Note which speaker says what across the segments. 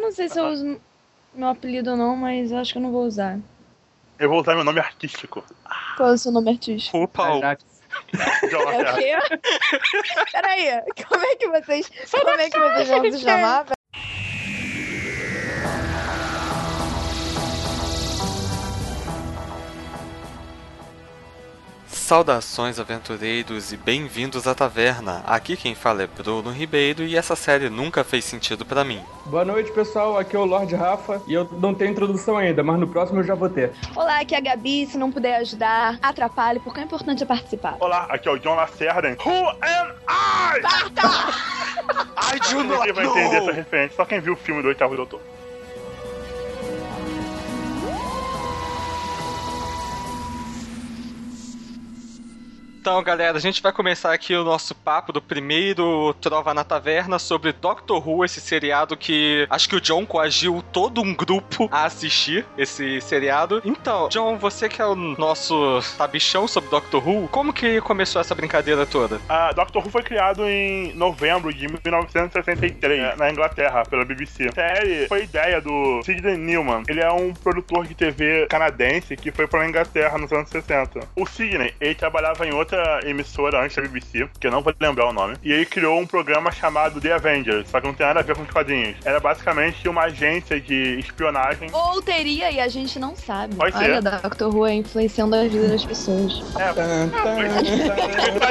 Speaker 1: não sei se eu uso meu apelido ou não, mas eu acho que eu não vou usar.
Speaker 2: Eu vou usar meu nome artístico.
Speaker 1: Qual é o seu nome artístico?
Speaker 3: O pau.
Speaker 1: É o
Speaker 2: Joga.
Speaker 1: quê? Peraí, como é que vocês. Como é que vocês vão se chamar, velho?
Speaker 3: Saudações, aventureiros, e bem-vindos à taverna. Aqui quem fala é Bruno Ribeiro e essa série nunca fez sentido pra mim.
Speaker 4: Boa noite, pessoal. Aqui é o Lorde Rafa e eu não tenho introdução ainda, mas no próximo eu já vou ter.
Speaker 1: Olá, aqui é a Gabi. Se não puder ajudar, atrapalhe, porque o importante é participar.
Speaker 2: Olá, aqui é o John Lacerda. em Who am I?
Speaker 3: Ai,
Speaker 2: Ninguém vai entender essa referência, só quem viu o filme do Oitavo Doutor.
Speaker 3: Então, galera, a gente vai começar aqui o nosso papo do primeiro Trova na Taverna sobre Doctor Who, esse seriado que acho que o John coagiu todo um grupo a assistir esse seriado. Então, John, você que é o nosso sabichão sobre Doctor Who, como que começou essa brincadeira toda?
Speaker 2: Ah, Doctor Who foi criado em novembro de 1963, eh, na Inglaterra, pela BBC. A série foi ideia do Sidney Newman. Ele é um produtor de TV canadense que foi pra Inglaterra nos anos 60. O Sidney, ele trabalhava em outra emissora antes da BBC, que eu não vou lembrar o nome, e ele criou um programa chamado The Avengers, só que não tem nada a ver com os quadrinhos. Era basicamente uma agência de espionagem.
Speaker 1: Ou teria e a gente não sabe.
Speaker 2: Pode ser.
Speaker 1: Olha, Doctor Who é influenciando a vida das pessoas.
Speaker 2: É.
Speaker 4: Tan, tan,
Speaker 2: Os quadrinhos-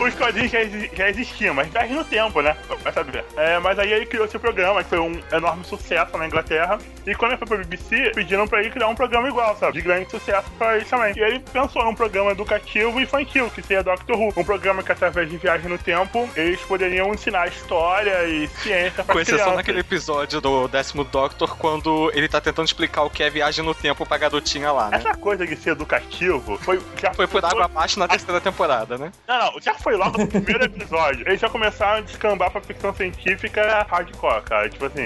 Speaker 2: Os quadrinhos já, exi- já existiam, mas viagem no tempo, né? Vai saber. É, mas aí ele criou esse programa, que foi um enorme sucesso na Inglaterra. E quando ele foi pra BBC, pediram pra ele criar um programa igual, sabe? De grande sucesso pra ele também. E ele pensou num programa educativo infantil, que seria Doctor Who. Um programa que, através de viagem no tempo, eles poderiam ensinar história e ciência pra
Speaker 3: Com exceção
Speaker 2: crianças.
Speaker 3: naquele episódio do décimo Doctor, quando ele tá tentando explicar o que é viagem no tempo pra garotinha lá, né?
Speaker 2: Essa coisa de ser educativo foi, já
Speaker 3: Foi por água abaixo na terceira temporada, né?
Speaker 2: Não, não, já foi logo no primeiro episódio. Eles já começaram a descambar pra ficção científica hardcore, cara. Tipo assim,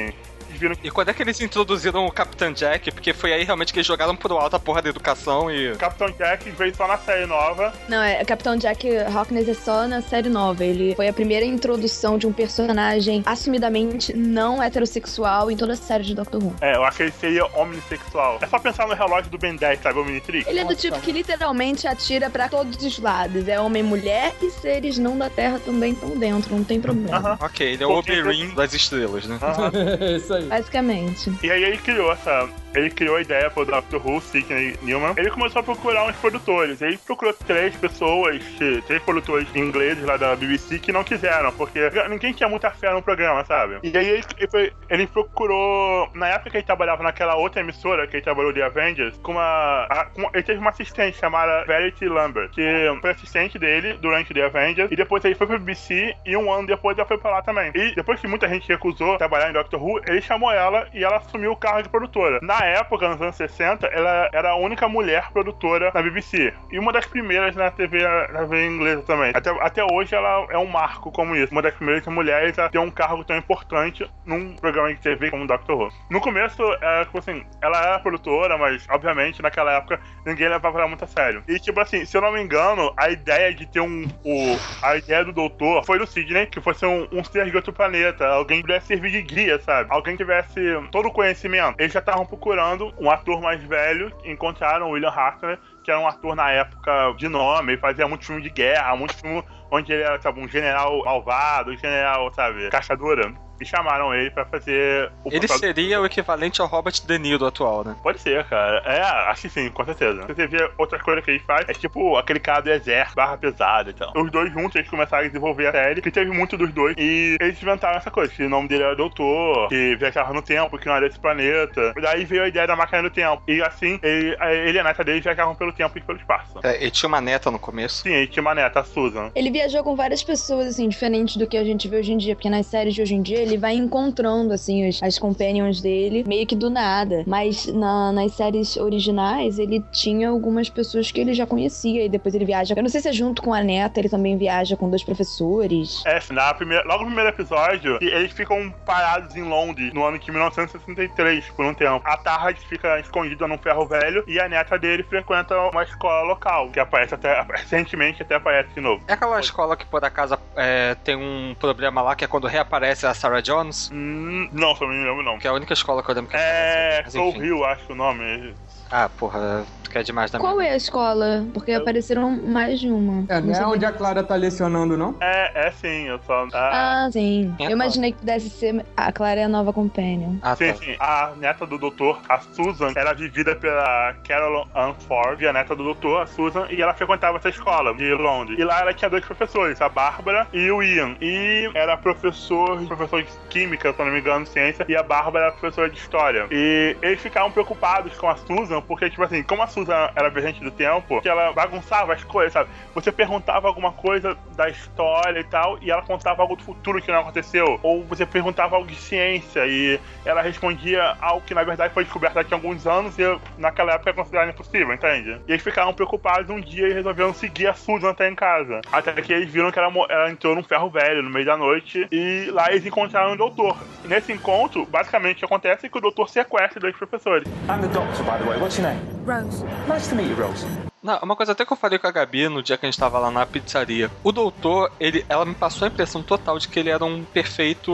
Speaker 2: eles viram que
Speaker 3: E quando é que eles introduziram o Capitão Jack? Porque foi aí realmente que eles jogaram pro alto a porra da educação e.
Speaker 2: o Capitão Jack veio só na série nova.
Speaker 1: Não, é Capitão Jack Harkness é só na série nova. Ele foi a primeira introdução de um personagem assumidamente não heterossexual em toda a série de Doctor Who.
Speaker 2: É, eu acho que ele seria homossexual. É só pensar no relógio do Ben 10, sabe? O Omnitrix.
Speaker 1: Ele é do tipo que literalmente atira pra todos os lados. É homem, mulher e seres não da Terra também estão dentro, não tem problema.
Speaker 2: Aham.
Speaker 3: Ok, ele é o
Speaker 2: Porque-
Speaker 3: Oberyn das estrelas, né?
Speaker 2: Aham.
Speaker 4: tan. É Isso aí.
Speaker 1: Basicamente.
Speaker 2: E aí ele criou essa. Ele criou a ideia pro Dr. Who, Sidney Newman. Ele começou a procurar uns produtores. Ele procurou três pessoas, eh, três produtores ingleses lá da BBC que não quiseram, porque ninguém tinha muita fé no programa, sabe? E aí ele, ele foi- ele procurou. Na época que ele trabalhava naquela outra emissora, que ele trabalhou de Avengers, com uma. a- com- ele teve uma assistente chamada Verity Lambert, que foi assistente dele durante The Avengers. E depois ele foi pro BBC e um ano depois ela foi pra lá também. E depois que muita gente recusou trabalhar em Doctor Who, ele chamou ela e ela assumiu o cargo de produtora. Na época, nos anos 60, ela era a única mulher produtora na BBC. E uma das primeiras na TV, na TV inglesa também. Até, até hoje ela é um marco como isso. Uma das primeiras mulheres a ter um cargo tão importante num programa de TV como Doctor Who. No começo, é, tipo assim, ela era produtora, mas obviamente naquela época ninguém levava ela muito a sério. E tipo assim, se eu não me engano, a ideia de ter um. O, a ideia do doutor foi do Sidney, que fosse um, um ser de outro planeta, alguém que pudesse servir de guia, sabe? Alguém que tivesse todo o conhecimento. Eles já estavam procurando um ator mais velho, encontraram o William Hartner, que era um ator na época de nome, ele fazia muito filme de guerra, muito filme onde ele era, sabe, um general malvado, um general, sabe, caçadora. E chamaram ele pra fazer o
Speaker 3: Ele
Speaker 2: papel do
Speaker 3: seria o equivalente ao Robert De Niro atual, né?
Speaker 2: Pode ser, cara. É, acho que sim, com certeza. Você vê outras coisas que ele faz, é tipo aquele cara do exército, barra pesada e tal. Os dois juntos, eles começaram a desenvolver a série, que teve muito dos dois, e eles inventaram essa coisa, que o nome dele era Doutor, que viajava no tempo, que não era desse planeta. Daí veio a ideia da máquina do tempo, e assim, ele, ele e a neta dele viajavam pelo tempo e pelo espaço.
Speaker 3: É, ele tinha uma neta no começo.
Speaker 2: Sim, ele tinha uma neta, a Susan.
Speaker 1: Ele viajou com várias pessoas, assim, diferente do que a gente vê hoje em dia, porque nas séries de hoje em dia ele vai encontrando, assim, as, as companions dele, meio que do nada. Mas na- nas séries originais ele tinha algumas pessoas que ele já conhecia, e depois ele viaja. Eu não sei se é junto com a neta, ele também viaja com dois professores.
Speaker 2: É, assim, na primeira, logo no primeiro episódio, e eles ficam parados em Londres no ano de 1963, por um tempo. A Tarra fica escondida num ferro velho e a neta dele frequenta uma escola local, que aparece até recentemente até aparece de novo.
Speaker 3: É aquela escola que por acaso é, tem um problema lá que é quando reaparece a Sarah Jones?
Speaker 2: Hum, não, só me lembro não.
Speaker 3: Que é a única escola que eu lembro que
Speaker 2: É.
Speaker 3: Mas,
Speaker 2: Soul
Speaker 3: enfim.
Speaker 2: Hill, acho que o nome.
Speaker 3: Ah, porra, tu quer demais da
Speaker 1: Qual
Speaker 3: minha.
Speaker 1: é a escola? Porque apareceram mais de uma.
Speaker 4: É, não
Speaker 1: sei
Speaker 4: é onde a Clara tá lecionando, não?
Speaker 2: É, é sim, eu só. Ah,
Speaker 1: Ah, sim.
Speaker 3: É a
Speaker 1: Eu imaginei que pudesse ser a Clara é a nova companion.
Speaker 3: Ah,
Speaker 2: Sim,
Speaker 3: tá.
Speaker 2: sim. A neta do doutor, a Susan, era vivida pela Carol Ann Ford, e a neta do doutor, a Susan, e ela frequentava essa escola de Londres. E lá ela tinha dois professores, a Bárbara e o Ian. E era professor, professor de química, se eu não me engano, ciência, e a Bárbara era professora de história. E eles ficavam preocupados com a Susan, porque, tipo assim, como a Susan era viajante do tempo, que ela bagunçava as coisas, sabe? Você perguntava alguma coisa da história e tal, e ela contava algo do futuro que não aconteceu. Ou você perguntava algo de ciência e ela respondia algo que na verdade foi descoberto daqui a alguns anos e naquela época era considerado impossível, entende? E eles ficaram preocupados um dia e resolveram seguir a Susan até em casa. Até que eles viram que ela, mo- ela entrou num ferro velho no meio da noite e lá eles encontraram o doutor. E nesse encontro, basicamente o que acontece é que o doutor sequestra dois professores.
Speaker 5: I'm the doctor, by the way. What's your name?
Speaker 6: Rose.
Speaker 5: Nice to meet you, Rose.
Speaker 3: Não, uma coisa até que eu falei com a Gabi no dia que a gente tava lá na pizzaria. O doutor, ele, ela me passou a impressão total de que ele era um perfeito.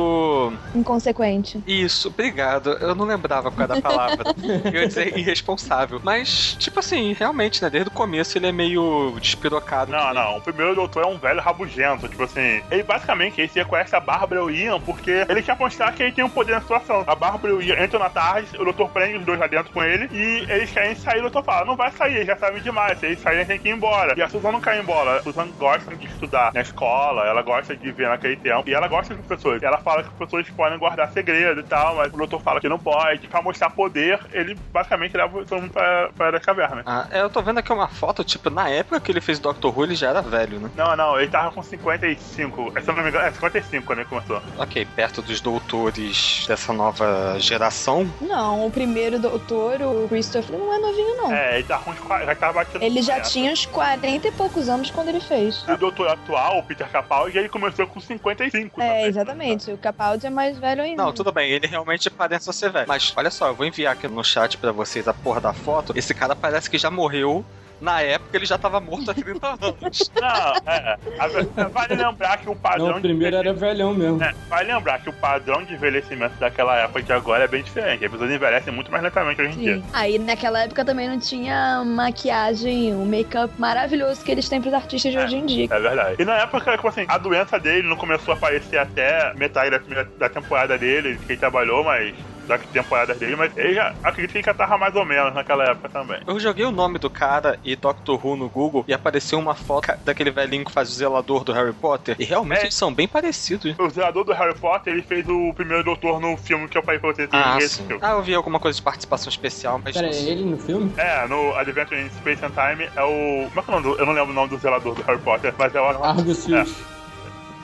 Speaker 1: Inconsequente.
Speaker 3: Isso, obrigado. Eu não lembrava por causa da palavra. eu ia dizer irresponsável. Mas, tipo assim, realmente, né? Desde o começo ele é meio despirocado.
Speaker 2: Não, não. O primeiro doutor é um velho rabugento. Tipo assim, ele basicamente ele sequestra a Bárbara e o Ian porque ele quer mostrar que ele tem um poder na situação. A Bárbara e o Ian entram na tarde, o doutor prende os dois lá dentro com ele e eles querem sair. O doutor fala: não vai sair, eles já sabem demais. Se eles saírem, tem que ir embora. E a Susan não cai embora. A Susan gosta de estudar na escola, ela gosta de ver naquele tempo e ela gosta dos professores. Ela fala que os professores podem guardar segredo e tal, mas o doutor fala que não pode. Pra mostrar poder, ele basicamente leva todo mundo pra, pra das cavernas.
Speaker 3: Ah, é, eu tô vendo aqui uma foto, tipo, na época que ele fez Doctor Who, ele já era velho, né?
Speaker 2: Não, não, ele tava com 55. Se eu não me engano, é 55 quando ele começou.
Speaker 3: Ok, perto dos doutores dessa nova geração.
Speaker 1: Não, o primeiro doutor, o Christopher, ele não é novinho, não.
Speaker 2: É, ele tá com uns 40, já tava batendo.
Speaker 1: Ele já
Speaker 2: 40.
Speaker 1: tinha uns 40 e poucos anos quando ele fez.
Speaker 2: O doutor atual, o Peter Capaldi, ele começou com 55.
Speaker 1: É,
Speaker 2: também.
Speaker 1: exatamente. O Capaldi é mais velho ainda.
Speaker 3: Não, tudo bem, ele realmente parece ser velho. Mas olha só, eu vou enviar aqui no chat pra vocês a porra da foto. Esse cara parece que já morreu. Na época ele já tava morto há 30 anos.
Speaker 2: Não, é. A- Vale lembrar que o padrão.
Speaker 4: Não, o primeiro
Speaker 2: de...
Speaker 4: era velhão mesmo.
Speaker 2: É, vale lembrar que o padrão de envelhecimento daquela época de agora é bem diferente. As pessoas envelhecem muito mais lentamente hoje em dia.
Speaker 1: Sim. Aí naquela época também não tinha maquiagem, o make-up maravilhoso que eles têm pros artistas de
Speaker 2: É.
Speaker 1: hoje em dia.
Speaker 2: É verdade. E na época, tipo assim, a doença dele não começou a aparecer até metade da, primeira- da temporada dele, que ele trabalhou, mas. Da temporada dele, mas ele já acredito que ele já tava mais ou menos naquela época também.
Speaker 3: Eu joguei o nome do cara e Doctor Who no Google e apareceu uma foto daquele velhinho que faz o zelador do Harry Potter. E realmente
Speaker 2: É.
Speaker 3: eles são bem parecidos.
Speaker 2: O zelador do Harry Potter, ele fez o primeiro doutor no filme que eu falei pra vocês.
Speaker 3: Ah,
Speaker 2: esse
Speaker 3: sim.
Speaker 2: filme.
Speaker 3: Ah, eu vi alguma coisa de participação especial, mas.
Speaker 4: Pera, é ele no filme?
Speaker 2: É, no Adventure in Space and Time é o. Como é que é o nome do... Eu não lembro o nome do zelador do Harry Potter, mas é o.
Speaker 4: Argus Filhos.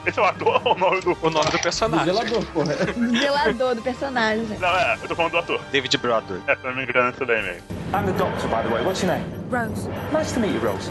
Speaker 2: Esse é o ator ou o nome do.
Speaker 3: O nome do
Speaker 4: Do
Speaker 3: personagem.
Speaker 4: zelador, porra.
Speaker 1: Zelador do personagem.
Speaker 2: Não, é, eu tô falando do ator.
Speaker 3: David Broderick.
Speaker 2: É, se eu não me engano, isso daí mesmo.
Speaker 5: I'm the doctor, by the way. What's your name?
Speaker 6: Rose.
Speaker 5: Nice to meet you, Rose.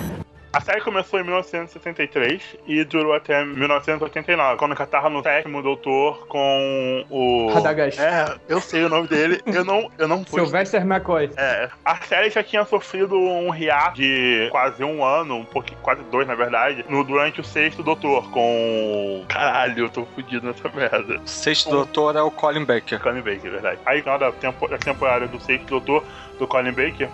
Speaker 2: A série começou em 1973 e durou até 1989, quando já tava no sétimo doutor com o.
Speaker 4: Radagast.
Speaker 2: É, eu sei o nome dele. Eu não, eu não pude
Speaker 4: Sylvester McCoy.
Speaker 2: É, a série já tinha sofrido um riacho de quase um ano, um pouquinho, quase dois na verdade, no, durante o sexto Doutor, com. Caralho, eu tô fudido nessa merda.
Speaker 3: O sexto doutor é o Colin Baker.
Speaker 2: Colin Baker, é verdade. Aí, na hora da, tempo- da temporada do sexto Doutor, do Colin Baker.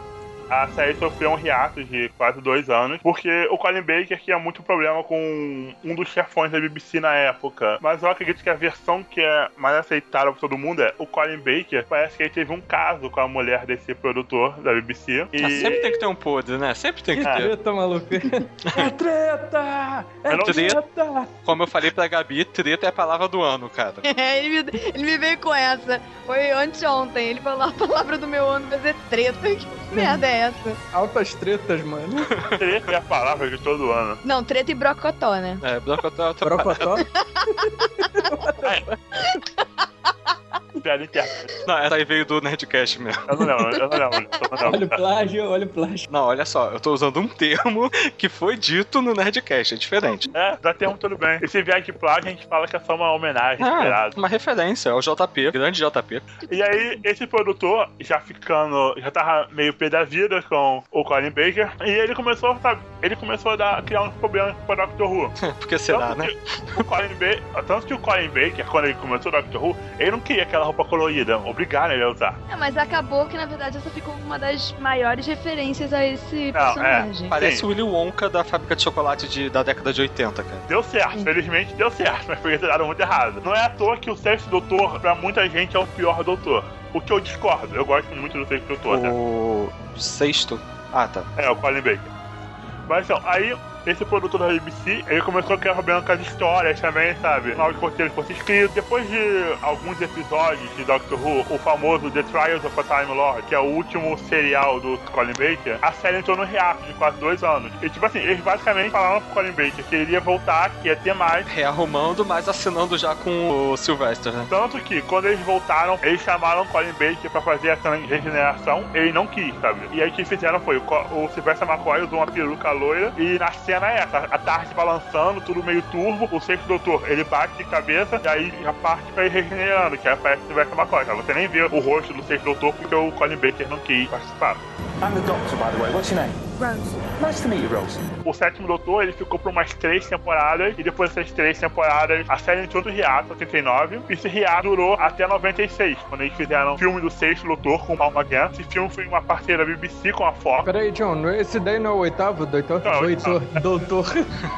Speaker 2: A série sofreu um hiato de quase dois anos, porque o Colin Baker tinha muito problema com um dos chefões da BBC na época. Mas eu acredito que a versão que é mais aceitável pra todo mundo é o Colin Baker. Parece que ele teve um caso com a mulher desse produtor da BBC. E...
Speaker 3: Ah, sempre tem que ter um podre, né? Sempre tem que
Speaker 2: É.
Speaker 3: ter.
Speaker 4: Treta, maluco. É treta!
Speaker 3: Eu
Speaker 4: É
Speaker 3: não-
Speaker 4: treta!
Speaker 3: Como eu falei pra Gabi, treta é a palavra do ano, cara.
Speaker 6: ele, me, ele me veio com essa. Foi anteontem. Ele falou a palavra do meu ano vai ser treta. Que merda é essa?
Speaker 4: Altas tretas, mano.
Speaker 2: Treta é a palavra de todo ano.
Speaker 6: Não, treta e brocotó, né?
Speaker 3: É, Brocotó é outra
Speaker 4: Brocotó.
Speaker 2: piada interna.
Speaker 3: Não, essa aí veio do Nerdcast mesmo.
Speaker 2: Eu não lembro, eu não lembro. Eu não
Speaker 4: Olha o
Speaker 2: lembro.
Speaker 4: plágio, olha o plágio.
Speaker 3: Não, olha só, eu tô usando um termo que foi dito no Nerdcast, é diferente.
Speaker 2: É, dá tempo, tudo bem. E se vier de plágio, a gente fala que é só uma homenagem,
Speaker 3: Ah,
Speaker 2: esperado.
Speaker 3: uma referência, é o JP, grande JP.
Speaker 2: E aí, esse produtor, já ficando, já tava meio pé da vida com o Colin Baker, e ele começou, sabe, ele começou a dar- criar uns problemas pro Doctor Who.
Speaker 3: Porque será, né?
Speaker 2: O Colin Baker, tanto que o Colin Baker, quando ele começou o Doctor Who, ele não queria aquela roupa colorida, obrigaram ele a usar.
Speaker 6: É, mas acabou que, na verdade, essa ficou uma das maiores referências a esse
Speaker 2: Não, é.
Speaker 6: personagem.
Speaker 3: Parece
Speaker 2: Sim.
Speaker 3: o Willy Wonka da fábrica de chocolate de- da década de 80, cara.
Speaker 2: Deu certo, felizmente deu certo, mas foi dado muito errado. Não é à toa que o sexto doutor, pra muita gente, é o pior doutor. O que eu discordo, eu gosto muito do sexto doutor, né?
Speaker 3: O sexto. Ah, tá.
Speaker 2: É, o Colin Baker. Mas então, aí esse produtor da BBC, ele começou a criar problema com as histórias também, sabe? Lá os roteiros foram escritos. Depois de alguns episódios de Doctor Who, o famoso The Trials of a Time Lord, que é o último serial do Colin Baker, a série entrou no reato de quase dois anos. E tipo assim, eles basicamente falaram pro Colin Baker que ele ia voltar, que ia ter mais.
Speaker 3: Rearrumando, mas assinando já com o Sylvester, né?
Speaker 2: Tanto que, quando eles voltaram, eles chamaram o Colin Baker pra fazer essa regeneração, ele não quis, sabe? E aí o que fizeram foi, o, Co- o Sylvester McCoy usou uma peruca loira, e na cena é essa, a tarde balançando, tudo meio turvo, o sexto doutor, ele bate de cabeça, e aí já parte pra ir regenerando, que aí aparece o Sylvester McCoy, tá? Você nem vê o rosto do sexto doutor, porque o Colin Baker não quis participar.
Speaker 5: I'm the doctor, by the way. What's your name?
Speaker 6: Rose.
Speaker 5: Nice to meet you, Rose.
Speaker 2: O sétimo doutor, ele ficou por umas três temporadas, e depois dessas três temporadas, a série entrou no hiato, 89, e esse hiato durou até 96, quando eles fizeram o filme do sexto doutor com o Paul McGann. Esse filme foi uma parceira da BBC com a Fox.
Speaker 4: Peraí, John, não- esse daí não é o oitavo? Do oitavo?
Speaker 2: Não, é o
Speaker 4: Doutor. Doutor.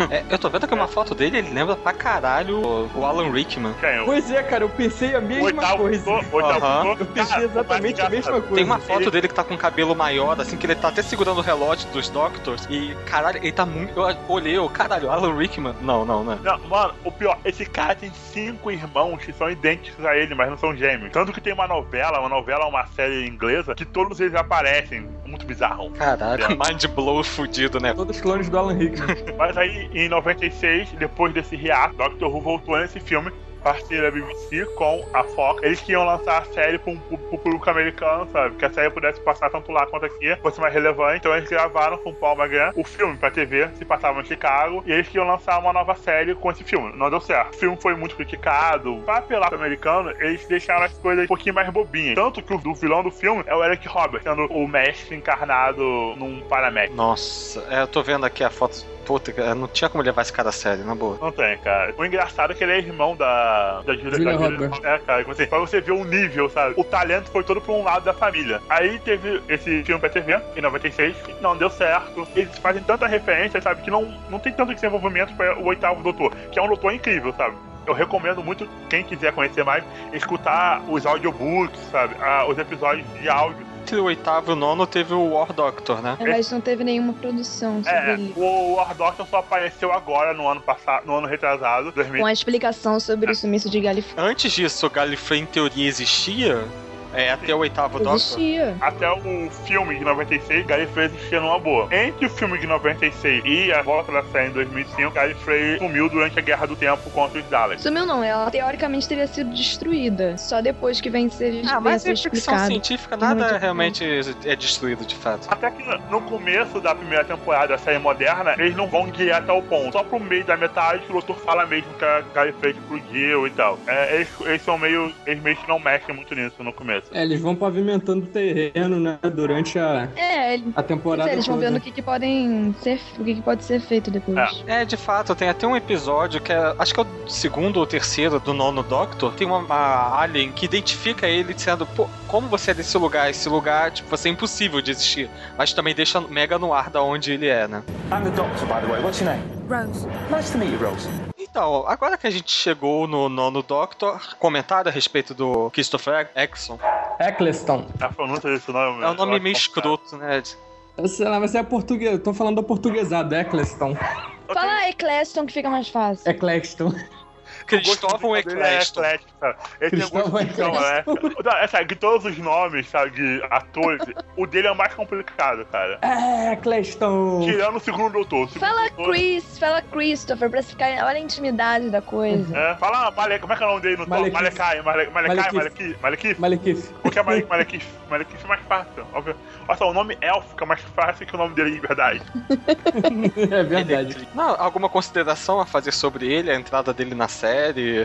Speaker 3: É, eu tô vendo aqui uma foto dele, ele lembra pra caralho o, o Alan Rickman.
Speaker 2: Quem? O
Speaker 4: Pois é, cara, eu pensei a mesma
Speaker 2: oitavo
Speaker 4: coisa.
Speaker 2: doutor? o oitavo
Speaker 3: Aham.
Speaker 2: doutor?
Speaker 4: Eu pensei
Speaker 2: tá Cara,
Speaker 4: exatamente a
Speaker 2: mas,
Speaker 4: mesma
Speaker 2: cara,
Speaker 4: coisa.
Speaker 3: Tem uma
Speaker 2: Ele-
Speaker 3: foto dele que tá com o cabelo maior, assim, que ele tá até segurando o relógio dos Doctors. E, caralho, ele tá muito. Eu olhei, eu, caralho, Alan Rickman. Não, não, né?
Speaker 2: Não, mano, o pior, esse cara tem cinco irmãos que são idênticos a ele, mas não são gêmeos. Tanto que tem uma novela, uma novela, uma série inglesa, que todos eles aparecem. Muito bizarro.
Speaker 3: Caralho, mind blow fudido, né?
Speaker 4: Todos os clones do Alan Rickman.
Speaker 2: Mas aí, em 96, depois desse reato, Doctor Who voltou nesse filme, parceira da BBC com a Fox. Eles queriam lançar a série para um pu- pro público americano, sabe? Que a série pudesse passar tanto lá quanto aqui, fosse mais relevante. Então eles gravaram com o Paul McGann o filme pra TV, se passava em Chicago, e eles queriam lançar uma nova série com esse filme. Não deu certo. O filme foi muito criticado. Pra apelar pro americano, eles deixaram as coisas um pouquinho mais bobinhas. Tanto que o do vilão do filme é o Eric Roberts, sendo o mestre encarnado num paramédico.
Speaker 3: Nossa, é, eu tô vendo aqui a foto. Puta, cara, não tinha como levar esse cara a sério, na boa.
Speaker 2: Não tem, cara. O engraçado é que ele é irmão da, da Julia,
Speaker 4: Julia
Speaker 2: da Julia-
Speaker 4: Roberts.
Speaker 2: É, cara. Assim, pra você ver o nível, sabe? O talento foi todo pra um lado da família. Aí teve esse filme pra TV, em 96, que não deu certo. Eles fazem tanta referência, sabe? Que não, não tem tanto desenvolvimento pra o oitavo doutor, que é um doutor incrível, sabe? Eu recomendo muito, quem quiser conhecer mais, escutar os audiobooks, sabe? Ah, os episódios de áudio.
Speaker 3: Entre o oitavo e o nono teve o War Doctor, né?
Speaker 1: Mas não teve nenhuma produção sobre
Speaker 2: É,
Speaker 1: ele.
Speaker 2: o Ardocton só apareceu agora no ano passado, no ano retrasado, 2000.
Speaker 1: Com a explicação sobre o sumiço de Galifrey.
Speaker 3: Antes disso, o Galifrey em teoria existia? É, até o oitavo Doctor?
Speaker 1: Existia.
Speaker 2: Até o filme de 96, Galifrey existia numa boa. Entre o filme de 96 e a volta da série em 2005, Galifrey sumiu durante a Guerra do Tempo contra os Daleks.
Speaker 1: Sumiu não, ela teoricamente teria sido destruída. Só depois que vem ser,
Speaker 3: Ah,
Speaker 1: vem
Speaker 3: mas
Speaker 1: ser
Speaker 3: é ficção
Speaker 1: explicado.
Speaker 3: científica,
Speaker 1: Muito
Speaker 3: nada
Speaker 1: bom.
Speaker 3: realmente é destruído de fato.
Speaker 2: Até que no- no começo da primeira temporada da série moderna, eles não vão direto ao ponto. Só pro meio da metade que o doutor fala mesmo que a Galifrey explodiu e tal. É, eles, eles são meio. Eles meio que não mexem muito nisso no começo.
Speaker 4: É, eles vão pavimentando o terreno, né, durante a,
Speaker 1: É, ele-
Speaker 4: a temporada.
Speaker 1: eles vão
Speaker 4: toda.
Speaker 1: vendo o que, que podem ser, o que, que pode ser feito depois.
Speaker 2: É.
Speaker 3: É, de fato, tem até um episódio que é, acho que é o segundo ou terceiro do nono Doctor. Tem uma, uma alien que identifica ele dizendo, pô, como você é desse lugar? Esse lugar, tipo, você é impossível de existir. Mas também deixa mega no ar da onde ele é, né?
Speaker 5: I'm the doctor, by the way. What's your name?
Speaker 6: Rose.
Speaker 5: Nice to meet you, Rose.
Speaker 3: Então, agora que a gente chegou no nono Doctor, comentário a respeito do Christopher Eccleston.
Speaker 4: Eccleston.
Speaker 2: A pronúncia desse nome.
Speaker 3: É um nome meio
Speaker 2: escroto.
Speaker 3: escroto, né?
Speaker 4: Eu Sei lá, mas é português. Tô falando do portuguesado, Eccleston. É
Speaker 1: Fala Eccleston que fica mais fácil.
Speaker 4: Eccleston.
Speaker 3: Cristóvão
Speaker 2: gosto musical dele é
Speaker 3: Eccleston.
Speaker 2: eclético, cara. Ele tem um gosto
Speaker 7: Cristóvão
Speaker 2: musical, né? Não, é, sabe, de todos os nomes, sabe, de atores, o dele é o mais complicado, cara.
Speaker 4: É, Cleston!
Speaker 2: Tirando o segundo doutor. O segundo
Speaker 1: Fala
Speaker 2: doutor,
Speaker 1: Chris, fala Christopher, pra ficar. Olha a intimidade da coisa.
Speaker 2: É, fala Malek, como é que é o nome dele no top?
Speaker 4: Malekith.
Speaker 2: Malekai, Male- Malekai,
Speaker 4: Malekith.
Speaker 2: Malekith, Malekith?
Speaker 4: Malekith.
Speaker 2: Porque é Malek, Malekith, Malekith é mais fácil. óbvio. Olha só, o nome élfico é mais fácil que o nome dele de verdade.
Speaker 4: é verdade.
Speaker 3: Não, alguma consideração a fazer sobre ele, a entrada dele na série?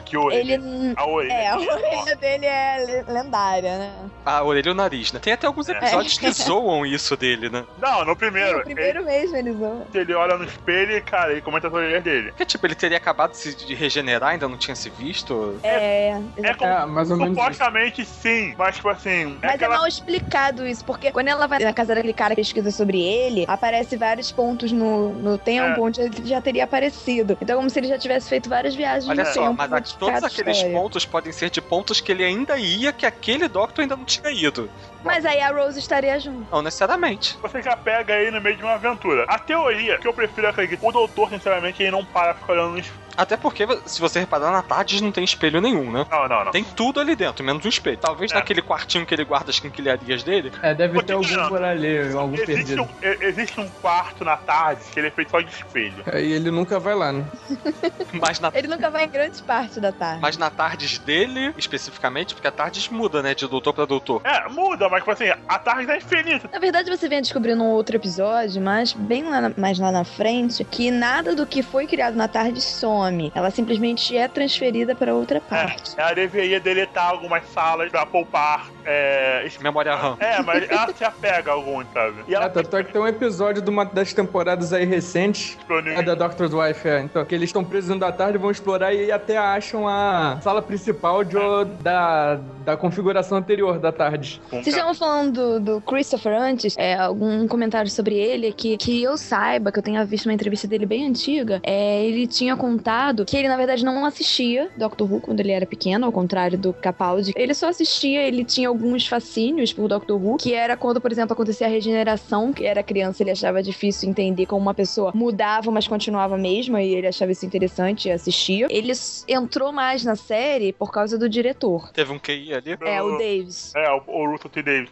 Speaker 2: Que o
Speaker 1: Ele.
Speaker 2: A né? orelha.
Speaker 1: É, a orelha dele é le- lendária, né?
Speaker 3: A orelha e o nariz, né? Tem até
Speaker 1: É.
Speaker 3: alguns episódios que zoam isso dele, né?
Speaker 2: Não, no primeiro.
Speaker 1: o primeiro mesmo eles vão.
Speaker 2: Ele, ele olha no espelho e, cara, ele comenta as orelhas dele.
Speaker 3: Porque, tipo, ele teria acabado de se de regenerar, ainda não tinha se visto.
Speaker 1: É.
Speaker 2: É como
Speaker 4: É, mais ou menos. isso.
Speaker 2: Supostamente sim, mas tipo assim, é
Speaker 1: Mas é
Speaker 2: aquela.
Speaker 1: mal explicado isso, porque quando ela vai na casa daquele cara que pesquisa sobre ele, aparece vários pontos no, no tempo
Speaker 2: É.
Speaker 1: onde ele já teria aparecido. Então é como se ele já tivesse feito várias viagens
Speaker 3: Olha
Speaker 1: no
Speaker 3: só,
Speaker 1: tempo.
Speaker 3: mas a- todos
Speaker 1: modificado a
Speaker 3: aqueles
Speaker 1: um história.
Speaker 3: pontos podem ser de pontos que ele ainda ia, que aquele Doctor ainda não tinha ido.
Speaker 1: Mas aí a Rose estaria junto.
Speaker 3: Não necessariamente.
Speaker 2: Você já pega aí no meio de uma aventura. A teoria que eu prefiro acreditar, o doutor, sinceramente, ele não para pra ficar olhando no espelho.
Speaker 3: Até porque, se você reparar, na tarde não tem espelho nenhum, né?
Speaker 2: Não, não, não.
Speaker 3: Tem tudo ali dentro, menos um espelho. Talvez
Speaker 2: É.
Speaker 3: naquele quartinho que ele guarda as quinquilharias dele.
Speaker 7: É, deve
Speaker 2: Pô,
Speaker 7: ter
Speaker 2: que
Speaker 7: algum
Speaker 2: cara.
Speaker 7: por ali, algum
Speaker 2: Existe
Speaker 7: perdido.
Speaker 2: um, e- existe um quarto na tarde que ele é feito só de espelho.
Speaker 4: Aí ele nunca vai lá, né?
Speaker 3: Mas na,
Speaker 1: Ele nunca vai em grande parte da tarde.
Speaker 3: mas na tardes dele, especificamente, porque a tardes muda, né? De doutor pra doutor.
Speaker 2: É, muda, mas tipo assim, a tarde é infinita.
Speaker 1: Na verdade, você vem a descobrir num outro episódio, mas bem lá na- mais lá na frente, que nada do que foi criado na tarde some. Ela simplesmente é transferida para outra parte.
Speaker 2: Ela deveria deletar algumas salas pra poupar. É, es-
Speaker 3: Memória RAM.
Speaker 2: é mas ela se apega a alguns, sabe? E ela
Speaker 4: Ah, tanto é que tem um episódio de uma das temporadas aí recentes.
Speaker 2: disponível.
Speaker 4: É da Doctor's Wife, é. Então, que eles estão presos dentro da tarde, vão explorar e até acham a sala principal de, o- da, da configuração anterior da tarde.
Speaker 2: com-
Speaker 1: Vocês estavam falando do, do Christopher antes, é, algum comentário sobre ele que, que eu saiba, que eu tenha visto uma entrevista dele bem antiga, é, ele tinha contado que ele, na verdade, não assistia Doctor Who quando ele era pequeno, ao contrário do Capaldi. Ele só assistia, ele tinha alguns fascínios por Doctor Who, que era quando, por exemplo, acontecia a regeneração, que era criança, ele achava difícil entender como uma pessoa mudava, mas continuava a mesma, e ele achava isso interessante e assistia. Ele s- entrou mais na série por causa do diretor.
Speaker 3: Teve um QI ali.
Speaker 1: É, o Davis.
Speaker 2: É, o, o Russell T. Davis.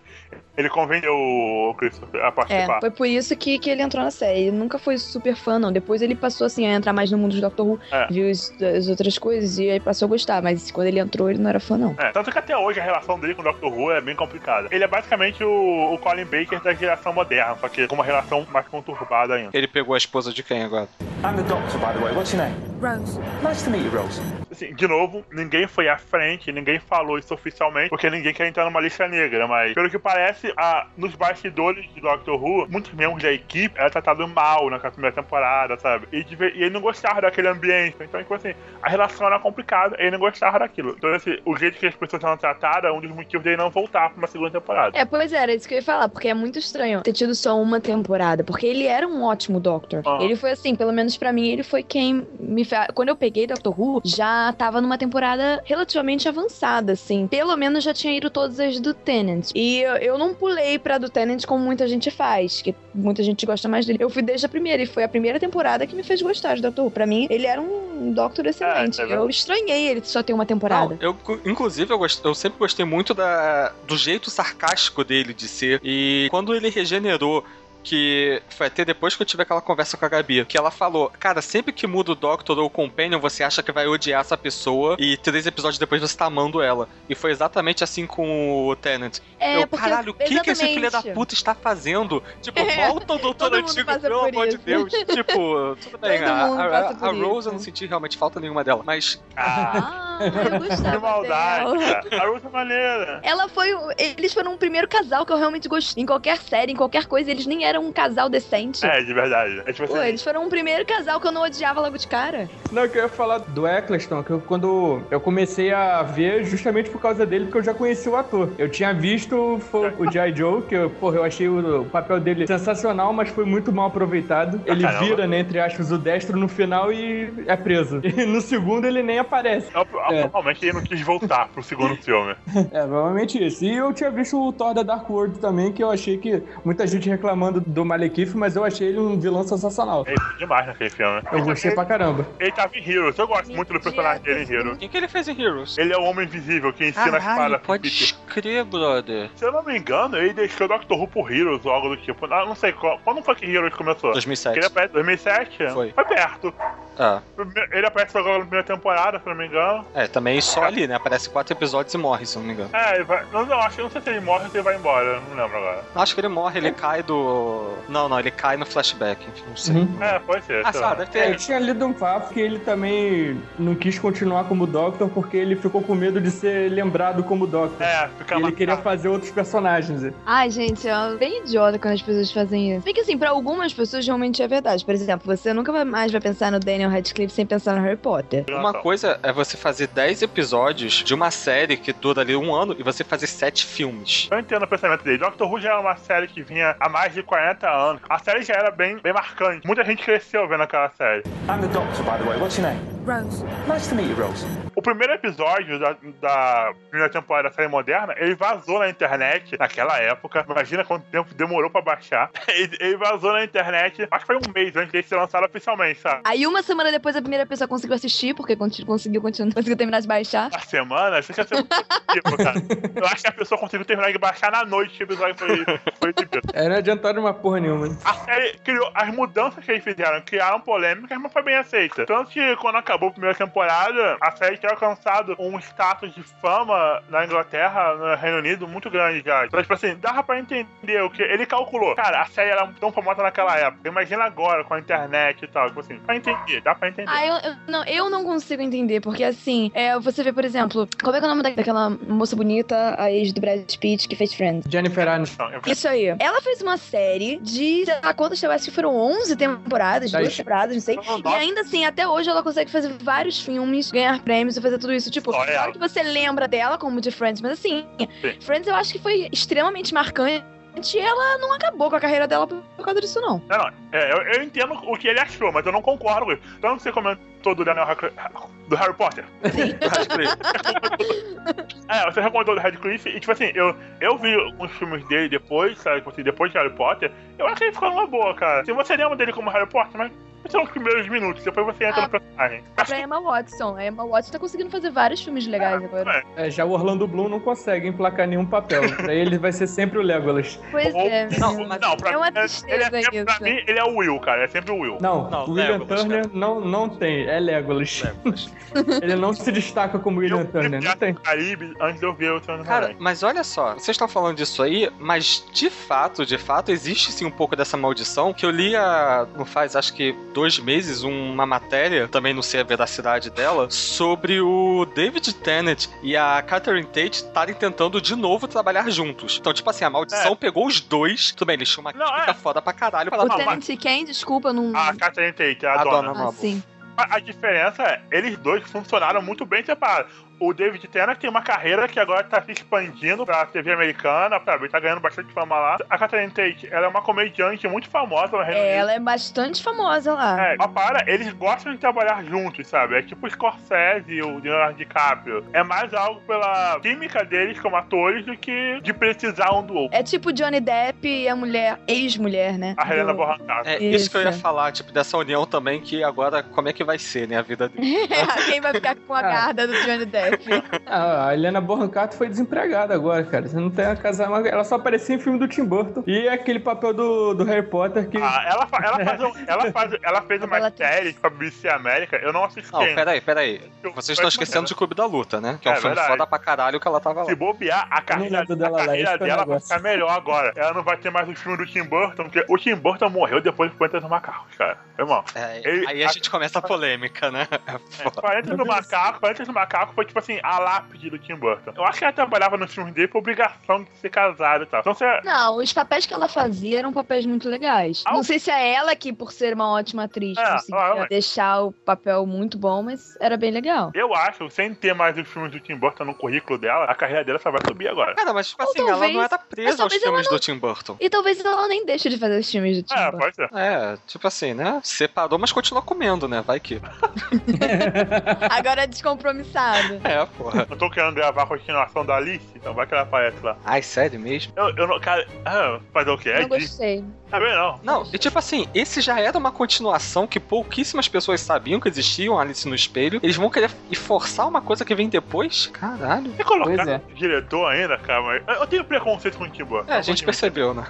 Speaker 2: Ele convenceu o Christopher a
Speaker 1: É,
Speaker 2: participar.
Speaker 1: foi por isso que, que ele entrou na série. Ele nunca foi super fã, não. Depois ele passou, assim, a entrar mais no mundo do Doctor Who,
Speaker 2: É.
Speaker 1: viu as, as outras coisas e aí passou a gostar. Mas quando ele entrou, ele não era fã, não.
Speaker 2: É, tanto que até hoje a relação dele com o Dr. Who é bem complicada. Ele é basicamente o, o Colin Baker da geração moderna, só que com uma relação mais conturbada ainda.
Speaker 3: Ele pegou a esposa de quem agora?
Speaker 5: I'm the doctor, by the way. What's your name?
Speaker 8: Rose.
Speaker 5: Nice to meet you, Rose.
Speaker 2: Assim, de novo, ninguém foi à frente, ninguém falou isso oficialmente, porque ninguém quer entrar numa lista negra, mas pelo que parece, a- nos bastidores de Doctor Who, muitos membros da equipe eram tratados mal na primeira temporada, sabe? E, de ve- e ele não gostava daquele ambiente. Então, tipo assim, a relação era complicada, ele não gostava daquilo. Então, assim, o jeito que as pessoas eram tratadas é um dos motivos dele não voltar pra uma segunda temporada.
Speaker 1: É, pois era, isso que eu ia falar, porque é muito estranho ter tido só uma temporada, porque ele era um ótimo Doctor.
Speaker 2: Ah.
Speaker 1: Ele foi assim, pelo menos pra mim, ele foi quem me fez. Quando eu peguei Doctor Who, já tava numa temporada relativamente avançada, assim. Pelo menos já tinha ido todas as do Tenant. E eu, eu não pulei pra do Tenant como muita gente faz, que muita gente gosta mais dele. Eu fui desde a primeira, e foi a primeira temporada que me fez gostar de Doctor Who. Pra mim, ele era um
Speaker 3: É,
Speaker 1: Doctor excelente.
Speaker 2: tá vendo?
Speaker 1: eu estranhei ele só ter uma temporada.
Speaker 3: Não, eu, cu- inclusive, eu, gost- eu sempre gostei muito da, do jeito sarcástico dele de ser. E quando ele regenerou. Que foi até depois que eu tive aquela conversa com a Gabi. Que ela falou: Cara, sempre que muda o Doctor ou o Companion, você acha que vai odiar essa pessoa. E três episódios depois você tá amando ela. E foi exatamente assim com o Tenant.
Speaker 1: é,
Speaker 3: eu,
Speaker 1: porque.
Speaker 3: caralho, o que, que esse
Speaker 1: exatamente.
Speaker 3: filho da puta está fazendo? Tipo,
Speaker 1: É,
Speaker 3: volta o doutor
Speaker 1: todo mundo
Speaker 3: antigo,
Speaker 1: passa
Speaker 3: pelo
Speaker 1: por
Speaker 3: amor de
Speaker 1: isso.
Speaker 3: Deus. tipo, tudo bem.
Speaker 1: Todo
Speaker 3: a
Speaker 1: mundo
Speaker 3: a-
Speaker 1: passa por
Speaker 3: a Rose
Speaker 1: isso.
Speaker 3: eu não senti realmente falta nenhuma dela. Mas
Speaker 2: Ah,
Speaker 1: Ah, eu
Speaker 2: que
Speaker 1: gostava.
Speaker 2: maldade,
Speaker 1: dela.
Speaker 2: cara. A Rose é maneira.
Speaker 1: Ela foi. o- Eles foram o primeiro casal que eu realmente gostei. Em qualquer série, em qualquer coisa, eles nem eram um casal decente.
Speaker 2: É, de verdade. É tipo
Speaker 1: Pô,
Speaker 2: assim,
Speaker 1: eles foram o primeiro casal que eu não odiava logo de cara.
Speaker 4: Não, que eu ia falar do Eccleston, que eu, quando eu comecei a ver justamente por causa dele, porque eu já conheci o ator. Eu tinha visto foi o G.I. Joe, que eu, porra, eu achei o, o papel dele sensacional, mas foi muito mal aproveitado. Ele
Speaker 2: Caramba.
Speaker 4: vira, né, entre aspas, o destro no final e é preso. E no segundo ele nem aparece.
Speaker 2: é o-
Speaker 4: É.
Speaker 2: Atualmente ele não quis voltar pro segundo filme.
Speaker 4: É, provavelmente isso. E eu tinha visto o Thor da Dark World também, que eu achei que muita gente reclamando do Malekith, mas eu achei ele um vilão sensacional.
Speaker 2: Ele foi É demais naquele filme.
Speaker 4: Eu gostei pra caramba.
Speaker 2: Ele tava em Heroes, eu gosto muito do personagem dele em Heroes.
Speaker 3: Quem que ele fez em Heroes?
Speaker 2: Ele é o homem invisível que ensina as
Speaker 3: Caralho,
Speaker 2: paradas pro
Speaker 3: pode
Speaker 2: Peter.
Speaker 3: crer, brother.
Speaker 2: Se eu não me engano, ele deixou Doctor Who por Heroes ou algo do tipo. Ah, não sei, qual, quando foi que Heroes começou? Que ele
Speaker 3: 2007.
Speaker 2: aparece 2007?
Speaker 3: Foi.
Speaker 2: Foi perto.
Speaker 3: Ah,
Speaker 2: Primeiro- Ele aparece agora na primeira temporada, se eu não me engano.
Speaker 3: é, também só ali, né? Aparece quatro episódios e morre, se eu não me engano.
Speaker 2: É, ele vai. Não, não, acho que não sei se ele morre ou se ele vai embora, não lembro agora.
Speaker 3: Acho que ele morre,
Speaker 1: É.
Speaker 3: ele cai do. Não, não, ele cai no flashback. Não sei.
Speaker 4: Uhum.
Speaker 2: É, pode ser.
Speaker 3: Ah,
Speaker 2: sei
Speaker 3: só,
Speaker 2: lá.
Speaker 3: deve
Speaker 4: É, eu
Speaker 3: ter.
Speaker 4: tinha lido um papo que ele também não quis continuar como Doctor porque ele ficou com medo de ser lembrado como Doctor.
Speaker 2: É,
Speaker 4: E
Speaker 2: fica
Speaker 4: ele
Speaker 2: marcado.
Speaker 4: queria fazer outros personagens.
Speaker 1: Ai, gente, é bem idiota quando as pessoas fazem isso. Porque assim, pra algumas pessoas realmente é verdade. Por exemplo, você nunca vai- mais vai pensar no Daniel Radcliffe sem pensar no Harry Potter.
Speaker 3: Uma coisa é você fazer 10 episódios de uma série que dura ali um ano e você fazer sete filmes.
Speaker 2: Eu entendo o pensamento dele. Doctor Who já era uma série que vinha há mais de 40 anos. A série já era bem, bem marcante. Muita gente cresceu vendo aquela série.
Speaker 5: I'm the doctor, by the way. What's your name?
Speaker 7: Rose.
Speaker 5: Nice to meet you, Rose.
Speaker 2: O primeiro episódio da, da primeira temporada da série moderna, ele vazou na internet naquela época. Imagina quanto tempo demorou pra baixar. Ele, ele vazou na internet, acho que foi um mês antes dele ser lançado oficialmente, sabe?
Speaker 1: Aí uma semana depois a primeira pessoa conseguiu assistir, porque conti- conseguiu continuar, conseguiu terminar de baixar.
Speaker 2: Na semana, isso tinha sido tipo, cara. Eu acho que a pessoa conseguiu terminar de baixar na noite que o episódio foi, foi exibido.
Speaker 4: É, não adiantaram uma porra nenhuma.
Speaker 2: A série criou. As mudanças que eles fizeram criaram polêmicas, mas foi bem aceita. Tanto que quando acabou a primeira temporada, a série tinha alcançado um status de fama na Inglaterra, no Reino Unido, muito grande já. Então, tipo assim, dava pra entender o que. Ele calculou. Cara, a série era tão famosa naquela época. Imagina agora com a internet e tal. Tipo assim, pra entender, dá pra entender.
Speaker 1: Ah, eu, eu- não, eu não consigo entender, porque assim, é, você vê, por exemplo, como é que é o nome da- daquela moça bonita, a ex do Brad Pitt, que fez Friends?
Speaker 4: Jennifer Aniston.
Speaker 2: Então, eu-
Speaker 1: Isso aí. Ela fez uma série de, sei lá, quantas, eu acho que foram 11 temporadas,
Speaker 4: Dez.
Speaker 1: duas temporadas, não sei.
Speaker 2: Não,
Speaker 1: E
Speaker 2: nossa.
Speaker 1: ainda assim, até hoje ela consegue fazer vários filmes, ganhar prêmios e fazer tudo isso. Tipo,
Speaker 2: Só ela.
Speaker 1: claro que você lembra dela como de Friends, mas assim,
Speaker 2: Sim.
Speaker 1: Friends eu acho que foi extremamente marcante e ela não acabou com a carreira dela por por causa disso, não.
Speaker 2: Não, não. É, eu, eu entendo o que ele achou, mas eu não concordo com ele. Tanto que você comentou do Daniel Radcl- do Harry Potter. é, você recomendou do Radcliffe e, tipo assim, eu, eu vi uns filmes dele depois, sabe? tipo assim, depois de Harry Potter, eu acho que ele ficou numa boa, cara. Se você lembra dele como Harry Potter, mas são os primeiros minutos, depois você entra
Speaker 1: Ah.
Speaker 2: no personagem.
Speaker 1: Pra Emma Watson. A Emma Watson tá conseguindo fazer vários filmes legais agora.
Speaker 4: É, já o Orlando Bloom não consegue emplacar nenhum papel. Pra ele vai ser sempre o Legolas.
Speaker 1: Pois
Speaker 2: Ou-
Speaker 1: é.
Speaker 2: Não, não, pra,
Speaker 1: é uma
Speaker 2: mim, ele é
Speaker 1: tristeza
Speaker 2: sempre- pra
Speaker 1: isso.
Speaker 2: mim, ele é o Will, cara. É sempre o Will.
Speaker 4: Não,
Speaker 3: Não,
Speaker 4: o William
Speaker 3: Legolas,
Speaker 4: Turner não, não tem, é Legolas. Ele não se destaca como William
Speaker 2: Eu vi
Speaker 4: Turner, não
Speaker 2: Piratas
Speaker 4: tem.
Speaker 2: do Caribe antes de eu ver o Tony
Speaker 3: Cara, mas olha só, vocês estão falando disso aí, mas de fato, de fato, existe sim um pouco dessa maldição que eu li há, não faz, acho que dois meses, uma matéria, também não sei a veracidade dela, sobre o David Tennant e a Catherine Tate estarem tentando de novo trabalhar juntos. Então, tipo assim, a maldição
Speaker 2: É.
Speaker 3: pegou os dois, tudo bem, eles tinham uma
Speaker 2: Não,
Speaker 3: química
Speaker 2: é.
Speaker 3: foda pra caralho pra
Speaker 1: O
Speaker 3: ela
Speaker 1: Tenant quem? Desculpa, não.
Speaker 2: A Catherine Tate, é a,
Speaker 3: A
Speaker 2: dona.
Speaker 3: dona.
Speaker 1: Ah, sim.
Speaker 2: A, a diferença é, eles dois funcionaram muito bem separados. O David Tennant tem uma carreira que agora tá se expandindo pra TV americana, sabe? Ele tá ganhando bastante fama lá. A Catherine Tate, ela é uma comediante muito famosa no Reino
Speaker 1: É,
Speaker 2: Unido.
Speaker 1: ela é bastante famosa lá.
Speaker 2: É, mas para, eles gostam de trabalhar juntos, sabe? É tipo o Scorsese e o Leonardo DiCaprio. É mais algo pela química deles como atores do que de precisar um do outro.
Speaker 1: É, tipo Johnny Depp e a mulher, ex-mulher, né?
Speaker 2: A Helena
Speaker 1: Do-
Speaker 2: Bonham Carter.
Speaker 3: É isso. que eu ia
Speaker 1: Isso.
Speaker 3: falar, tipo, dessa união também, que agora, como é que vai ser, né, a vida dele?
Speaker 1: Quem vai ficar com a
Speaker 2: É.
Speaker 4: Ah.
Speaker 1: guarda do Johnny Depp?
Speaker 4: Ah, a Helena Bonham Carter foi desempregada agora, cara. Você não tem a casar mais. Ela só aparecia em filme do Tim Burton. E aquele papel do, do Harry Potter que.
Speaker 2: Ah, ela, fa- ela, faz um- ela, faz, ela fez uma
Speaker 1: Ela tem-
Speaker 2: série com a BBC América, eu não assisti
Speaker 3: Não,
Speaker 2: ainda.
Speaker 3: peraí, peraí. Vocês estão esquecendo de Clube da Luta, né? Que é Tipo, um
Speaker 2: É
Speaker 3: filme
Speaker 2: verdade.
Speaker 3: foda pra caralho que ela tava lá.
Speaker 2: Se bobear, a carreira,
Speaker 4: lembro dela
Speaker 2: a
Speaker 4: lá,
Speaker 2: carreira
Speaker 4: esse foi o
Speaker 2: dela vai
Speaker 4: negócio.
Speaker 2: ficar melhor agora. Ela não vai ter mais o filme do Tim Burton, porque o Tim Burton morreu depois de 40 anos Macacos, cara. Irmão,
Speaker 3: É,
Speaker 2: Ele-
Speaker 3: aí a gente começa a polêmica, né? É foda.
Speaker 2: 40 do Macaco, 40 do Macaco foi tipo assim, a lápide do Tim Burton. Eu acho que ela trabalhava no filme dele por obrigação de ser casada e tal. Então você.
Speaker 1: Não, os papéis que ela fazia eram papéis muito legais.
Speaker 2: Ah,
Speaker 1: Não
Speaker 2: o-
Speaker 1: sei se é ela que, por ser uma ótima atriz,
Speaker 2: É,
Speaker 1: conseguia
Speaker 2: ah, mas-
Speaker 1: deixar o papel muito bom, mas era bem legal.
Speaker 2: Eu acho, sem ter mais os filmes do Tim Burton no currículo dela, a carreira dela só vai subir agora.
Speaker 3: Cara, mas tipo
Speaker 1: Ou
Speaker 3: assim, ela
Speaker 1: talvez-
Speaker 3: não era
Speaker 1: mas
Speaker 3: presa aos
Speaker 1: talvez ela
Speaker 3: filmes do Tim Burton.
Speaker 1: E talvez ela nem deixe de fazer os filmes do Tim
Speaker 2: É,
Speaker 1: Burton.
Speaker 2: pode ser.
Speaker 3: É, tipo assim, né? Separou, mas continua comendo, né? Vai que.
Speaker 6: Agora é descompromissado.
Speaker 3: É, porra.
Speaker 2: Eu tô querendo gravar a continuação da Alice, então vai que ela aparece lá.
Speaker 3: Ai, sério mesmo?
Speaker 2: Eu, eu não. Cara, ah, fazer o quê? É
Speaker 1: Não
Speaker 2: disso.
Speaker 1: gostei.
Speaker 2: Tá bem, não.
Speaker 3: Não, e tipo assim, esse já era uma continuação que pouquíssimas pessoas sabiam que existiam Alice no Espelho. Eles vão querer e forçar uma coisa que vem depois? Caralho.
Speaker 2: E colocar
Speaker 4: Pois é.
Speaker 2: diretor ainda, cara, mas eu- eu tenho preconceito com o Tim Burton.
Speaker 3: É, a gente percebeu, né?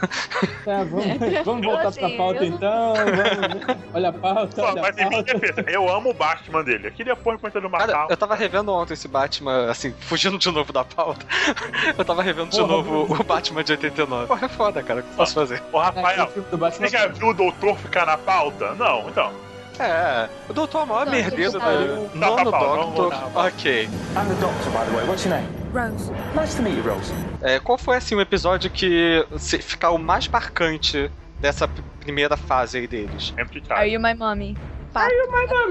Speaker 4: Tá, vamos, vamos
Speaker 1: Eu,
Speaker 4: voltar
Speaker 1: assim,
Speaker 4: pra pauta
Speaker 1: eu não-
Speaker 4: então. Vamos, olha a pauta,
Speaker 2: Pô,
Speaker 4: olha a
Speaker 2: mas em minha
Speaker 4: pauta.
Speaker 2: defesa, eu amo o Batman dele. Aqui depois, quando ele
Speaker 3: Cara,
Speaker 2: matar.
Speaker 3: eu tava revendo ontem esse Batman, assim, fugindo de novo da pauta. Eu tava revendo de
Speaker 4: Porra.
Speaker 3: novo o Batman de 89. Porra, é foda, cara. O que eu posso fazer?
Speaker 2: Ô,
Speaker 4: É,
Speaker 2: Rafael,
Speaker 4: o filme do Batman.
Speaker 2: você já viu o doutor ficar na pauta? Não, então.
Speaker 3: É, o doutor é a maior
Speaker 1: Não,
Speaker 3: merdeira
Speaker 1: tudo
Speaker 3: da
Speaker 1: bem.
Speaker 2: Tá,
Speaker 3: Nono
Speaker 2: tá, tá,
Speaker 3: Doctor.
Speaker 2: não vou,
Speaker 3: Ok.
Speaker 5: I'm the doctor, by the way. What's your name?
Speaker 7: Rose.
Speaker 5: Nice to meet you, Rose.
Speaker 3: É, qual foi, assim, o episódio que se- ficar o mais marcante dessa p- primeira fase aí deles?
Speaker 2: Empty
Speaker 6: Are
Speaker 2: Child.
Speaker 6: you my mommy?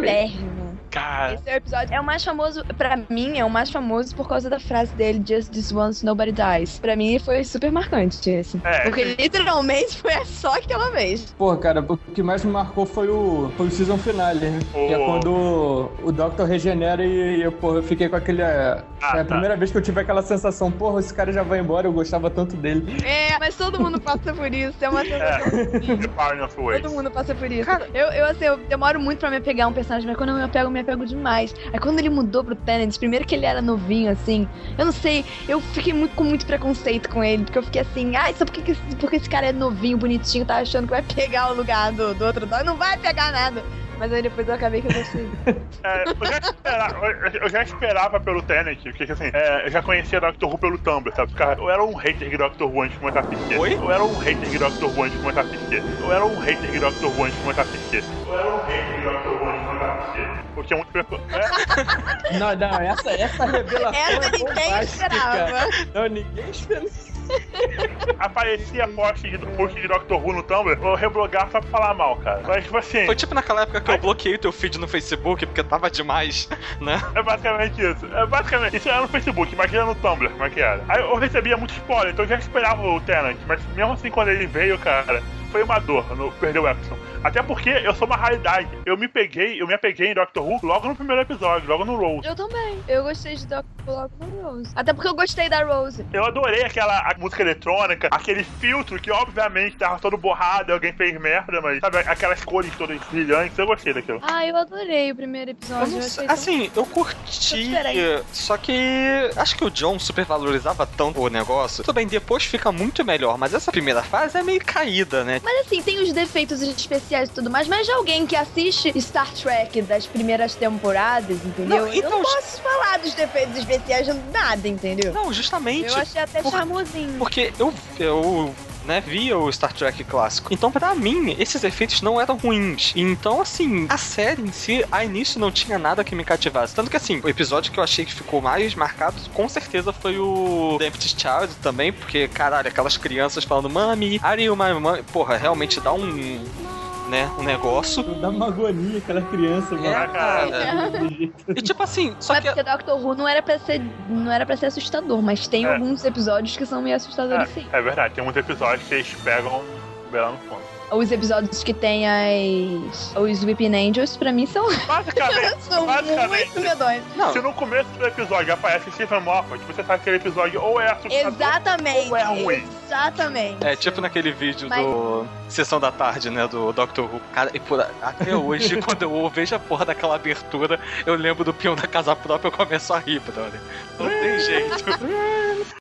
Speaker 1: Péssimo.
Speaker 2: Cara,
Speaker 6: Esse é o episódio.
Speaker 1: É o mais famoso, pra mim, é o mais famoso por causa da frase dele, Just This Once, Nobody Dies. Pra mim foi super marcante assim. esse.
Speaker 2: é.
Speaker 6: Porque literalmente foi só aquela vez.
Speaker 4: Porra, cara, o que mais me marcou foi o, foi o season finale, né?
Speaker 2: O-
Speaker 4: Que é quando o Doctor regenera e, e eu, porra, eu fiquei com aquele. é,
Speaker 2: Ah,
Speaker 4: foi
Speaker 2: tá.
Speaker 4: a primeira vez que eu tive aquela sensação, porra, esse cara já vai embora, eu gostava tanto dele.
Speaker 6: É, mas todo mundo passa por isso. É uma sensação.
Speaker 2: É. The Power of Ways.
Speaker 6: Todo mundo passa por isso. eu, eu, assim, eu demoro muito pra me pegar um personagem, mas quando eu me apego, eu me apego demais. Aí quando ele mudou pro Tennant, primeiro que ele era novinho, assim, eu não sei, eu fiquei muito com muito preconceito com ele, porque eu fiquei assim, ai, só porque, que esse- porque esse cara é novinho, bonitinho, tá achando que vai pegar o lugar do, do outro dó, não vai pegar nada. Mas aí depois eu acabei que eu gostei.
Speaker 2: É, eu, já esperava, eu- eu já esperava pelo Tenet, porque assim, é, eu já conhecia Doctor Who pelo Tumblr, sabe? Cara, eu era um hater de Doctor Who antes de começar a assistir.
Speaker 3: Oi?
Speaker 2: Eu era um hater de Doctor Who antes de começar a assistir. Eu era um hater de Doctor Who antes de começar a assistir. Eu era um hater de Doctor Who antes de começar a assistir. Porque é muito pessoa. É,
Speaker 4: Não, não, essa, essa revelação.
Speaker 6: Essa
Speaker 4: é
Speaker 6: ninguém
Speaker 4: bombástica.
Speaker 6: esperava.
Speaker 4: Não, ninguém esperava.
Speaker 2: aparecia post de, post de Doctor Who no Tumblr, eu reblogava só pra falar mal, cara. Mas tipo assim,
Speaker 3: Foi tipo naquela época que eu bloqueei teu feed no Facebook porque tava demais, né?
Speaker 2: É basicamente isso. É basicamente. Isso era no Facebook, imagina no Tumblr, como é que era. Aí eu recebia muito spoiler, então eu já esperava o Tenant, mas mesmo assim quando ele veio, cara, foi uma dor no perder o Epson. Até porque eu sou uma raridade. Eu me peguei, eu me apeguei em Doctor Who logo no primeiro episódio, logo no Rose.
Speaker 1: Eu também. Eu gostei de Doc logo na Rose. Até porque eu gostei da Rose.
Speaker 2: Eu adorei aquela a música eletrônica, aquele filtro que obviamente tava todo borrado, alguém fez merda, mas sabe, aquelas cores todas brilhantes, eu gostei daquilo.
Speaker 1: Ah, eu adorei o primeiro episódio.
Speaker 3: Eu não
Speaker 1: eu
Speaker 3: sei-
Speaker 1: achei tão-
Speaker 3: assim, eu curti,
Speaker 1: Diferente.
Speaker 3: só que acho que o John supervalorizava tanto o negócio. Tudo bem, depois fica muito melhor, mas essa primeira fase é meio caída, né?
Speaker 1: Mas assim, tem os defeitos especiais e tudo mais, mas de alguém que assiste Star Trek das primeiras temporadas, entendeu?
Speaker 3: Não,
Speaker 1: eu
Speaker 3: então,
Speaker 1: não posso falar dos defeitos especiais de nada, entendeu?
Speaker 3: Não, justamente
Speaker 1: Eu achei até
Speaker 3: por-
Speaker 1: charmosinho.
Speaker 3: porque eu, eu né, via o Star Trek clássico. Então, pra mim, esses efeitos não eram ruins. Então, assim, a série em si, a início não tinha nada que me cativasse. Tanto que, assim, o episódio que eu achei que ficou mais marcado, com certeza, foi o The Empty Child também, porque, caralho, aquelas crianças falando, Mami, are you my mami? Porra, realmente dá um, né, um negócio.
Speaker 4: Dá uma agonia aquela criança, mano.
Speaker 3: É, cara.
Speaker 4: Daquele jeito.
Speaker 3: E, tipo assim, só
Speaker 1: Mas
Speaker 3: que...
Speaker 1: É porque Doctor Who não era pra ser, não era pra ser assustador, mas tem
Speaker 2: É.
Speaker 1: alguns episódios que são meio assustadores sim.
Speaker 2: É verdade, tem uns episódios que eles pegam um bela no fundo.
Speaker 1: Os episódios que tem as os Weeping Angels pra mim são,
Speaker 2: Basicamente,
Speaker 1: são
Speaker 2: basicamente.
Speaker 1: muito medonhos.
Speaker 3: Não,
Speaker 2: Se no começo do episódio aparece Stephen Moffat, você sabe que aquele episódio ou é assustador
Speaker 6: Exatamente.
Speaker 2: ou é ruim.
Speaker 6: Exatamente.
Speaker 3: É tipo naquele vídeo
Speaker 1: Mas-
Speaker 3: do Sessão da Tarde, né? Do Doctor Who. Cara, e por- até hoje, quando eu vejo a porra daquela abertura, eu lembro do peão da casa própria e eu começo a rir, brother. Não tem jeito.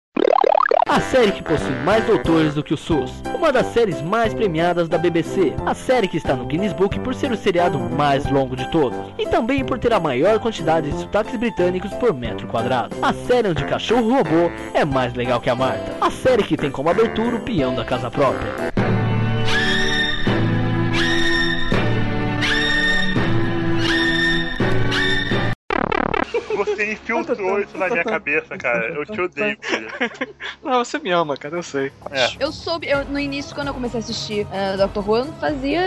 Speaker 8: A série que possui mais doutores do que o SUS. Uma das séries mais premiadas da BBC. A série que está no Guinness Book por ser o seriado mais longo de todos. E também por ter a maior quantidade de sotaques britânicos por metro quadrado. A série onde o cachorro robô é mais legal que a Marta. A série que tem como abertura o peão da casa própria.
Speaker 2: Você Você infiltrou isso na minha cabeça, cara. Eu te odeio por isso.
Speaker 3: Não, você me ama, cara, eu sei.
Speaker 2: É.
Speaker 1: Eu soube, eu, no início, quando eu comecei a assistir uh, Doctor Who, eu não fazia.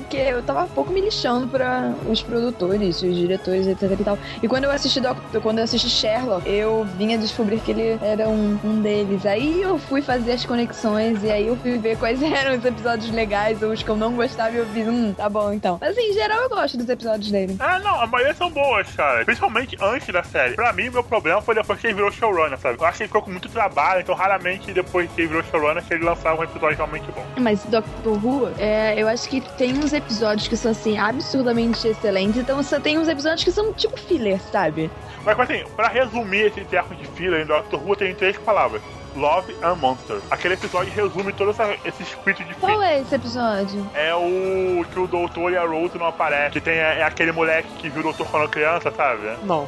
Speaker 1: Porque eu tava um pouco me lixando pra os produtores, os diretores, etc e tal. E quando eu assisti Doctor, quando eu assisti Sherlock, eu vim a descobrir que ele era um, um deles. Aí eu fui fazer as conexões e aí eu fui ver quais eram os episódios legais ou os que eu não gostava e eu vi, hum, tá bom então. Mas em geral eu gosto dos episódios dele.
Speaker 2: Ah, não, a maioria são boas, cara. Principalmente antes da série. Pra mim, meu problema foi depois que ele virou showrunner, sabe? Eu acho que ele ficou com muito trabalho, então raramente depois que ele virou showrunner que ele lançava um episódio realmente bom.
Speaker 1: Mas Doctor Who, é, eu acho que tem uns episódios que são assim absurdamente excelentes, então você tem uns episódios que são tipo filler, sabe?
Speaker 2: Mas assim, pra resumir esse termo de fila em Doctor Who, tem três palavras. Love and Monster. Aquele episódio resume todo essa, esse espírito de
Speaker 1: Qual
Speaker 2: fim.
Speaker 1: é esse episódio?
Speaker 2: É o que o doutor e a Rose não aparecem. Que tem é aquele moleque que viu o doutor quando criança, sabe?
Speaker 3: Não.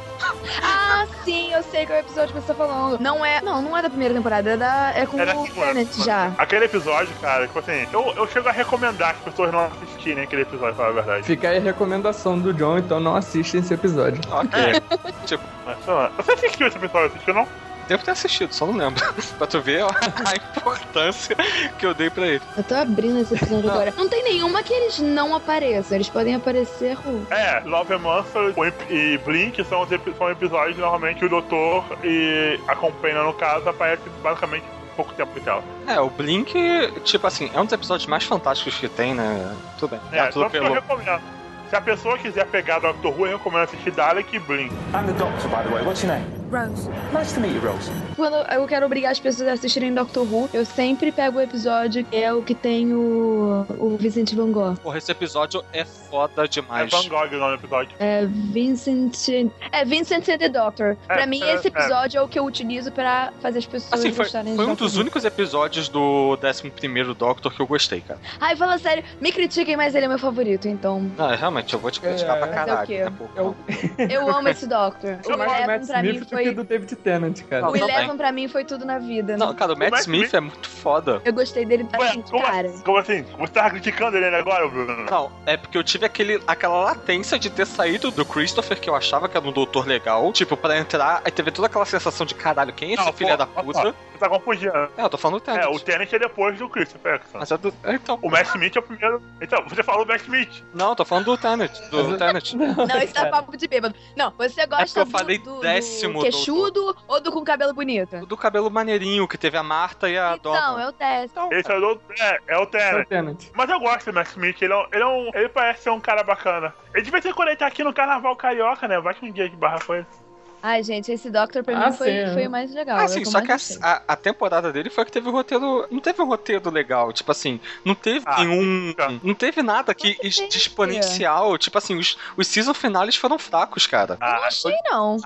Speaker 1: Ah, sim, eu sei qual é o episódio que você tá falando. Não é. Não, não é da primeira temporada, é, da, é com
Speaker 2: É da
Speaker 1: o
Speaker 2: segunda.
Speaker 1: Tennant já.
Speaker 2: Aquele episódio, cara, tipo assim, eu, eu chego a recomendar as pessoas não assistirem aquele episódio, pra falar a verdade.
Speaker 4: Fica aí a recomendação do John, então não assistem esse episódio.
Speaker 3: Ok.
Speaker 2: Mas, sei lá, Você assistiu esse episódio, assistiu não?
Speaker 3: Devo ter assistido, só não lembro. pra tu ver ó, a importância que eu dei pra ele.
Speaker 9: Eu tô abrindo esse episódio agora. Não tem nenhuma que eles não apareçam. Eles podem aparecer. com-
Speaker 2: É, Love and Monster Wimp e Blink são, os epi- são episódios normalmente que o doutor e a companheira, no caso, aparece basicamente pouco tempo de tela.
Speaker 3: É, o Blink, tipo assim, é um dos episódios mais fantásticos que tem, né? Tudo bem.
Speaker 2: É,
Speaker 3: Tá tudo
Speaker 2: tanto que eu
Speaker 3: pelo.
Speaker 2: recomendo. Se a pessoa quiser pegar Doctor Who, eu recomendo assistir Dalek e Blink. É
Speaker 10: I'm the doctor, by the way. What's your name?
Speaker 11: Rose.
Speaker 10: Nice to meet you, Rose.
Speaker 1: Quando eu quero obrigar as pessoas a assistirem Doctor Who, eu sempre pego o episódio que é o que tem o, o Vincent Van Gogh.
Speaker 3: Porra, esse episódio é foda
Speaker 2: É
Speaker 3: demais.
Speaker 2: Van Gogh o nome do episódio.
Speaker 1: É Vincent. É Vincent and the Doctor. pra mim,
Speaker 2: é,
Speaker 1: esse episódio é. o que eu utilizo pra fazer as pessoas
Speaker 3: Assim, foi,
Speaker 1: gostarem
Speaker 3: foi
Speaker 1: de
Speaker 3: um dos
Speaker 1: Doctor Who.
Speaker 3: únicos episódios do 11 Doctor que eu gostei, cara.
Speaker 1: Ai, fala sério, me critiquem, mas ele é meu favorito, então.
Speaker 3: Não, realmente, eu vou te criticar
Speaker 4: É.
Speaker 3: pra
Speaker 4: Mas
Speaker 1: é o
Speaker 3: caralho.
Speaker 1: quê?
Speaker 3: né, pô?
Speaker 4: Eu-
Speaker 1: Eu amo esse Doctor.
Speaker 4: Eu
Speaker 1: O
Speaker 4: gosto do Matt
Speaker 1: Eleven É, pra mim
Speaker 4: Smith do que
Speaker 1: foi.
Speaker 4: do David Tennant, cara.
Speaker 3: Não,
Speaker 1: O
Speaker 3: tudo bem.
Speaker 1: Eleven pra mim foi tudo na vida.
Speaker 3: Não, cara, o Matt
Speaker 2: Matt
Speaker 3: Smith
Speaker 2: Smith-
Speaker 3: é muito foda.
Speaker 1: Eu gostei dele
Speaker 2: Ué,
Speaker 1: assim, de
Speaker 2: como,
Speaker 1: cara.
Speaker 2: como assim? Você tava criticando ele agora, Bruno?
Speaker 3: Não, é porque eu tive aquele, aquela latência de ter saído do Christopher, que eu achava que era um doutor legal. Tipo, pra entrar, aí teve toda aquela sensação de caralho, quem é esse
Speaker 2: Não,
Speaker 3: filho
Speaker 2: pô,
Speaker 3: da
Speaker 2: ó,
Speaker 3: puta?
Speaker 2: Você tá confundindo.
Speaker 3: É, eu tô falando do Tennant.
Speaker 2: É, o Tenet é depois do Christopher Jackson.
Speaker 3: Mas é do... é, Então,
Speaker 2: O Matt Smith é o primeiro. Então, você falou Matt Smith.
Speaker 3: não, eu tô falando do Tennant.
Speaker 2: é-
Speaker 3: Do Tennant.
Speaker 1: Não, isso tá papo de bêbado. Não, você gosta
Speaker 3: eu falei
Speaker 1: do, do,
Speaker 3: décimo,
Speaker 1: do queixudo ou do com cabelo bonito?
Speaker 3: O Do cabelo maneirinho, que teve a Marta e a
Speaker 1: Então,
Speaker 3: Donna.
Speaker 1: é o décimo.
Speaker 3: Então,
Speaker 2: Esse é o, do- é, é o
Speaker 4: É o
Speaker 2: Tenet.
Speaker 4: Tennant.
Speaker 2: Mas eu gosto do Matt Smith. Ele, é um, ele, é um- ele parece ser um cara bacana. Ele devia ser quando ele tá aqui no Carnaval Carioca, né? Vai que um dia de barra foi.
Speaker 1: Ai, gente, esse Doctor pra
Speaker 4: Ah,
Speaker 1: mim foi,
Speaker 4: sim.
Speaker 1: foi o mais legal.
Speaker 3: Ah,
Speaker 1: é o
Speaker 3: sim,
Speaker 1: eu
Speaker 3: só
Speaker 1: mais
Speaker 3: que a,
Speaker 1: gostei.
Speaker 3: a- a temporada dele foi a que teve o roteiro. Não teve um roteiro legal. Tipo assim, não teve
Speaker 2: Ah,
Speaker 3: nenhum.
Speaker 2: tá.
Speaker 3: Não teve nada que
Speaker 1: que
Speaker 3: es-
Speaker 1: teve.
Speaker 3: de exponencial. Tipo assim, os, os season finales foram fracos, cara.
Speaker 1: Não achei, não.
Speaker 2: Ó, mas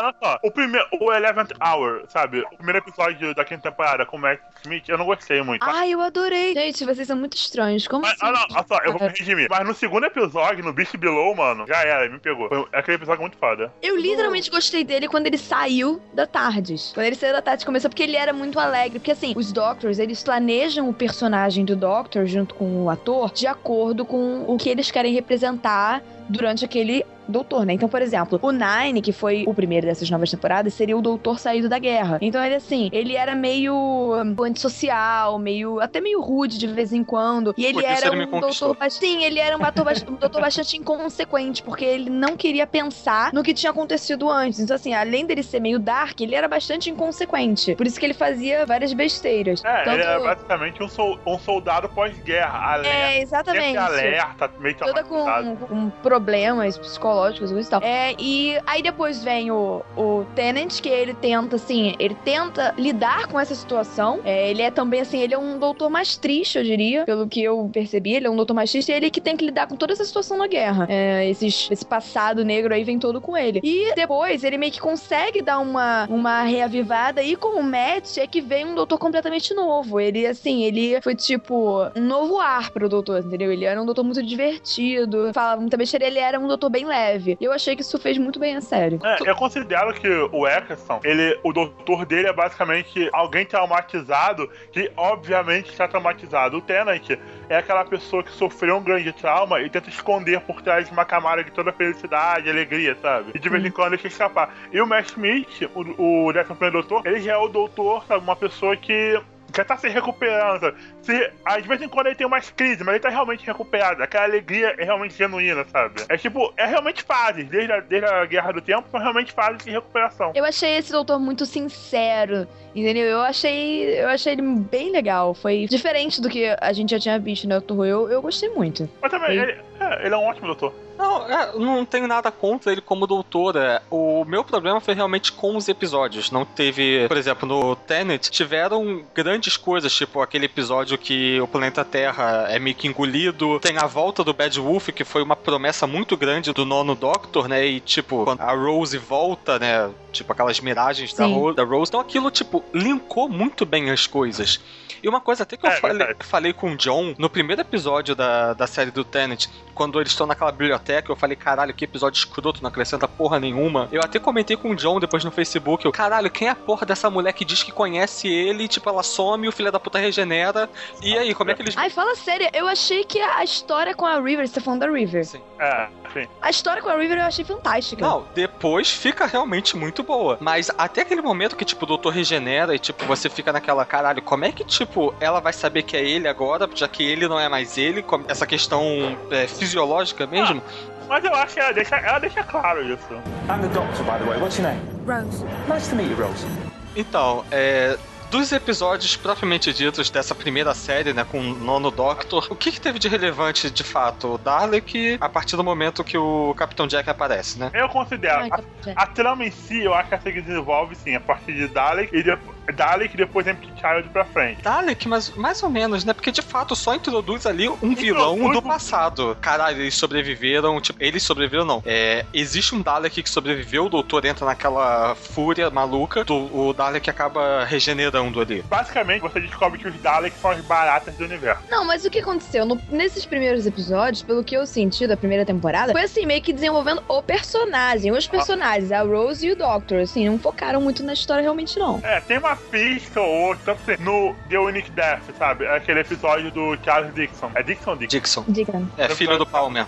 Speaker 2: olha Ah, só, o primeiro, o Eleventh Hour, sabe? O primeiro episódio da quinta temporada com o Matt Smith, eu não gostei muito.
Speaker 1: Ai, eu adorei. Gente, vocês são muito estranhos. Como
Speaker 2: Ah, Mas,
Speaker 1: assim?
Speaker 2: ah, não, olha só, eu vou me redimir. Mas no segundo episódio, no Beast Below, mano, já era, me pegou. Foi um, aquele episódio é muito foda.
Speaker 1: Eu literalmente gostei dele quando ele saiu da Tardes. Quando ele saiu da Tardes começou, porque ele era muito alegre. Porque assim, os Doctors, eles planejam o personagem do Doctor junto com o ator de acordo com o que eles querem representar durante aquele doutor, né? Então, por exemplo, o Nine, que foi o primeiro dessas novas temporadas, seria o doutor saído da guerra. Então, ele assim, ele era meio hum, antissocial, meio até meio rude de vez em quando. E ele
Speaker 3: Por isso
Speaker 1: era
Speaker 3: ele me
Speaker 1: um
Speaker 3: conquistou.
Speaker 1: doutor bast- Sim, ele era um doutor, bast- um doutor bastante inconsequente, porque ele não queria pensar no que tinha acontecido antes. Então, assim, além dele ser meio dark, ele era bastante inconsequente. Por isso que ele fazia várias besteiras.
Speaker 2: É,
Speaker 1: Tanto-
Speaker 2: ele era basicamente um, sol- um soldado pós-guerra. Alerta,
Speaker 1: Então é exatamente.
Speaker 2: sempre alerta, meio
Speaker 1: toda
Speaker 2: traumatizado.
Speaker 1: com, com problemas psicológicos coisa e tal. É, e aí depois vem o, o Tenant, que ele tenta, assim, ele tenta lidar com essa situação. É, ele é também, assim, ele é um doutor mais triste, eu diria, pelo que eu percebi. Ele é um doutor mais triste e ele que tem que lidar com toda essa situação na guerra. É, esses, esse passado negro aí vem todo com ele. E depois ele meio que consegue dar uma, uma reavivada e com o Matt é que vem um doutor completamente novo. Ele, assim, ele foi tipo um novo ar pro doutor, entendeu? Ele era um doutor muito divertido, falava muita besteira,
Speaker 6: ele era um doutor bem leve. E eu achei que isso fez muito bem a série.
Speaker 2: É, eu considero que o Eckerson, ele, o doutor dele é basicamente alguém traumatizado, que obviamente está traumatizado. O Tennant é aquela pessoa que sofreu um grande trauma e tenta esconder por trás de uma camada de toda felicidade, alegria, sabe? E de vez em quando deixa escapar. E o Matt Smith, o, o 11 doutor, ele já é o doutor, sabe? Uma pessoa que já tá se recuperando. sabe? Se, às vezes em quando ele tem umas crises, mas ele tá realmente recuperado. Aquela alegria é realmente genuína, sabe? É tipo, é realmente fases. Desde a, desde a Guerra do Tempo, são realmente fases de recuperação.
Speaker 6: Eu achei esse doutor muito sincero, entendeu? Eu achei, eu achei ele bem legal. Foi diferente do que a gente já tinha visto no Doctor Who. Eu, eu gostei muito.
Speaker 2: Mas também,
Speaker 6: Sim.
Speaker 2: ele é, ele é um ótimo doutor.
Speaker 3: Não, é, não tenho nada contra ele como doutora. O meu problema foi realmente com os episódios. Não teve, por exemplo, no Tenet, tiveram grandes coisas, tipo aquele episódio que o planeta Terra é meio que engolido. Tem a volta do Bad Wolf, que foi uma promessa muito grande do nono Doctor, né? E tipo, quando a Rose volta, né? Tipo, aquelas miragens da
Speaker 6: Sim.
Speaker 3: Ro- da Rose. Então aquilo, tipo, linkou muito bem as coisas. E uma coisa até que eu
Speaker 2: É,
Speaker 3: falei,
Speaker 2: verdade.
Speaker 3: falei com o John no primeiro episódio da, da série do Tenet, quando eles estão naquela biblioteca, eu falei, caralho, que episódio escroto, não acrescenta porra nenhuma. Eu até comentei com o John depois no Facebook, eu, caralho, quem é a porra dessa mulher que diz que conhece ele, tipo, ela some, o filho da puta regenera, e aí, como é que eles...
Speaker 6: Ai, fala sério, eu achei que a história com a River, você tá falando da River.
Speaker 3: Sim.
Speaker 2: É, sim.
Speaker 6: A história com a River eu achei fantástica.
Speaker 3: Não, depois fica realmente muito boa. Mas até aquele momento que, tipo, o doutor regenera e, tipo, você fica naquela, caralho, como é que, tipo, ela vai saber que é ele agora, já que ele não é mais ele, como- essa questão é, fisiológica mesmo?
Speaker 2: Mas eu acho que ela deixa, ela deixa claro isso.
Speaker 5: I'm the doctor, by the way. What's your name?
Speaker 7: Rose.
Speaker 5: Nice to meet you, Rose.
Speaker 3: Então, é. Dos episódios propriamente ditos dessa primeira série, né, com o nono Doctor, o que, que teve de relevante de fato? O Dalek, a partir do momento que o Capitão Jack aparece, né?
Speaker 2: Eu considero.
Speaker 6: Ai,
Speaker 1: tá
Speaker 2: a-
Speaker 6: Capitão.
Speaker 2: A trama em si, eu acho que ela se desenvolve sim, a partir de Dalek e depois, Dalek e depois Empty de pra frente.
Speaker 3: Dalek, mas mais ou menos, né? Porque de fato só introduz ali um vilão
Speaker 2: Introduz
Speaker 3: do
Speaker 2: um-
Speaker 3: passado. Caralho, eles sobreviveram. Tipo, eles sobreviveram, não. É, existe um Dalek que sobreviveu, o doutor entra naquela fúria maluca, do- o Dalek acaba regenerando ali.
Speaker 2: Basicamente, você descobre que os Daleks são as baratas do universo.
Speaker 1: Não, mas o que aconteceu? No- nesses primeiros episódios, pelo que eu senti da primeira temporada, foi assim, meio que desenvolvendo o personagem, os personagens, a Rose e o Doctor, assim, não focaram muito na história realmente, não.
Speaker 2: É, tem uma pista ou outra, tanto assim, no The Unique Death, sabe? É Aquele episódio do Charles Dixon. É Dixon ou Dixon?
Speaker 3: Dixon.
Speaker 1: Diga.
Speaker 3: É, filho do Palmer.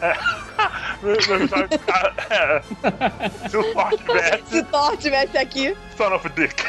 Speaker 2: No no episódio do cara- é, do Fortbet,
Speaker 1: Se Thor tivesse aqui.
Speaker 2: Son of Dick.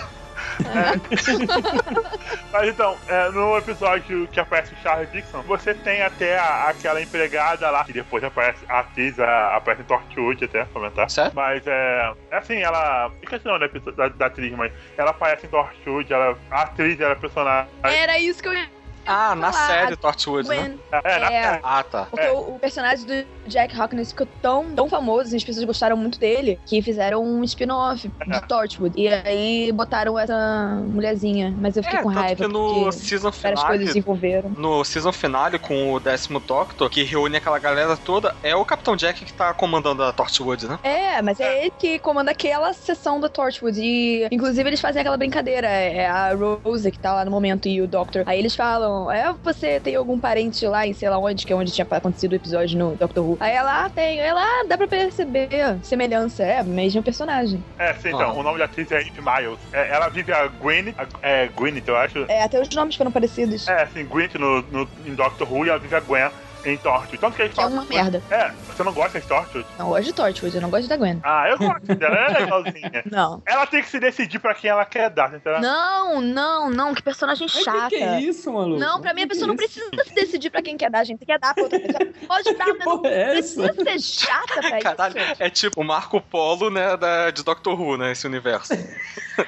Speaker 2: É. Mas então, é, no episódio que aparece o Charles Dixon, você tem até a- aquela empregada lá, que depois aparece a atriz, a, aparece em Torchwood até, comentar.
Speaker 3: Certo?
Speaker 2: Mas é. é Assim, ela. Esqueci o nome da, pessoa- da, da atriz, mas ela aparece em Torchwood, ela, a atriz era personagem.
Speaker 1: Era isso que eu ia
Speaker 3: Ah, na
Speaker 1: falar,
Speaker 3: série Torchwood, né?
Speaker 1: Gwen.
Speaker 2: É, na-
Speaker 1: É.
Speaker 3: Ah, tá.
Speaker 1: Porque o, o personagem do Jack Harkness ficou tão, tão famoso, assim, as pessoas gostaram muito dele, que fizeram um spin-off de Torchwood. E aí botaram essa mulherzinha. Mas eu fiquei com
Speaker 3: É, tanto
Speaker 1: raiva,
Speaker 3: que no
Speaker 1: porque
Speaker 3: season
Speaker 1: várias
Speaker 3: finale,
Speaker 1: coisas se envolveram.
Speaker 3: no season finale com o décimo Doctor, que reúne aquela galera toda, é o Capitão Jack que tá comandando a Torchwood, né?
Speaker 1: É, mas é ele que comanda aquela sessão da Torchwood. E, inclusive, eles fazem aquela brincadeira. É a Rose que tá lá no momento e o Doctor. Aí eles falam: É, você tem algum parente lá em sei lá onde, que é onde tinha acontecido o episódio no Doctor Who. Aí ela, ah, tem. Aí Ela, ah, dá pra perceber semelhança. É, mesmo personagem.
Speaker 2: É, sim, então.
Speaker 3: Ah.
Speaker 2: O nome da atriz é Amy Miles. É, ela vive a Gwyneth. a- é, Gwyneth, eu acho.
Speaker 1: É, até os nomes foram parecidos.
Speaker 2: É, assim, Gwyneth no, no, em Doctor Who e ela vive a Gwen em Torchwood. Tanto que eles
Speaker 1: Que é
Speaker 2: falam.
Speaker 1: uma merda.
Speaker 2: É, você não gosta de Torchwood?
Speaker 1: Não, eu gosto de Torchwood, eu não gosto da Gwen.
Speaker 2: Ah, eu gosto dela, ela é legalzinha.
Speaker 1: Não.
Speaker 2: Ela tem que se decidir pra quem ela quer dar, entendeu?
Speaker 1: Não, não, não, que personagem
Speaker 4: Mas
Speaker 1: chata.
Speaker 4: que, que é isso, maluco?
Speaker 1: Não, pra mim a
Speaker 4: Que que
Speaker 1: pessoa não
Speaker 4: é
Speaker 1: precisa se decidir pra quem quer dar, gente. Você quer dar pra outra pessoa. Pode dar, mas
Speaker 4: isso?
Speaker 1: não
Speaker 4: Que porra é essa?
Speaker 1: precisa ser chata pra isso.
Speaker 3: Caralho, é tipo o Marco Polo, né, da, de Doctor Who, né, esse universo.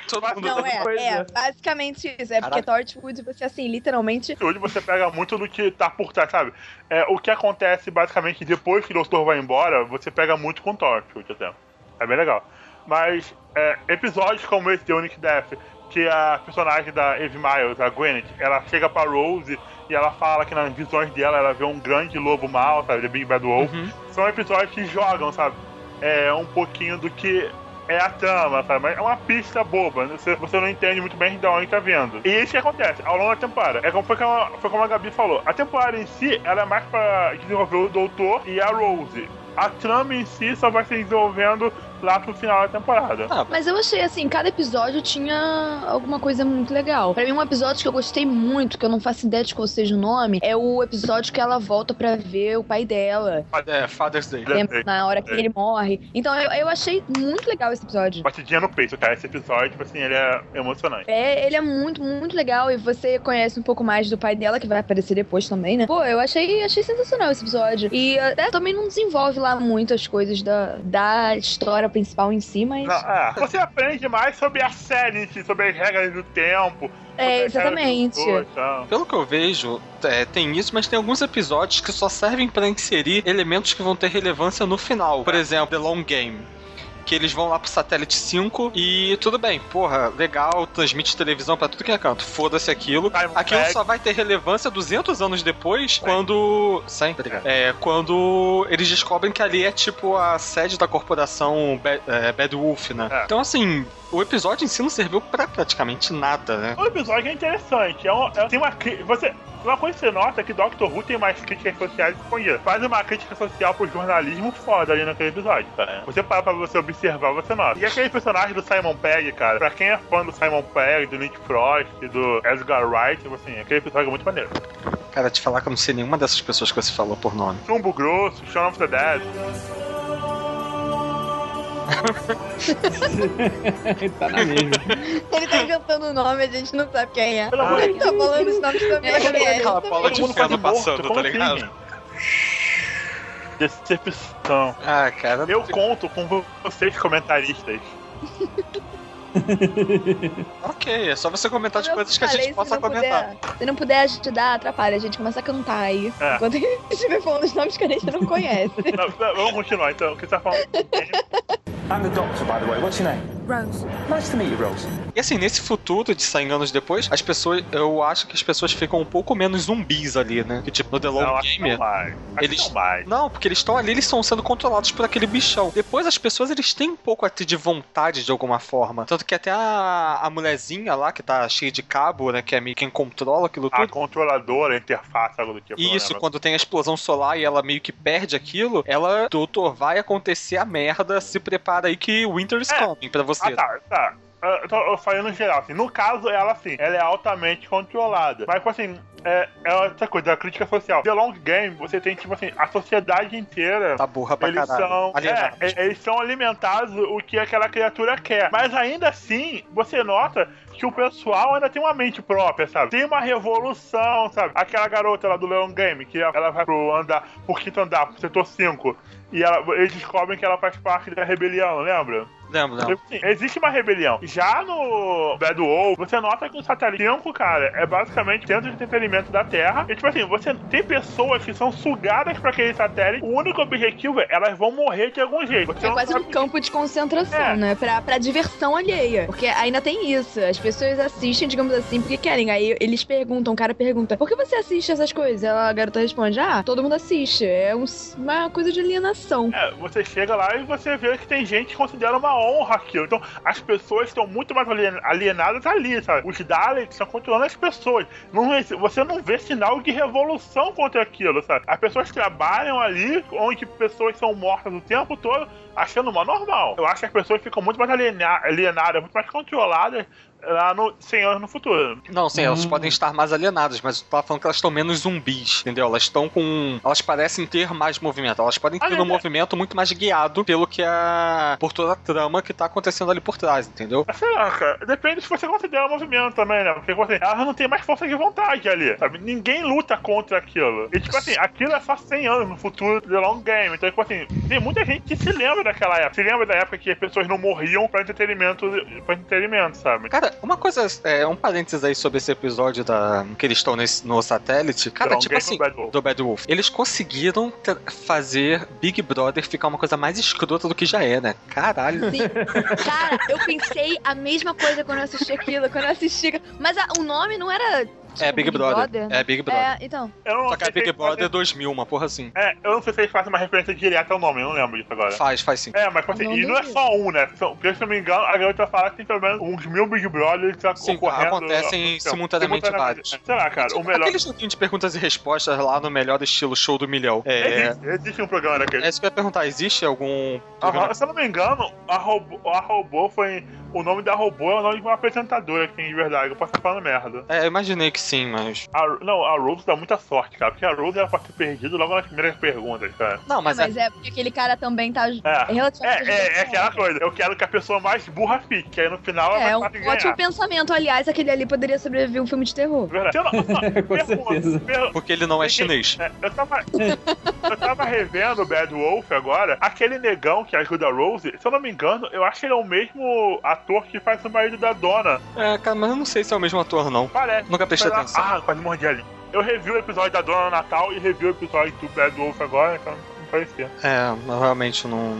Speaker 3: Todo mundo...
Speaker 1: Não,
Speaker 4: Pois
Speaker 1: é,
Speaker 4: é.
Speaker 1: é, basicamente isso. É porque Torchwood, você, assim, literalmente...
Speaker 2: Hoje você pega muito do que tá por trás, sabe? É, o que acontece basicamente depois que o doutor vai embora, você pega muito com Torchwood até. É bem legal. Mas é, episódios como esse de Unique Death, que a personagem da Eve Miles, a Gwyneth, ela chega pra Rose e ela fala que nas visões dela ela vê um grande lobo mau, sabe? The Big Bad Wolf.
Speaker 3: Uhum.
Speaker 2: São episódios que jogam, sabe? É um pouquinho do que é a trama, sabe? Mas é uma pista boba, né? você, você não entende muito bem de onde tá vendo. E isso que acontece ao longo da temporada. É como foi como, foi como a Gabi falou. A temporada em si, ela é mais pra desenvolver o Doutor e a Rose. a trama em si só vai se resolvendo lá pro final da temporada.
Speaker 3: Ah,
Speaker 1: Mas eu achei assim, cada episódio tinha alguma coisa muito legal. Pra mim, um episódio que eu gostei muito, que eu não faço ideia de qual seja o nome, é o episódio que ela volta pra ver o pai dela.
Speaker 3: é, Father's Day.
Speaker 1: Lembra? Na hora que ele morre. Então eu, eu achei muito legal esse episódio.
Speaker 2: Batidinha no peito, cara. Esse episódio, tipo assim, ele é emocionante.
Speaker 1: É, ele é muito, muito legal e você conhece um pouco mais do pai dela, que vai aparecer depois também, né? Pô, eu achei, achei sensacional esse episódio. E até também não desenvolve lá muito as coisas da, da história principal em si, mas.
Speaker 2: Não, é. Você aprende mais sobre a série em si, sobre as regras do tempo. sobre
Speaker 1: é,
Speaker 2: as regras do
Speaker 1: exatamente.
Speaker 2: jogo, então.
Speaker 3: Pelo que eu vejo, é, tem isso, mas tem alguns episódios que só servem pra inserir elementos que vão ter relevância no final. Por exemplo, The Long Game. Que eles vão lá pro satélite 5 e tudo bem, porra, legal, transmite televisão pra tudo que é canto, foda-se aquilo.
Speaker 2: Time
Speaker 3: Aquilo
Speaker 2: Tag.
Speaker 3: só vai ter relevância 200 anos depois, quando. 100? Obrigado. É, quando eles descobrem que ali é tipo a sede da corporação Bad, é, Bad Wolf, né?
Speaker 2: É.
Speaker 3: Então, assim, o episódio em si não serviu pra praticamente nada, né?
Speaker 2: O episódio é interessante. É um- é- tem uma cri- você Uma coisa que você nota é que Doctor Who tem mais críticas sociais que conheço. Faz uma crítica social pro jornalismo foda ali naquele episódio, cara. Você para pra você observar, você nota. E aquele personagem do Simon Pegg, cara, pra quem é fã do Simon Pegg, do Nick Frost, do Edgar Wright, tipo assim, aquele episódio é muito maneiro.
Speaker 3: Cara, te falar que eu não sei nenhuma dessas pessoas que você falou por nome.
Speaker 2: Chumbo Grosso, Shaun of the Dead.
Speaker 4: tá na mesma.
Speaker 6: Ele tá inventando o nome, a gente não sabe quem é.
Speaker 2: Pelo amor de
Speaker 6: Ele tá falando os nomes também. É,
Speaker 3: Aquela bola de
Speaker 2: Todo mundo quase
Speaker 3: ferro
Speaker 2: morto,
Speaker 3: passando, tá
Speaker 2: como
Speaker 3: ligado?
Speaker 2: assim? Decepção.
Speaker 3: Ah, cara.
Speaker 2: Eu conto com vo- vocês, comentaristas.
Speaker 3: Ok, é só você comentar de
Speaker 6: Eu
Speaker 3: coisas que a
Speaker 6: falei,
Speaker 3: gente
Speaker 6: se
Speaker 3: possa
Speaker 6: não
Speaker 3: comentar.
Speaker 6: Puder, se não puder ajudar, atrapalha. A gente começa a cantar aí.
Speaker 2: É.
Speaker 6: Enquanto a gente estiver falando os nomes que a gente não conhece.
Speaker 2: Não, não, vamos continuar então. O que você tá falando?
Speaker 5: I'm the doctor, by the way. What's your name?
Speaker 7: Rose.
Speaker 5: Nice to meet you, Rose.
Speaker 3: E assim, nesse futuro de 100 anos depois, as pessoas. Eu acho que as pessoas ficam um pouco menos zumbis ali, né? Que tipo, no The Long
Speaker 2: Não, acho que
Speaker 3: Game.
Speaker 2: não mais. Acho que
Speaker 3: Eles-
Speaker 2: não mais.
Speaker 3: Não, porque eles estão ali, eles estão sendo controlados por aquele bichão. Depois as pessoas, eles têm um pouco até de vontade de alguma forma. Tanto que até a, a mulherzinha lá, que tá cheia de cabo, né? Que é meio quem controla aquilo
Speaker 2: A
Speaker 3: tudo.
Speaker 2: controladora, a interface, algo do tipo.
Speaker 3: E Isso,
Speaker 2: não lembro.
Speaker 3: quando tem a explosão solar e ela meio que perde aquilo, ela, doutor, vai acontecer a merda, se prepara aí que Winter's
Speaker 2: É.
Speaker 3: coming pra você.
Speaker 2: Ah, tá, tá. Ah, Eu, tô, eu falei no geral, assim. No caso, ela, assim, ela é altamente controlada. Mas, tipo assim, é, é essa coisa, a crítica social. The Long Game, você tem, tipo assim, a sociedade inteira
Speaker 3: Tá burra pra
Speaker 2: Eles
Speaker 3: caralho.
Speaker 2: são,
Speaker 3: Alienados.
Speaker 2: é, eles são alimentados o que aquela criatura quer. Mas ainda assim, você nota que o pessoal ainda tem uma mente própria, sabe? Tem uma revolução, sabe? Aquela garota lá do Leon Game, que ela vai pro andar, pro quinto andar, pro setor 5. E ela- eles descobrem que ela faz parte da rebelião, lembra?
Speaker 3: Lembro, lembro.
Speaker 2: Tipo assim, existe uma rebelião. Já no Bad Wolf, você nota que o satélite 5, cara, é basicamente centro de entretenimento da Terra. E tipo assim, você tem pessoas que são sugadas pra aquele satélite. O único objetivo é elas vão morrer de algum jeito. Você
Speaker 1: É
Speaker 2: não
Speaker 1: quase um
Speaker 2: sabe-
Speaker 1: campo de concentração,
Speaker 2: Então, É.
Speaker 1: né? Pra, pra diversão alheia. Porque ainda tem isso. As pessoas assistem, digamos assim, porque querem. Aí eles perguntam, o cara pergunta, por que você assiste essas coisas? Ela, a garota responde, ah, todo mundo assiste. É um- uma coisa de alienação.
Speaker 2: É, você chega lá e você vê que tem gente que considera uma honra aquilo. Então, as pessoas estão muito mais alien- alienadas ali, sabe? Os Daleks estão controlando as pessoas. Não, é- você não vê sinal de revolução contra aquilo, sabe? As pessoas trabalham ali, onde pessoas são mortas o tempo todo, achando uma normal. Eu acho que as pessoas ficam muito mais aliena- alienadas, muito mais controladas lá no 100 anos no futuro.
Speaker 3: Não, sim, elas podem estar mais alienadas, mas eu tava falando que elas estão menos zumbis, entendeu? Elas estão com. Elas parecem ter mais movimento. Elas podem ter
Speaker 2: Ah,
Speaker 3: um
Speaker 2: é.
Speaker 3: movimento muito mais guiado pelo que a. por toda a trama que tá acontecendo ali por trás, entendeu?
Speaker 2: Mas sei lá, cara. Depende se você considera o movimento também, né? Porque assim, elas não têm mais força de vontade ali, sabe? Ninguém luta contra aquilo. E tipo assim, aquilo é só 100 anos no futuro do long game. Então, tipo assim, tem muita gente que se lembra daquela época. Se lembra da época que as pessoas não morriam pra entretenimento, pra entretenimento sabe?
Speaker 3: Cara, uma coisa, é, um parênteses aí sobre esse episódio da que eles estão nesse- no satélite. Cara,
Speaker 2: Long
Speaker 3: tipo
Speaker 2: Então, Game do
Speaker 3: assim,
Speaker 2: Bad Wolf.
Speaker 3: do Bad Wolf. Eles conseguiram tra- fazer Big Brother ficar uma coisa mais escrota do que já é, né? Caralho.
Speaker 6: Sim. Cara, eu pensei a mesma coisa quando eu assisti aquilo, quando eu assisti. Mas a- o nome não era
Speaker 3: É Big Brother. É Big Brother.
Speaker 1: tipo, É, então.
Speaker 2: Eu não
Speaker 3: Só que
Speaker 2: sei
Speaker 3: a
Speaker 2: se
Speaker 3: Big
Speaker 2: eles
Speaker 3: Brother é
Speaker 2: fazem-
Speaker 3: 2000, uma porra assim.
Speaker 2: É, eu não sei se eles fazem uma referência direta ao nome, eu não lembro disso agora.
Speaker 3: Faz, faz sim.
Speaker 2: É, mas tipo assim,
Speaker 12: Não
Speaker 2: e não é
Speaker 12: duvido.
Speaker 2: só um, né? São, porque se eu não me engano, a garota fala que tem pelo menos uns mil Big Brothers tá
Speaker 3: Sim,
Speaker 2: ocorrendo.
Speaker 3: acontecem
Speaker 2: ao- ao-
Speaker 3: simultaneamente vários.
Speaker 2: Sei lá, cara, o melhor.
Speaker 3: Aquele joguinho de perguntas e respostas lá no melhor estilo show do milhão. É.
Speaker 2: Existe, existe um programa daquele.
Speaker 3: É isso que eu ia perguntar, existe algum programa
Speaker 2: Aham, se eu não me engano, a robô, a robô foi. O nome da robô é o nome de uma apresentadora que tem de verdade. Eu posso estar falando merda.
Speaker 3: É, eu imaginei que sim, mas.
Speaker 2: A- não, a Rose dá muita sorte, cara, porque a Rose era pra ter perdido logo nas primeiras perguntas, cara.
Speaker 3: Não, mas,
Speaker 1: Mas, é... porque aquele cara também tá ju-
Speaker 2: É. É,
Speaker 1: relativamente.
Speaker 2: é, é aquela coisa. Eu quero que a pessoa mais burra fique, que aí no final ela
Speaker 1: É, é um
Speaker 2: vai
Speaker 1: ótimo
Speaker 2: conseguir ganhar.
Speaker 1: pensamento. Aliás, aquele ali poderia sobreviver um filme de terror.
Speaker 2: Verdade. Se eu não-
Speaker 4: Com
Speaker 2: pergunta,
Speaker 4: certeza.
Speaker 2: per-
Speaker 3: porque ele não é
Speaker 2: Ninguém-
Speaker 3: chinês.
Speaker 2: É, eu tava, eu tava revendo o Bad Wolf agora. Aquele negão que ajuda a Rose, se eu não me engano, eu acho que ele é o mesmo ator que faz o marido da dona.
Speaker 3: É, cara, mas eu não sei se é o mesmo ator, não.
Speaker 2: Parece.
Speaker 3: Nunca prestei
Speaker 2: Mas,
Speaker 3: atenção.
Speaker 2: Ah, quase mordi ali. Eu revi o episódio da dona no Natal e revi o episódio do Bad Wolf agora, então não parecia.
Speaker 3: É, eu realmente não.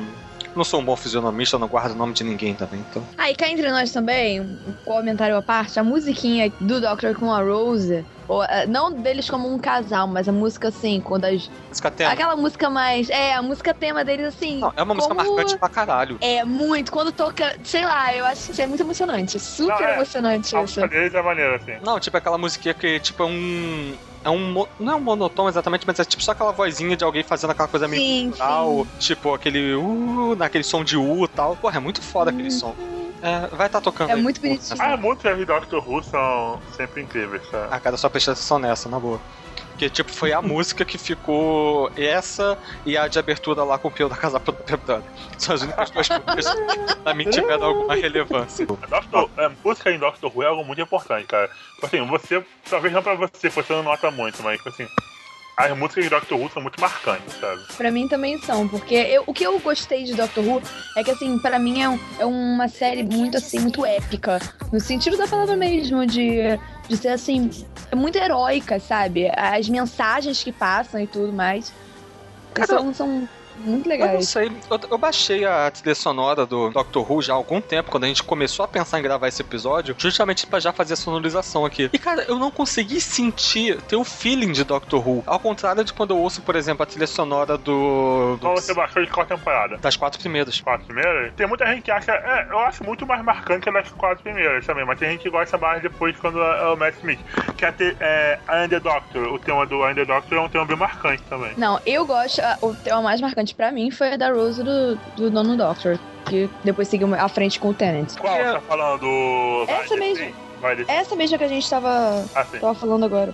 Speaker 3: Não sou um bom fisionomista, não guardo o nome de ninguém também, então.
Speaker 1: Ah, e cá entre nós também, um comentário à parte, a musiquinha do Doctor com a Rose, ou, eh, não deles como um casal, mas a música assim, quando as.
Speaker 3: Música
Speaker 2: É.
Speaker 3: tema.
Speaker 1: Aquela música mais. É, a música tema deles assim.
Speaker 3: Não, é uma música
Speaker 1: como-
Speaker 3: marcante pra caralho.
Speaker 1: É muito, quando toca, sei lá, eu acho que isso é muito emocionante. Super
Speaker 2: Não, é.
Speaker 1: emocionante
Speaker 2: A
Speaker 1: isso.
Speaker 2: música deles é maneira, assim.
Speaker 3: Não, tipo aquela musiquinha que, tipo, é um. É um. mo- Não é um monotom exatamente, mas é tipo só aquela vozinha de alguém fazendo aquela coisa meio.
Speaker 1: Sim,
Speaker 3: Tal, tipo aquele uh, naquele som de U e tal. Porra, é muito foda aquele som. É, vai tá tocando.
Speaker 1: Uhum. É
Speaker 3: aí.
Speaker 1: muito bonitinho.
Speaker 2: Ah, músicas de Doctor Who são sempre incríveis, cara.
Speaker 3: Ah, cara, só prestei atenção nessa, na boa. Porque, tipo, foi a música que ficou essa e a de abertura lá com o Pio da Casa Própria Brother. São as únicas duas músicas que pra mim tiveram alguma relevância.
Speaker 2: Doctor, é, música em Doctor Who é algo muito importante, cara. Tipo Assim, você, talvez não pra você, porque você não nota muito, mas tipo assim, as músicas de Doctor Who são muito marcantes, sabe?
Speaker 1: Pra mim também são, porque eu- o que eu gostei de Doctor Who é que, assim, pra mim é, um- é uma série muito, assim, muito épica. No sentido da palavra mesmo, de, de ser, assim, muito heróica, sabe? As mensagens que passam e tudo mais
Speaker 3: Cara,
Speaker 1: são, são muito
Speaker 3: Eu não
Speaker 1: legais.
Speaker 3: sei, eu, eu baixei a trilha sonora do Doctor Who já há algum tempo, quando a gente começou a pensar em gravar esse episódio, justamente pra já fazer a sonorização aqui. E cara, eu não consegui sentir, ter o feeling de Doctor Who. Ao contrário de quando eu ouço, por exemplo, a trilha sonora do.
Speaker 2: Qual você
Speaker 3: do
Speaker 2: baixou de qual temporada?
Speaker 3: das quatro primeiras.
Speaker 2: Quatro primeiras? Tem muita gente que acha. É, eu acho muito mais marcante que das quatro primeiras também, mas tem gente que gosta mais depois quando é é o Matt Smith. Que é, ter, é a Under Doctor. O tema do Under Doctor é um tema bem marcante também.
Speaker 1: Não, eu gosto. a- O tema mais marcante pra mim foi a da Rose do, do Nono Doctor, que depois seguiu à frente com o Tenant.
Speaker 2: Qual você tá falando?
Speaker 1: Essa
Speaker 2: Vai
Speaker 1: mesmo.
Speaker 2: descer? Vai descer.
Speaker 1: Essa mesma que a gente tava,
Speaker 2: Assim.
Speaker 1: tava falando agora.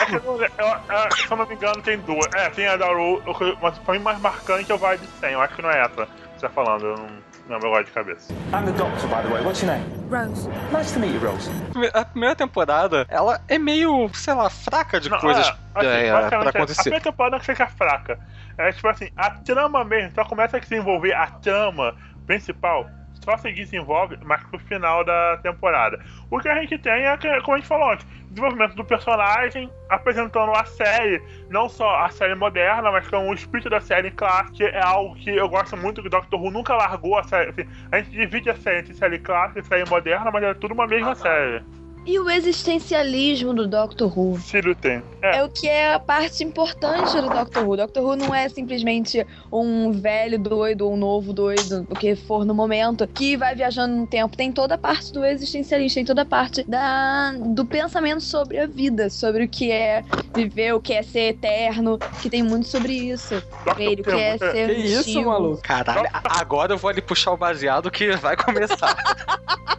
Speaker 2: É que eu não le- eu- eu- se eu não me engano, tem duas. É, tem a da Ro, eu- mas pra mim mais marcante é o Vai de 100. Eu acho que não é essa que você tá falando, eu não lembro agora de cabeça.
Speaker 13: I'm the doctor, by the way. What's your name?
Speaker 14: Rose.
Speaker 13: Nice to meet you, Rose.
Speaker 3: A primeira temporada, ela é meio, sei lá, fraca de
Speaker 2: Não,
Speaker 3: coisas
Speaker 2: assim,
Speaker 3: é, pra
Speaker 2: basicamente, A
Speaker 3: acontecer.
Speaker 2: primeira temporada que fica fraca. É tipo assim, a trama mesmo, só começa a se desenvolver a trama principal, só se desenvolve mais pro final da temporada. O que a gente tem é, que, como a gente falou antes, desenvolvimento do personagem, apresentando a série, não só a série moderna, mas com o espírito da série clássica, que é algo que eu gosto muito, que o Doctor Who nunca largou a série. assim, a gente divide a série entre série clássica e série moderna, mas é tudo uma mesma série.
Speaker 1: E o existencialismo do Doctor Who?
Speaker 2: Filho tem. É.
Speaker 1: É o que é a parte importante do Doctor Who. Doctor Who não é simplesmente um velho doido ou um novo doido, o que for no momento, que vai viajando no tempo. Tem toda a parte do existencialista, tem toda a parte da, do pensamento sobre a vida, sobre o que é viver, o que é ser eterno, que tem muito sobre isso.
Speaker 2: Doctor
Speaker 1: Ele
Speaker 2: Who tem um
Speaker 1: quer
Speaker 2: muita-
Speaker 1: ser
Speaker 4: Que isso,
Speaker 1: antigo.
Speaker 4: maluco?
Speaker 3: Caralho, agora eu vou ali puxar o baseado que vai começar.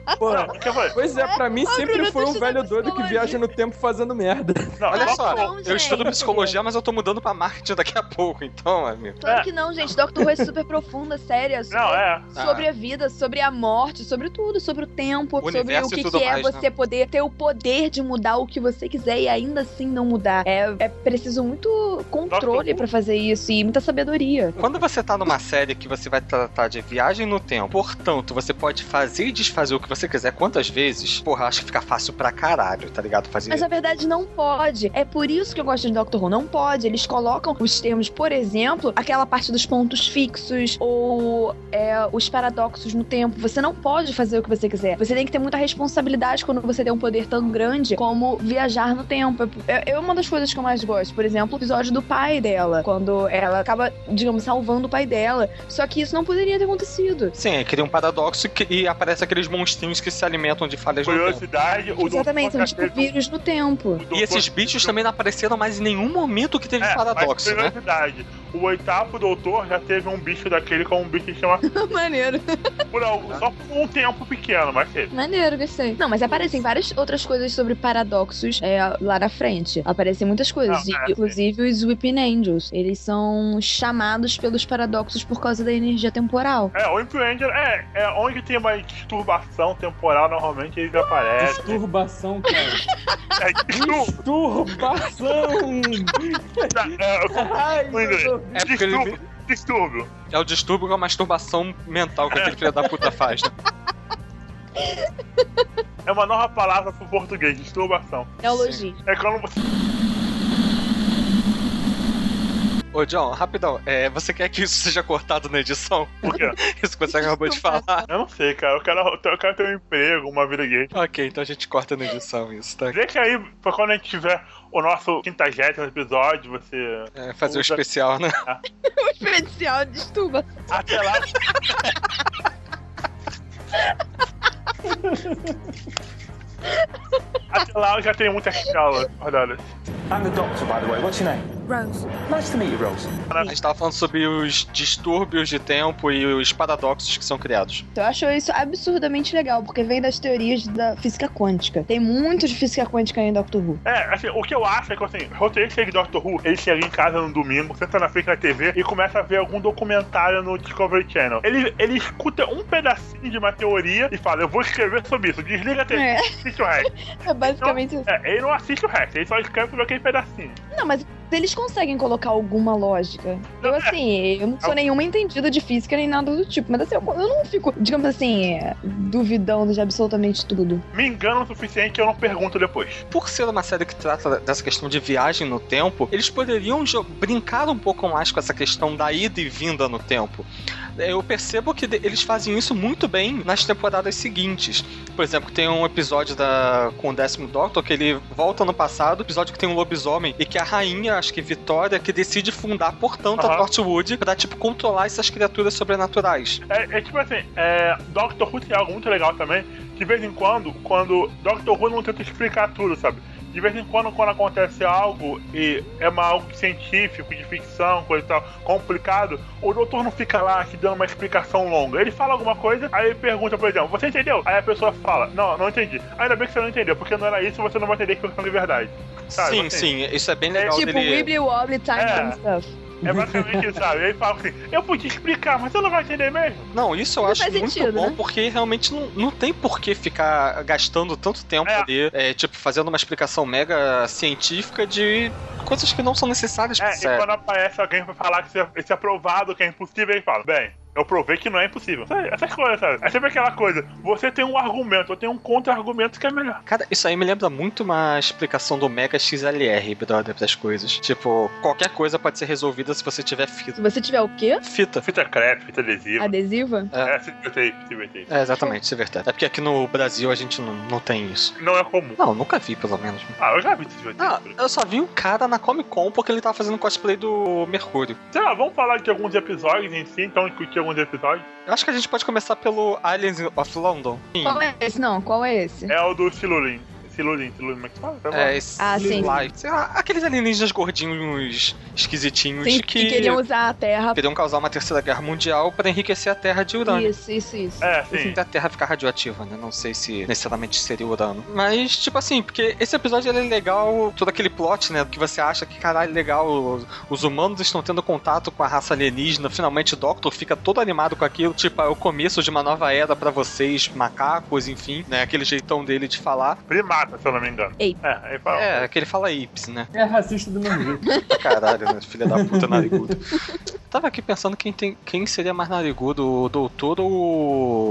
Speaker 2: Não,
Speaker 4: Porra.
Speaker 2: o que eu falei?
Speaker 4: Pois é, pra mim sempre
Speaker 1: Bruno,
Speaker 4: foi
Speaker 1: tô
Speaker 4: um velho
Speaker 1: estudando
Speaker 4: doido que
Speaker 1: psicologia.
Speaker 4: viaja no tempo fazendo merda.
Speaker 2: Não,
Speaker 3: Olha
Speaker 2: Doctor
Speaker 3: só,
Speaker 2: Who-
Speaker 1: Não,
Speaker 3: eu estudo
Speaker 1: gente.
Speaker 3: psicologia, mas eu tô mudando pra marketing daqui a pouco, então, amigo.
Speaker 1: Claro
Speaker 2: É.
Speaker 1: que não, gente. Doctor Who é super profunda, séria.
Speaker 2: Não, é.
Speaker 1: Sobre a vida, sobre a morte, sobre tudo, sobre o tempo,
Speaker 3: Tá. O
Speaker 1: sobre
Speaker 3: universo
Speaker 1: o
Speaker 3: e
Speaker 1: que,
Speaker 3: tudo
Speaker 1: que é
Speaker 3: mais, né?
Speaker 1: você poder ter o poder de mudar o que você quiser e ainda assim não mudar. É, é preciso muito controle
Speaker 2: Doctor
Speaker 1: pra fazer isso e muita sabedoria.
Speaker 3: Quando você tá numa série que você vai tratar de viagem no tempo, portanto, você pode fazer e desfazer o que você quiser quantas vezes, porra, acho que fica fácil pra caralho, tá ligado? Fazer.
Speaker 1: Mas na verdade não pode. É por isso que eu gosto de Doctor Who. Não pode. Eles colocam os termos, por exemplo, aquela parte dos pontos fixos ou é, os paradoxos no tempo. Você não pode fazer o que você quiser. Você tem que ter muita responsabilidade quando você tem um poder tão grande como viajar no tempo. É, é uma das coisas que eu mais gosto. Por exemplo, o episódio do pai dela, quando ela acaba, digamos, salvando o pai dela. Só que isso não poderia ter acontecido.
Speaker 3: Sim, cria um paradoxo que, e aparece aqueles monstrinhos que se alimentam de falhas no tempo.
Speaker 2: Curiosidade, o doutor
Speaker 1: Exatamente, são tipo
Speaker 2: Cacete-
Speaker 1: vírus no tempo.
Speaker 2: o
Speaker 3: E esses
Speaker 2: doutor-
Speaker 3: bichos também não apareceram mais em nenhum momento que teve
Speaker 2: É,
Speaker 3: paradoxo,
Speaker 2: mas
Speaker 3: né?
Speaker 2: curiosidade. O oitavo doutor já teve um bicho daquele com um bicho que chama.
Speaker 1: Maneiro.
Speaker 2: Por algo, só por um tempo pequeno, mas teve.
Speaker 1: Maneiro, gostei. Não, mas aparecem várias outras coisas sobre paradoxos é, lá na frente. Aparecem muitas coisas.
Speaker 2: Ah,
Speaker 1: e,
Speaker 2: é,
Speaker 1: inclusive os Weeping Angels. Eles são chamados pelos paradoxos por causa da energia temporal.
Speaker 2: É, o Imp Ranger é, é onde tem uma disturbação temporal, normalmente eles aparecem.
Speaker 4: Disturbação, cara.
Speaker 2: É, disturba,
Speaker 4: Disturbação!
Speaker 2: é, eu confundo
Speaker 4: Ai,
Speaker 2: em inglês.
Speaker 4: meu Deus.
Speaker 3: É porque ele-
Speaker 2: distúrbio, distúrbio.
Speaker 3: É o distúrbio com a masturbação mental que aquele filho da puta faz, né?
Speaker 2: É uma nova palavra pro português, disturbação.
Speaker 1: Neologismo.
Speaker 2: É quando você.
Speaker 3: Ô, John, rapidão, é, você quer que isso seja cortado na edição?
Speaker 2: O quê?
Speaker 3: Isso que você acabou de falar?
Speaker 2: Eu não sei, cara. Eu quero, eu quero ter um emprego, uma vida gay.
Speaker 3: Ok, então a gente corta na edição isso, tá?
Speaker 2: Deixa aí pra quando a gente tiver o nosso quintagésimo episódio, você.
Speaker 3: É, fazer o
Speaker 2: Usa-
Speaker 3: especial, né?
Speaker 6: O especial disturba.
Speaker 2: Até lá. Até lá eu já tenho muitas telas guardadas.
Speaker 5: I'm the doctor, by the way. What's your name?
Speaker 6: Rose.
Speaker 5: Nice to meet you, Rose.
Speaker 3: A gente tava falando sobre os distúrbios de tempo e os paradoxos que são criados.
Speaker 1: Eu acho isso absurdamente legal, porque vem das teorias da física quântica. Tem muito de física quântica em Doctor Who.
Speaker 2: É, assim, o que eu acho é que, assim, roteirista de Doctor Who, ele chega em casa no domingo, senta na frente da TV e começa a ver algum documentário no Discovery Channel. Ele, ele escuta um pedacinho de uma teoria e fala, eu vou escrever sobre isso, desliga a TV,
Speaker 1: É.
Speaker 2: assiste o resto.
Speaker 1: É basicamente isso.
Speaker 2: É, ele não assiste o resto, ele só escreve sobre aquele pedacinho.
Speaker 1: Não, mas eles conseguem colocar alguma lógica. Eu, assim, eu não sou nenhuma entendida de física nem nada do tipo, mas assim, eu, eu não fico, digamos assim, é, duvidando de absolutamente tudo.
Speaker 2: Me engana o suficiente que eu não pergunto depois.
Speaker 3: Por ser uma série que trata dessa questão de viagem no tempo, eles poderiam jo- brincar um pouco mais com essa questão da ida e vinda no tempo. Eu percebo que de- eles fazem isso muito bem nas temporadas seguintes. Por exemplo, tem um episódio da, com o décimo Doctor que ele volta no passado, episódio que tem um lobisomem e que a rainha, acho que Vitória, que decide fundar, portanto, a
Speaker 2: Aham.
Speaker 3: Torchwood pra, tipo, controlar essas criaturas sobrenaturais.
Speaker 2: É, é tipo assim, é, Doctor Who tem algo muito legal também, que de vez em quando, quando Doctor Who não tenta explicar tudo, sabe? De vez em quando, quando acontece algo e é uma, algo científico, de ficção, coisa e tal, complicado, o doutor não fica lá te dando uma explicação longa. Ele fala alguma coisa, aí ele pergunta, por exemplo, você entendeu? Aí a pessoa fala, não, não entendi. Ainda bem que você não entendeu, porque não era isso, você não vai entender que foi de verdade. Sabe,
Speaker 3: sim,
Speaker 2: assim,
Speaker 3: sim, isso é bem legal
Speaker 1: tipo,
Speaker 3: dele...
Speaker 1: Wibbly Wobbly Time
Speaker 2: É.
Speaker 1: and Stuff.
Speaker 2: É basicamente isso, sabe? Aí ele fala assim, eu podia explicar, mas você não vai entender mesmo.
Speaker 3: Não, isso eu
Speaker 1: Não
Speaker 3: acho
Speaker 1: faz
Speaker 3: muito
Speaker 1: sentido,
Speaker 3: bom,
Speaker 1: né?
Speaker 3: porque realmente não, não tem por que ficar gastando tanto tempo
Speaker 2: É.
Speaker 3: ali, é, tipo, fazendo uma explicação mega científica de coisas que não são necessárias pra
Speaker 2: É, e
Speaker 3: série.
Speaker 2: quando aparece alguém pra falar que isso é, isso é provado, que é impossível, ele fala, bem. Eu provei que não é impossível. Essas- Essas coisas, sabe? É sempre aquela coisa. Você tem um argumento, eu tenho um contra-argumento que é melhor.
Speaker 3: Cara, isso aí me lembra muito uma explicação do Mega XLR, brother, das coisas. Tipo, qualquer coisa pode ser resolvida se você tiver fita.
Speaker 1: Se você tiver o quê?
Speaker 3: Fita.
Speaker 2: Fita crepe, fita adesiva.
Speaker 1: Adesiva?
Speaker 2: É, silver tape, silver tape.
Speaker 3: É, exatamente, isso é verdade. É porque aqui no Brasil a gente não, não tem isso.
Speaker 2: Não é comum.
Speaker 3: Não, nunca vi, pelo menos.
Speaker 2: Ah, eu já vi silver
Speaker 3: Ah,
Speaker 2: tape.
Speaker 3: eu só vi um cara na Comic Con porque ele tava fazendo cosplay do Mercúrio.
Speaker 2: Sei lá, vamos falar de alguns episódios em si, então discutir alguns episódios.
Speaker 3: Eu acho que a gente pode começar pelo Aliens of London. Sim.
Speaker 1: Qual é esse? Não, qual é esse?
Speaker 2: É o do Silulin. Silulin, Silulin, como é que fala? Tá bom.
Speaker 3: É, esse
Speaker 1: Ah, sim.
Speaker 3: lá, sei lá, aqueles alienígenas gordinhos, esquisitinhos,
Speaker 1: Sim,
Speaker 3: que,
Speaker 1: que queriam usar a Terra.
Speaker 3: queriam causar uma terceira guerra mundial pra enriquecer a Terra de urânio.
Speaker 1: Isso, isso, isso.
Speaker 2: É,
Speaker 3: Sim.
Speaker 2: sim.
Speaker 3: A Terra ficar radioativa, né? Não sei se necessariamente seria urano. Mas, tipo assim, porque esse episódio ele é legal, todo aquele plot, né? Que você acha que, caralho, legal, os humanos estão tendo contato com a raça alienígena. Finalmente o Doctor fica todo animado com aquilo. Tipo, é o começo de uma nova era pra vocês, macacos, enfim, né? Aquele jeitão dele de falar.
Speaker 2: Primatas, Renata, se eu não me engano.
Speaker 1: Ei.
Speaker 2: É, ele fala.
Speaker 3: É, é que ele fala ips, né?
Speaker 4: É racista do mesmo jeito.
Speaker 3: Pra Caralho, né? Filha da puta narigudo. Tava aqui pensando quem, tem, quem seria mais narigudo, o doutor ou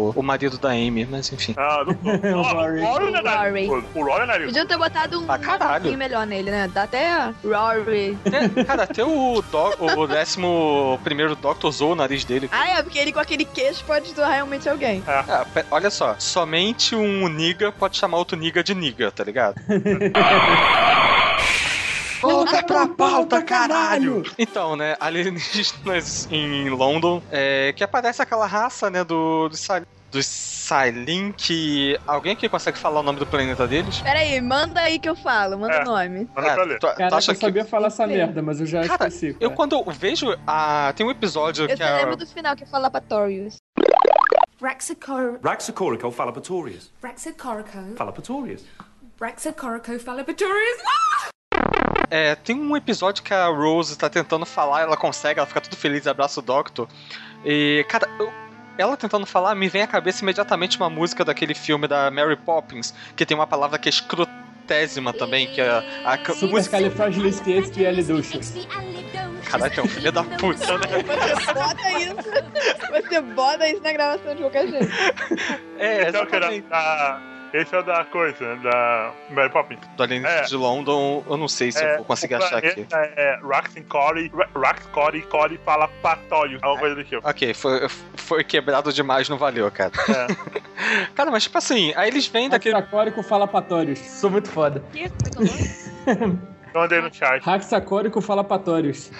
Speaker 3: o- o marido da Amy, mas enfim.
Speaker 2: Ah, do,
Speaker 4: O
Speaker 2: o Rory. O Rory não é
Speaker 1: Rory.
Speaker 2: nariz. O Rory é nariz.
Speaker 6: Podiam ter botado um
Speaker 3: Ah, caralho.
Speaker 6: pouquinho melhor nele, né? Dá até Rory.
Speaker 3: Até- cara, até o, doc, o décimo primeiro Doctor zoou o nariz dele.
Speaker 6: Ah, é, porque ele com aquele queixo pode zoar realmente alguém.
Speaker 3: Ah, pe- olha só, somente um niga pode chamar outro niga de niga, tá ligado? Volta pra pauta, caralho! Então, né, alienígenas em London, é, que aparece aquela raça, né, do, do Sa- dos Sailin, que... Alguém aqui consegue falar o nome do planeta deles?
Speaker 6: Pera aí, manda aí que eu falo, manda
Speaker 2: É.
Speaker 6: o nome.
Speaker 2: Manda pra ler.
Speaker 3: tu- tu
Speaker 4: Caraca, eu
Speaker 3: acha que-
Speaker 4: sabia falar essa merda, mas eu já
Speaker 3: Cara,
Speaker 4: esqueci. cara.
Speaker 3: Eu quando vejo a... Tem um episódio
Speaker 6: Eu
Speaker 3: que
Speaker 6: só
Speaker 3: a...
Speaker 6: lembro do final que fala Patorius.
Speaker 7: Braxicor-
Speaker 5: Raxacorico fallapatorius.
Speaker 7: Braxicorico.
Speaker 5: Fallapatorius.
Speaker 7: Braxicorico fallibitorius.
Speaker 3: É, tem um episódio que a Rose tá tentando falar, ela consegue, ela fica tudo feliz, abraça o Doctor. E, cara, eu- ela tentando falar, me vem à cabeça imediatamente uma música daquele filme da Mary Poppins, que tem uma palavra que é escrotésima também, que é a. a ca-
Speaker 4: Super califragilisticexpialidocious.
Speaker 3: Caralho, é um filho da puta, né?
Speaker 6: Você bota isso. Você bota isso na gravação de qualquer jeito.
Speaker 3: É,
Speaker 2: Esse é o que era
Speaker 3: exatamente.
Speaker 2: da. Esse é o da coisa, né, da Mary Poppins.
Speaker 3: Do Alienígena
Speaker 2: É.
Speaker 3: de London, eu não sei se eu vou conseguir
Speaker 2: o
Speaker 3: achar aqui.
Speaker 2: planeta É Rax and Cory, Ra- Rax, Cory, Cory fala patório, alguma coisa do tipo.
Speaker 3: Ok, foi, foi quebrado demais, não valeu, cara.
Speaker 2: É.
Speaker 3: cara, mas tipo assim, aí eles vêm daquele.
Speaker 4: Raxacórico falapatórios. Sou muito foda.
Speaker 2: Eu andei no chat.
Speaker 4: Raxacórico falapatórios.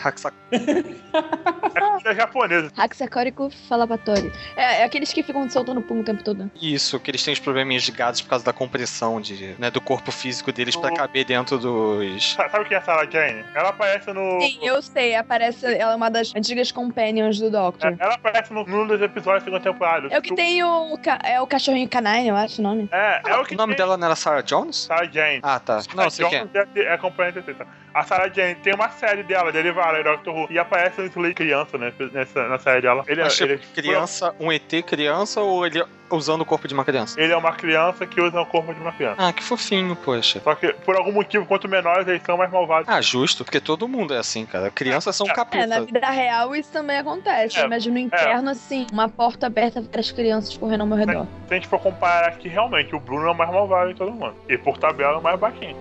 Speaker 2: É, é japonesa.
Speaker 1: Haxacórico falabatório. É, é aqueles que ficam soltando pum o tempo todo.
Speaker 3: Isso, que eles têm os probleminhas de gados por causa da compressão de, né, do corpo físico deles pra
Speaker 2: O-
Speaker 3: caber dentro dos.
Speaker 2: Sa- Sabe o que é a Sarah Jane? Ela aparece no.
Speaker 6: Sim, eu sei. Aparece, ela é uma das antigas companions do Doctor.
Speaker 2: é, Ela aparece no, num dos episódios da segunda temporada.
Speaker 6: É o que tem o. ca- É o cachorrinho canine, eu acho o nome.
Speaker 2: É, é o que
Speaker 3: O nome
Speaker 2: tem
Speaker 3: dela não era Sarah Jones?
Speaker 2: Sarah Jane.
Speaker 3: Ah, tá. Não, sei quem é.
Speaker 2: Jones é, é acompanhante etc. A Sarah Jane tem uma série dela, derivada do Doctor Who, e aparece no Slay criança, né? Nessa, na série dela. Ele, é-
Speaker 3: Mas, tipo,
Speaker 2: ele,
Speaker 3: criança, um ET criança ou ele usando o corpo de uma criança?
Speaker 2: ele é uma criança que usa o corpo de uma criança.
Speaker 3: Ah, que fofinho, poxa.
Speaker 2: Só que, por algum motivo, quanto menores eles são, mais malvados.
Speaker 3: Ah, justo, porque todo mundo é assim, cara. Crianças são
Speaker 6: É, na
Speaker 3: caputa.
Speaker 6: vida real isso também acontece.
Speaker 2: É,
Speaker 6: Mas no inferno, assim, uma porta aberta para as crianças correndo ao meu redor.
Speaker 2: Se a gente for comparar aqui, realmente, o Bruno é o mais malvado de todo mundo. E por tabela, é o mais baixinho.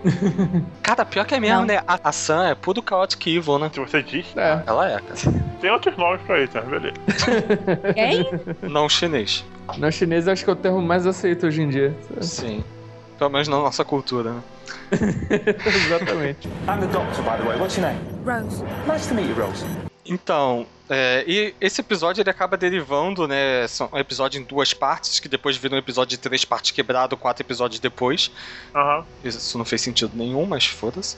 Speaker 3: Cara, pior que é mesmo,
Speaker 6: Não.
Speaker 3: né? A, a Sam é puro Chaotic Evil, né?
Speaker 2: Se você diz,
Speaker 4: É.
Speaker 3: Ela é, cara.
Speaker 2: tem outros nomes pra isso, mas beleza.
Speaker 6: Quem?
Speaker 3: Não chinês.
Speaker 4: Na chinesa acho que é o termo mais aceito hoje em dia.
Speaker 3: Sim. Pelo menos na nossa cultura, né?
Speaker 4: Exatamente.
Speaker 5: I'm the doctor, by the way. What's your name?
Speaker 7: Rose.
Speaker 5: Nice to meet you, Rose.
Speaker 3: Então, é, e esse episódio ele acaba derivando, né? São um episódio em duas partes, que depois vira um episódio de três partes quebrado, quatro episódios depois.
Speaker 2: Aham.
Speaker 3: Isso não fez sentido nenhum, mas foda-se.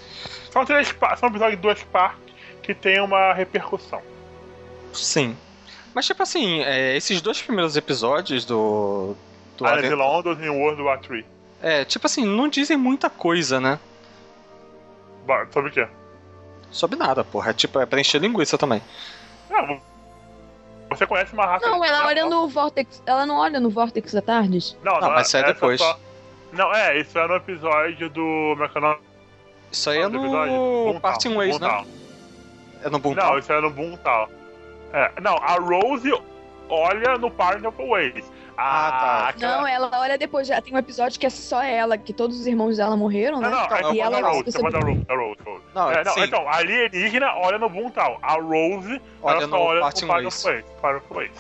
Speaker 2: São três pa- são episódios de duas partes que tem uma repercussão.
Speaker 3: Sim. Mas, tipo assim, é, esses dois primeiros episódios do. do
Speaker 2: Área
Speaker 3: Alien-
Speaker 2: de Londres e World War 3.
Speaker 3: É, tipo assim, não dizem muita coisa, né?
Speaker 2: Sabe o quê?
Speaker 3: Sobre nada, porra. É tipo, é pra encher linguiça também.
Speaker 2: Não, você conhece uma raça.
Speaker 1: Não, ela olha no Vortex. Ela não olha no Vortex da Tardes?
Speaker 2: Não,
Speaker 3: Não, mas isso é
Speaker 2: essa
Speaker 3: depois.
Speaker 2: só- Não, é, isso é no episódio do. Como é que é o nome?
Speaker 3: Isso aí é
Speaker 2: do episódio?
Speaker 3: no
Speaker 2: Boomtown,
Speaker 3: Parting Ways, né?
Speaker 2: Boomtown.
Speaker 3: É no Boom
Speaker 2: Não, isso é no Boomtown. É, não, a Rose olha no Parting Ways. A,
Speaker 3: Ah,
Speaker 2: aquela-
Speaker 6: Não, ela olha depois. Já tem um episódio que é só ela, que todos os irmãos dela morreram, né?
Speaker 2: Não, não,
Speaker 3: Então,
Speaker 2: é
Speaker 3: eu
Speaker 2: quando
Speaker 6: e
Speaker 2: a
Speaker 6: ela
Speaker 2: Rose,
Speaker 6: fica
Speaker 2: quando a Rose, a Rose, a Rose.
Speaker 3: Não,
Speaker 2: É, não,
Speaker 3: sim,
Speaker 2: então, a alienígena olha no Boomtown. A Rose
Speaker 3: olha
Speaker 2: ela só
Speaker 3: no
Speaker 2: olha no
Speaker 3: Parting
Speaker 2: Final
Speaker 3: Ways.
Speaker 2: Fantasy. Final Fantasy.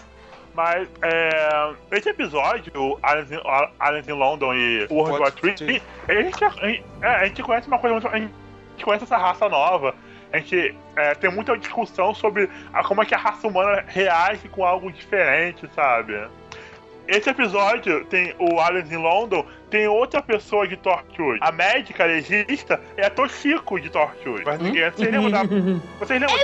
Speaker 2: Mas é, esse episódio, o Aliens in, o Aliens in London e World
Speaker 3: Pode-
Speaker 2: War III,
Speaker 3: sim.
Speaker 2: a gente, a gente- é, a gente conhece uma coisa muito. A gente conhece essa raça nova. A gente é, tem muita discussão sobre a- como é que a raça humana reage com algo diferente, sabe? Esse episódio tem o Aliens in London, tem outra pessoa de Torchwood. A médica legista é a Toshiko de Torchwood. Mas ninguém. Vocês lembram da. Vocês lembram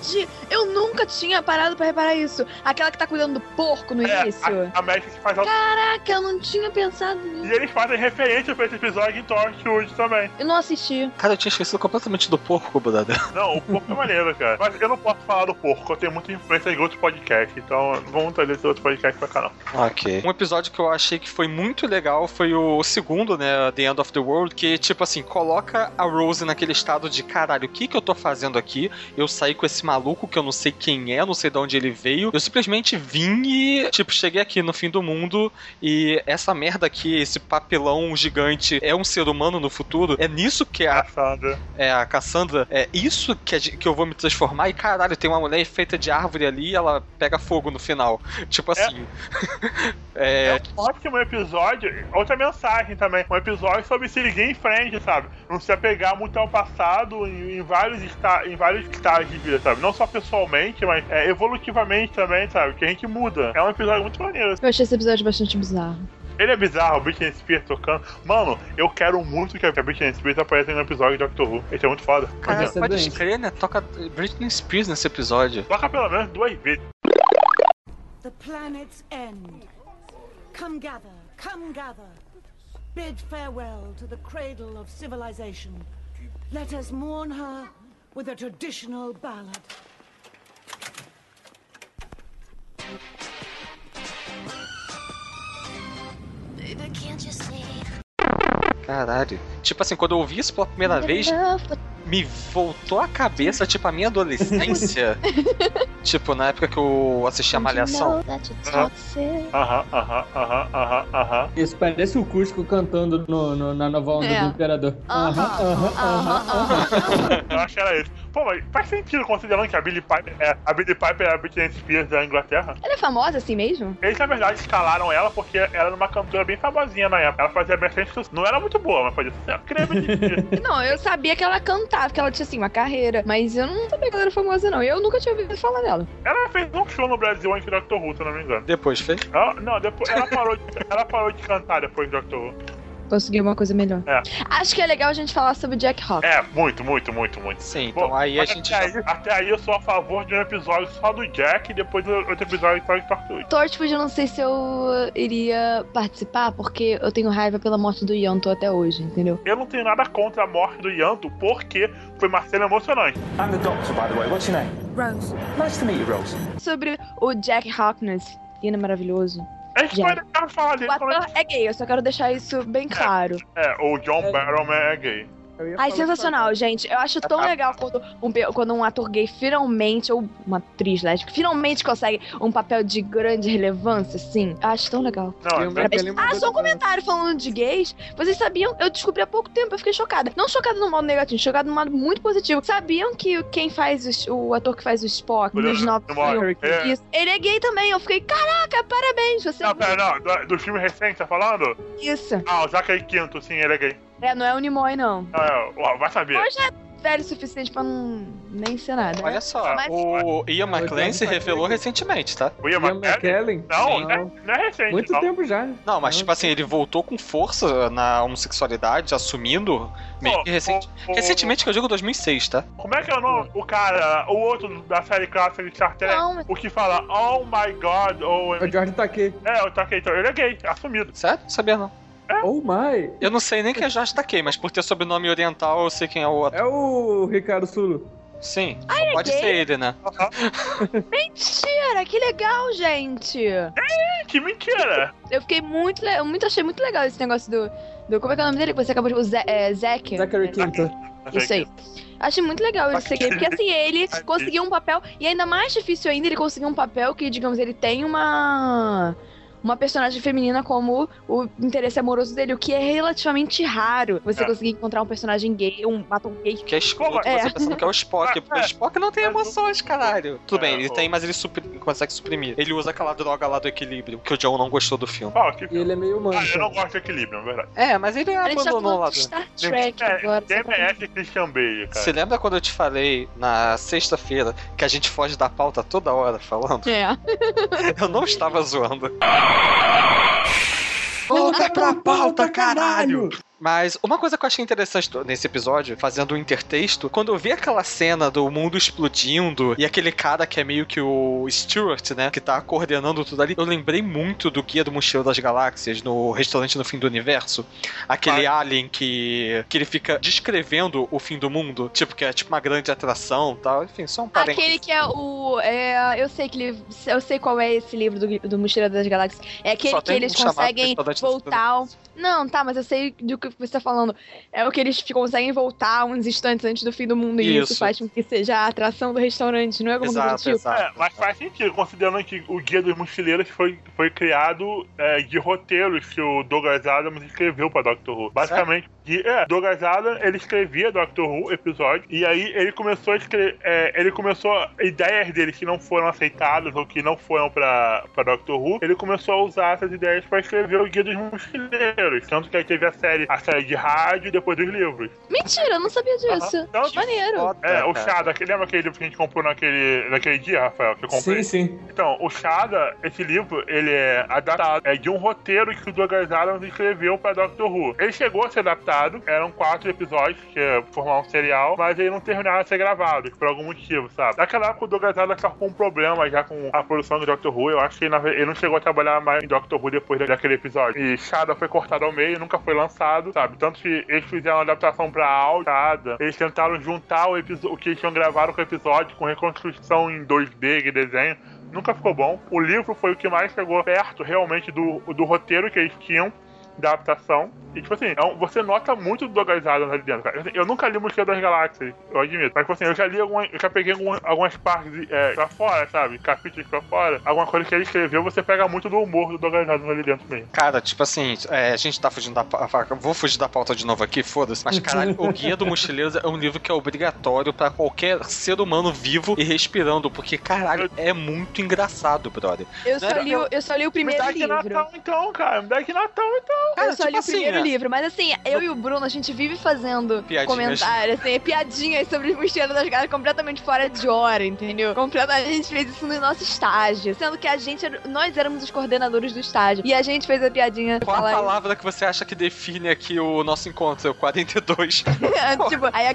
Speaker 6: Gente, eu nunca tinha parado pra reparar isso. Aquela que tá cuidando do porco no
Speaker 2: É,
Speaker 6: início.
Speaker 2: a, a Magic faz algo.
Speaker 1: Ah,
Speaker 6: Caraca, eu não tinha pensado nisso.
Speaker 2: E eles fazem referência pra esse episódio em Torchwood também.
Speaker 1: Eu não assisti.
Speaker 3: Cara, eu tinha esquecido completamente do porco, brother.
Speaker 2: Não, o porco é maneiro, cara. Mas eu não posso falar do porco, eu tenho muita influência de outros podcasts, então vamos trazer esse outro podcast pra cá, não.
Speaker 3: Ok. Um episódio que eu achei que foi muito legal foi foi o segundo, né? The End of the World, que, tipo assim, coloca a Rose naquele estado de caralho, o que que eu tô fazendo aqui? Eu saí com esse maluco que eu não sei quem é, não sei de onde ele veio. Eu simplesmente vim e, tipo, cheguei aqui no fim do mundo e essa merda aqui, esse papelão gigante, é um ser humano no futuro. É nisso que a,
Speaker 2: Engraçada.
Speaker 3: é, a Cassandra, é isso que, a gen- que eu vou me transformar. E caralho, tem uma mulher feita de árvore ali e ela pega fogo no final. Tipo assim. É.
Speaker 2: É um ótimo episódio, outra mensagem também. Um episódio sobre seguir em frente, sabe? Não se apegar muito ao passado em, em vários, esta, em vários estágios de vida, sabe? Não só pessoalmente, mas é, evolutivamente também, sabe? Que a gente muda. É um episódio muito maneiro.
Speaker 1: Eu achei esse episódio bastante bizarro.
Speaker 2: Ele é bizarro, o Britney Spears tocando. Mano, eu quero muito que a Britney Spears apareça no episódio de Doctor Who. Esse é muito foda.
Speaker 3: Cara,
Speaker 4: Essa é
Speaker 3: pode
Speaker 4: doente.
Speaker 3: crer, né? Toca Britney Spears nesse episódio.
Speaker 2: Toca pelo menos duas vezes.
Speaker 15: The planet's end. Come gather, come gather. Bid farewell to the cradle of civilization. Let us mourn her with a traditional ballad.
Speaker 3: Caralho. Tipo assim, quando eu ouvi isso pela primeira vez, me voltou a cabeça, tipo, a minha adolescência. tipo, na época que eu assisti a Malhação.
Speaker 2: Aham, aham, aham, aham, aham.
Speaker 4: Isso parece o Cusco cantando no, no- na nova onda
Speaker 6: É.
Speaker 4: do Imperador.
Speaker 6: Aham, aham, aham.
Speaker 2: Eu acho que era isso. Pô, mas faz sentido considerando que a Billy Piper é a, Billie Piper é a Britney Spears da Inglaterra.
Speaker 1: Ela é famosa assim mesmo?
Speaker 2: Eles, na verdade, escalaram ela porque ela era uma cantora bem famosinha na época. Ela fazia bastante sucesso. Não era muito boa, mas fazia sucesso. Creme de dia.
Speaker 1: Não, eu sabia que ela cantava, que ela tinha assim uma carreira, mas eu não sabia que ela era famosa não. Eu nunca tinha ouvido falar dela.
Speaker 2: Ela fez um show no Brasil antes do Doctor Who, se eu não me engano.
Speaker 3: Depois, fez?
Speaker 2: Ela- não, depois ela parou, de, ela parou de cantar depois do Doctor Who.
Speaker 1: Consegui uma coisa melhor.
Speaker 2: É.
Speaker 1: Acho que é legal a gente falar sobre Jack Hawk.
Speaker 2: É, muito, muito, muito, muito.
Speaker 3: Sim,
Speaker 2: Bom,
Speaker 3: então aí a
Speaker 2: mas é
Speaker 3: gente
Speaker 2: até,
Speaker 3: já...
Speaker 2: aí, até aí eu sou a favor de um episódio só do Jack e depois outro episódio só de Tortuga.
Speaker 1: Torchwood, eu tipo, não sei se eu uh, iria participar, porque eu tenho raiva pela morte do Yanto até hoje, entendeu?
Speaker 2: Eu não tenho nada contra a morte do Yanto, porque foi uma cena emocionante.
Speaker 5: I'm the doctor, by the way. What's your name?
Speaker 7: Rose.
Speaker 5: Nice to meet you, Rose.
Speaker 1: Sobre o Jack Harkness, ele é maravilhoso.
Speaker 2: A gente
Speaker 1: Gente.
Speaker 2: pode até falar
Speaker 1: O
Speaker 2: dele quando a
Speaker 1: ator
Speaker 2: gente-
Speaker 1: é gay, eu só quero deixar isso bem claro.
Speaker 2: É, o John Barrowman é gay.
Speaker 4: Eu ia
Speaker 1: Ai,
Speaker 4: falar
Speaker 1: sensacional, gente. Eu acho tão legal quando um, pe- quando um ator gay finalmente, ou uma atriz lésbica, finalmente consegue um papel de grande relevância, assim. Eu acho tão legal.
Speaker 2: Não,
Speaker 4: Eu
Speaker 2: é-
Speaker 4: lembro- eu lembro
Speaker 1: Ah,
Speaker 4: do-
Speaker 1: só um comentário falando de gays. Vocês sabiam? Eu descobri há pouco tempo, eu fiquei chocada. Não chocada no modo negativo, chocada no modo muito positivo. Sabiam que quem faz os- o, ator que faz o Spock
Speaker 2: William
Speaker 1: nos novos filmes,
Speaker 2: Moore. É.
Speaker 1: isso, ele é gay também. Eu fiquei, caraca, parabéns, você
Speaker 2: Não,
Speaker 1: é
Speaker 2: pera, não. Do, do filme recente, tá falando?
Speaker 1: isso.
Speaker 2: Ah, o Zachary Quinto, sim, ele é gay.
Speaker 1: É, não é o Nimoy, não.
Speaker 2: Não, é, ó, vai saber.
Speaker 1: Hoje é velho o suficiente pra não nem ser nada. né?
Speaker 3: Olha só,
Speaker 1: Mas-
Speaker 3: o Ian McLean se revelou recentemente, tá?
Speaker 2: O Ian
Speaker 4: Ian
Speaker 2: McKellen?
Speaker 4: McKellen?
Speaker 2: Não,
Speaker 4: Sim.
Speaker 2: não, é- não é recente,
Speaker 4: Muito
Speaker 2: não.
Speaker 4: tempo já.
Speaker 3: Não, mas tipo assim, ele voltou com força na homossexualidade, assumindo meio que
Speaker 2: Pô,
Speaker 3: recente...
Speaker 2: o- o-
Speaker 3: recentemente, que eu digo 2006, tá?
Speaker 2: Como é que é o nome? O cara, o outro da série clássica de Star Trek,
Speaker 1: Não, mas-
Speaker 2: o que fala Oh my god, ou.
Speaker 3: assim-
Speaker 4: O George tá aqui.
Speaker 2: É, o Takei, ele é gay, assumido.
Speaker 3: Sério? Não sabia não.
Speaker 2: É?
Speaker 4: Oh my!
Speaker 3: Eu não sei nem quem é Jorge Takei, mas por ter sobrenome oriental, eu sei quem é o outro.
Speaker 4: É o Ricardo Sulo.
Speaker 3: Sim, só pode
Speaker 1: gay?
Speaker 3: ser ele, né?
Speaker 1: Mentira, que legal, gente.
Speaker 2: Que mentira!
Speaker 1: Eu fiquei muito, le- eu muito achei muito legal esse negócio do, do como é que é o nome dele que você acabou de, o Ze, é, Zack.
Speaker 4: Zachary Quinto.
Speaker 1: Isso aí. Achei muito legal ele ser gay, porque assim, ele conseguiu um papel, e ainda mais difícil ainda, ele conseguiu um papel que, digamos, ele tem uma uma personagem feminina como o interesse amoroso dele, o que é relativamente raro. Você
Speaker 2: É.
Speaker 1: conseguir encontrar um personagem gay, um ator gay.
Speaker 3: Que é escroto,
Speaker 1: É.
Speaker 3: você pensando que é o Spock, porque o Spock não tem emoções, caralho. Tudo bem,
Speaker 2: É,
Speaker 3: ele
Speaker 2: o-
Speaker 3: tem, mas ele supri- consegue suprimir. Ele usa aquela droga lá do equilíbrio, que o John não gostou do filme.
Speaker 2: Ó, que
Speaker 4: E ele é meio humano.
Speaker 2: Ah, eu não
Speaker 4: cara.
Speaker 2: gosto de equilíbrio, na verdade.
Speaker 3: É, mas ele
Speaker 1: A gente tá
Speaker 3: abandonou
Speaker 1: falando
Speaker 3: lá do...
Speaker 1: de Star Trek agora.
Speaker 2: Quem
Speaker 6: tá
Speaker 1: sabe?
Speaker 2: merece Christian Bale, cara?
Speaker 3: Você lembra quando eu te falei na sexta-feira que a gente foge da pauta toda hora falando?
Speaker 1: É.
Speaker 3: Eu não estava zoando. Volta pra pauta, é caralho! Mas uma coisa que eu achei interessante do- nesse episódio, fazendo o intertexto, quando eu vi aquela cena do mundo explodindo e aquele cara que é meio que o Stewart, né, que tá coordenando tudo ali, eu lembrei muito do Guia do Mochila das Galáxias no Restaurante no Fim do Universo. Aquele alien que, que ele fica descrevendo o fim do mundo, tipo, que é tipo uma grande atração e tal. Enfim, só um parênteses.
Speaker 6: Aquele que é o. é, eu sei que livro. Eu sei qual é esse livro do, do Mochileiro das Galáxias. É aquele
Speaker 3: Só
Speaker 6: que
Speaker 3: tem
Speaker 6: eles
Speaker 3: um chamado
Speaker 6: conseguem
Speaker 3: Restaurante do
Speaker 6: voltar. ao- Não, tá, mas eu sei do que você tá falando. É o que eles fi- conseguem voltar uns instantes antes do fim do mundo. E isso,
Speaker 3: Isso.
Speaker 6: faz com que seja a atração do restaurante, não é alguma coisa do
Speaker 3: Exato,
Speaker 6: tipo?
Speaker 3: exato.
Speaker 2: É, mas faz sentido, considerando que o Guia dos Mochileiros foi, foi criado é, de roteiros que o Douglas Adams escreveu pra Doctor Who. Basicamente, e, é, Douglas Adams, ele escrevia Doctor Who episódio, e aí ele começou a escrever, é, ele começou, ideias dele que não foram aceitadas ou que não foram pra, pra Doctor Who, ele começou a usar essas ideias pra escrever o Guia dos Mochileiros, tanto que aí teve a série, a série de rádio e depois dos livros.
Speaker 6: Mentira, eu não sabia disso.
Speaker 2: Então,
Speaker 6: Maneiro.
Speaker 3: Foda,
Speaker 2: é, o
Speaker 3: cara.
Speaker 2: Chada, que- lembra aquele livro que a gente comprou naquele, naquele dia, Rafael? Que eu comprei?
Speaker 4: Sim, sim.
Speaker 2: Então, o Shada, esse livro, ele é adaptado é de um roteiro que o Douglas Adams escreveu pra Doctor Who. Ele chegou a ser adaptado, eram quatro episódios, que é formar um serial, mas ele não terminaram de ser gravado, por algum motivo, sabe? Naquela época, o Douglas Adams tava com um problema já com a produção do Doctor Who, eu acho que na ve- ele não chegou a trabalhar mais em Doctor Who depois da- daquele episódio. E Shada foi cortado ao meio, nunca foi lançado, sabe? Tanto que eles fizeram uma adaptação pra áudio, Shada, eles tentaram juntar o, episo- o que eles tinham gravado com o episódio, com reconstrução em 2D, e desenho, nunca ficou bom. O livro foi o que mais chegou perto realmente do, do roteiro que eles tinham da adaptação. E tipo assim, é um- você nota muito do Douglas Adams ali dentro, cara. Tipo assim, Eu, eu nunca li Mochila das Galáxias, eu admito. Mas tipo assim, eu já li algumas. Eu já peguei algumas, algumas partes é, pra fora, sabe? Capítulos pra fora. Alguma coisa que ele escreveu, você pega muito do humor do Douglas Adams ali dentro mesmo.
Speaker 3: Cara, tipo assim, é, a gente tá fugindo da pauta. Vou fugir da pauta de novo aqui, foda-se. Mas, caralho, o Guia do Mochileiro é um livro que é obrigatório pra qualquer ser humano vivo e respirando, porque, caralho, é muito engraçado, brother.
Speaker 6: Eu só,
Speaker 3: Não,
Speaker 6: li, o- eu só li o
Speaker 2: Me
Speaker 6: primeiro
Speaker 2: dá de
Speaker 6: livro.
Speaker 2: Natal então, cara. Me dá de Natal então.
Speaker 3: Cara,
Speaker 6: eu só
Speaker 3: tipo
Speaker 6: li o
Speaker 3: assim,
Speaker 6: primeiro
Speaker 3: é.
Speaker 6: livro, mas assim, eu e o Bruno, a gente vive fazendo
Speaker 3: Piadinhas.
Speaker 6: comentários, assim, piadinhas sobre os mochileiros das galas completamente fora de hora, entendeu? Completamente, a gente fez isso no nosso estágio, sendo que a gente, era- nós éramos os coordenadores do estágio, e a gente fez a piadinha
Speaker 3: Qual a
Speaker 6: falar
Speaker 3: palavra que você acha que define aqui o nosso encontro? É o 42.
Speaker 6: tipo, é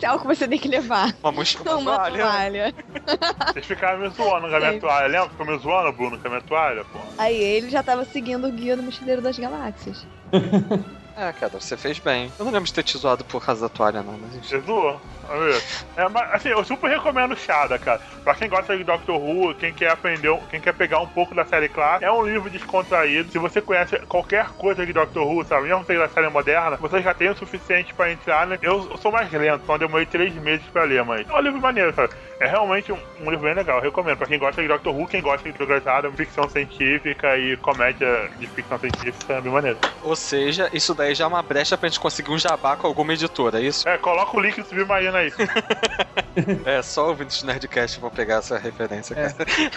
Speaker 6: tá
Speaker 3: Uma mochila
Speaker 6: Uma
Speaker 3: toalha.
Speaker 6: toalha.
Speaker 2: Vocês ficaram me zoando com a minha
Speaker 6: Sim.
Speaker 2: toalha. Lembra? Ficou me zoando, Bruno, com a minha toalha, pô.
Speaker 6: Aí ele já tava seguindo o guia do Mochileiro das Galáxias.
Speaker 3: É, cara, você fez bem. Eu não lembro de ter te zoado por causa da toalha, não, mas enfim.
Speaker 2: Você zoou. amigo. É, mas assim, eu super recomendo Shada, cara. Pra quem gosta de Doctor Who, quem quer aprender, um- quem quer pegar um pouco da série clássica, é um livro descontraído. Se você conhece qualquer coisa de Doctor Who, sabe? Mesmo seja da série moderna, você já tem o suficiente pra entrar, né? Eu sou mais lento, então eu demorei três meses pra ler, mas é um livro maneiro, cara. É realmente um, um livro bem legal, eu recomendo. Pra quem gosta de Doctor Who, quem gosta de progressada, ficção científica e comédia de ficção científica, é bem maneiro.
Speaker 3: Ou seja, isso daí já é uma brecha pra gente conseguir um jabá com alguma editora, é isso?
Speaker 2: É, coloca o link do Submarino aí.
Speaker 3: É, só ouvintes do Nerdcast vão pegar essa referência, cara.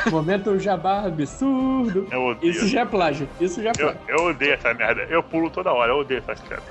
Speaker 4: Momento jabá absurdo.
Speaker 2: Eu odeio.
Speaker 4: Isso já é plágio. Isso já é
Speaker 2: Eu,
Speaker 4: plágio.
Speaker 2: eu odeio essa merda. Eu pulo toda hora, eu odeio essa merda.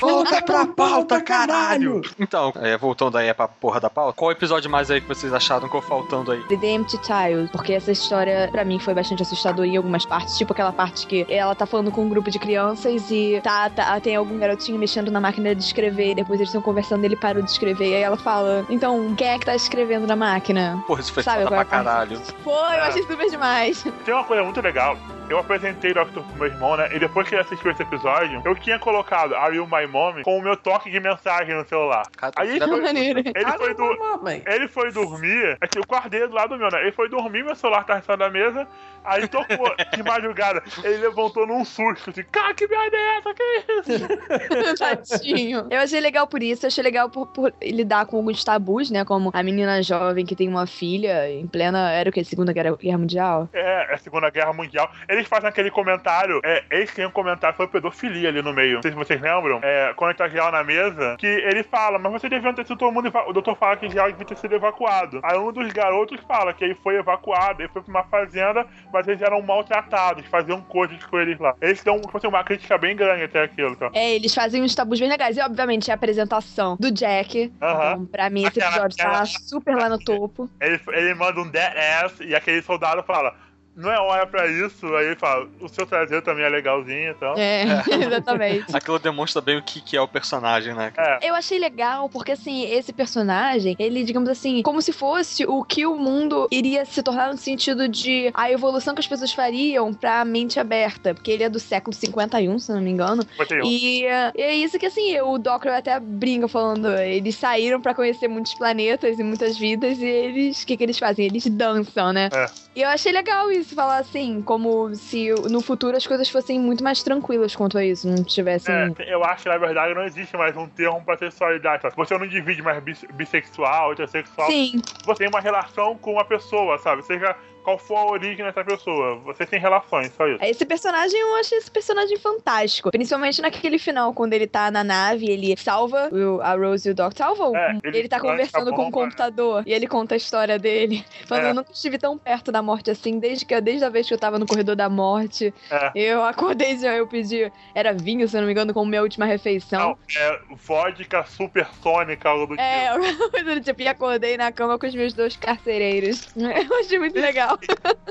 Speaker 3: Volta pra pauta,
Speaker 1: tá
Speaker 4: caralho!
Speaker 3: Então, é, voltando aí pra porra da pauta, qual episódio mais aí que vocês acharam que ficou faltando aí?
Speaker 1: The Damned Child, porque essa história pra mim foi bastante assustadora em algumas partes, tipo aquela parte que ela tá falando com um grupo de crianças e tá, tá- tem algum garotinho mexendo na máquina de escrever, e depois eles estão conversando, ele parou de escrever, e aí ela fala: "Então, quem é que tá escrevendo na máquina?"
Speaker 3: Porra, isso foi
Speaker 1: Sabe
Speaker 3: foda
Speaker 1: qual é
Speaker 3: pra
Speaker 1: a parte?
Speaker 3: caralho.
Speaker 6: Pô, eu achei super demais.
Speaker 2: Tem uma coisa muito legal. Eu apresentei Doctor Who pro meu irmão, né? E depois que ele assistiu esse episódio, eu tinha colocado Are You My Mommy com o meu toque de mensagem no celular.
Speaker 3: Cara,
Speaker 2: Aí
Speaker 3: filha da puta.
Speaker 6: Maneiro.
Speaker 2: Ele foi do.
Speaker 4: mamãe.
Speaker 2: Ele foi dormir, é que eu guardei do lado meu, né? Ele foi dormir, meu celular tava em cima da mesa, aí tocou de madrugada. Ele levantou num susto, assim, cara, que merda é essa? Que isso?
Speaker 6: Tadinho. Eu achei legal por isso, eu achei legal por, por lidar com alguns tabus, né? Como a menina jovem que tem uma filha em plena. Era o que? Segunda Guerra, Guerra Mundial?
Speaker 2: É, é a Segunda Guerra Mundial. Eles fazem aquele comentário, é, eles têm um comentário sobre pedofilia ali no meio. Não sei se vocês lembram, é, quando ele tá geral na mesa, que ele fala, mas vocês deviam ter sido todo mundo, eva- o doutor fala que geral devia ter sido evacuado. Aí um dos garotos fala que ele foi evacuado, ele foi pra uma fazenda, mas eles eram maltratados, faziam coisas com eles lá. Eles dão tipo assim, uma crítica bem grande até aquilo, tá?
Speaker 6: É, eles fazem uns tabus bem legais. E, obviamente, a apresentação do Jack.
Speaker 2: Aham.
Speaker 6: Então, pra mim, esse
Speaker 2: Aquela-
Speaker 6: episódio tá
Speaker 2: aquela-
Speaker 6: super lá no topo.
Speaker 2: Ele, ele manda um dead ass e aquele soldado fala, não é hora pra isso. Aí ele fala, o seu traseiro também é legalzinho e tal.
Speaker 1: É, exatamente.
Speaker 3: Aquilo demonstra bem o que, que é o personagem, né?
Speaker 2: É.
Speaker 1: Eu achei legal, porque assim, esse personagem, ele, digamos assim, como se fosse o que o mundo iria se tornar no sentido de a evolução que as pessoas fariam pra mente aberta. Porque ele é do século 51, se não me engano.
Speaker 2: 51.
Speaker 1: E eh, é isso que assim, o Doctor até brinca falando, eles saíram pra conhecer muitos planetas e muitas vidas, e eles. O que, que eles fazem? Eles dançam, né?
Speaker 2: É.
Speaker 1: E eu achei legal isso, falar assim, como se no futuro as coisas fossem muito mais tranquilas quanto a isso, não tivessem.
Speaker 2: É, eu acho que na verdade não existe mais um termo pra sexualidade. sabe? Você não divide mais bis- bissexual, heterossexual.
Speaker 1: Sim,
Speaker 2: Você tem uma relação com uma pessoa, sabe? Seja qual for a origem dessa pessoa. Você tem relações, só isso.
Speaker 1: Esse personagem, eu acho esse personagem fantástico. Principalmente naquele final, quando ele tá na nave, ele salva o- a Rose e o Doc. Salva o-
Speaker 2: É,
Speaker 1: ele,
Speaker 2: ele
Speaker 1: tá
Speaker 2: lança a
Speaker 1: conversando com o
Speaker 2: bomba,
Speaker 1: computador e ele conta a história dele. Falando,
Speaker 2: É.
Speaker 1: eu nunca estive tão perto da morte assim, desde, que, desde a vez que eu tava no corredor da morte.
Speaker 2: É.
Speaker 1: Eu acordei e eu pedi. Era vinho, se eu não me engano, como minha última refeição.
Speaker 2: Não, é vodka supersônica, algo do
Speaker 1: É, eu tipo, e acordei na cama com os meus dois carcereiros. Eu achei muito legal.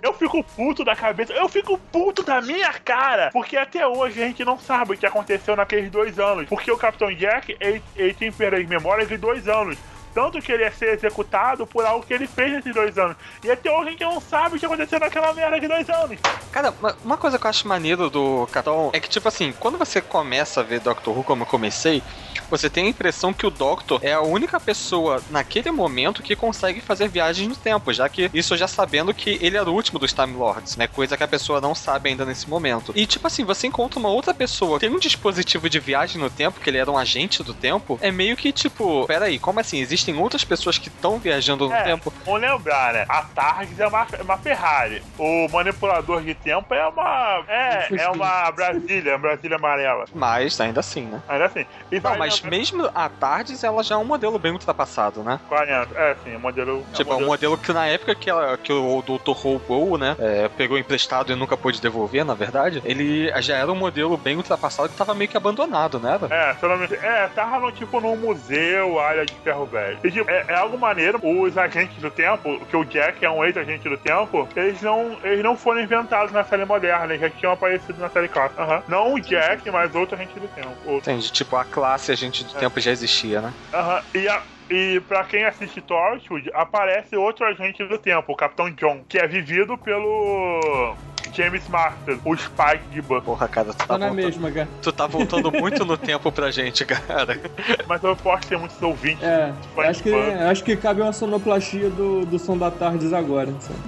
Speaker 2: Eu fico puto da cabeça, eu fico puto da minha cara, porque até hoje a gente não sabe o que aconteceu naqueles dois anos. Porque o Capitão Jack, ele, ele tem perda de memória de dois anos. Tanto que ele ia ser executado por algo que ele fez nesses dois anos. E até hoje a gente não sabe o que aconteceu naquela merda de dois anos.
Speaker 3: Cara, uma- uma coisa que eu acho maneiro do Capitão é que, tipo assim, quando você começa a ver Doctor Who, como eu comecei, você tem a impressão que o Doctor é a única pessoa naquele momento que consegue fazer viagens no tempo, já que isso já sabendo que ele era o último dos Time Lords, né? Coisa que a pessoa não sabe ainda nesse momento. E, tipo assim, você encontra uma outra pessoa que tem um dispositivo de viagem no tempo, que ele era um agente do tempo, é meio que, tipo, peraí, como assim? Existem outras pessoas que estão viajando no
Speaker 2: É.
Speaker 3: tempo?
Speaker 2: Vamos lembrar, né? A Targs é uma, é uma Ferrari. O manipulador de tempo é uma. É, é uma Brasília, Brasília amarela.
Speaker 3: Mas ainda assim, né?
Speaker 2: Ainda assim. E
Speaker 3: Não,
Speaker 2: vai lembrar-
Speaker 3: mas mesmo a Tardes, ela já é um modelo bem ultrapassado, né?
Speaker 2: 40. É, sim, o modelo. é
Speaker 3: Tipo, é um
Speaker 2: modelo-
Speaker 3: modelo que na época que, ela, que o Dr. roubou, né? é, pegou emprestado e nunca pôde devolver, na verdade. Ele já era um modelo bem ultrapassado que tava meio que abandonado, né? era?
Speaker 2: É, se eu não me... é, tava no, tipo num museu, área de ferro velho. E tipo, é, é algo maneiro, os agentes do tempo, que o Jack é um ex-agente do tempo, eles não, eles não foram inventados na série moderna, eles já tinham aparecido na série clássica. Aham. Não o Jack, mas outro agente do tempo. Outro.
Speaker 3: Entende? Tipo, a classe agente do tempo já existia, né?
Speaker 2: Aham. E a- E pra quem assiste Torchwood, aparece outro agente do tempo, o Capitão John, que é vivido pelo James Master, o Spike de Buck.
Speaker 3: Porra, cara, tu tá,
Speaker 4: Tá na
Speaker 3: voltando,
Speaker 4: mesma, cara.
Speaker 3: tu tá voltando muito no tempo pra gente, cara.
Speaker 2: Mas eu posso ter muitos ouvintes.
Speaker 4: É,
Speaker 2: Fã de
Speaker 4: acho que,
Speaker 2: Tipo, fã.
Speaker 4: acho que cabe uma sonoplastia do, do som da Tardes agora. sabe?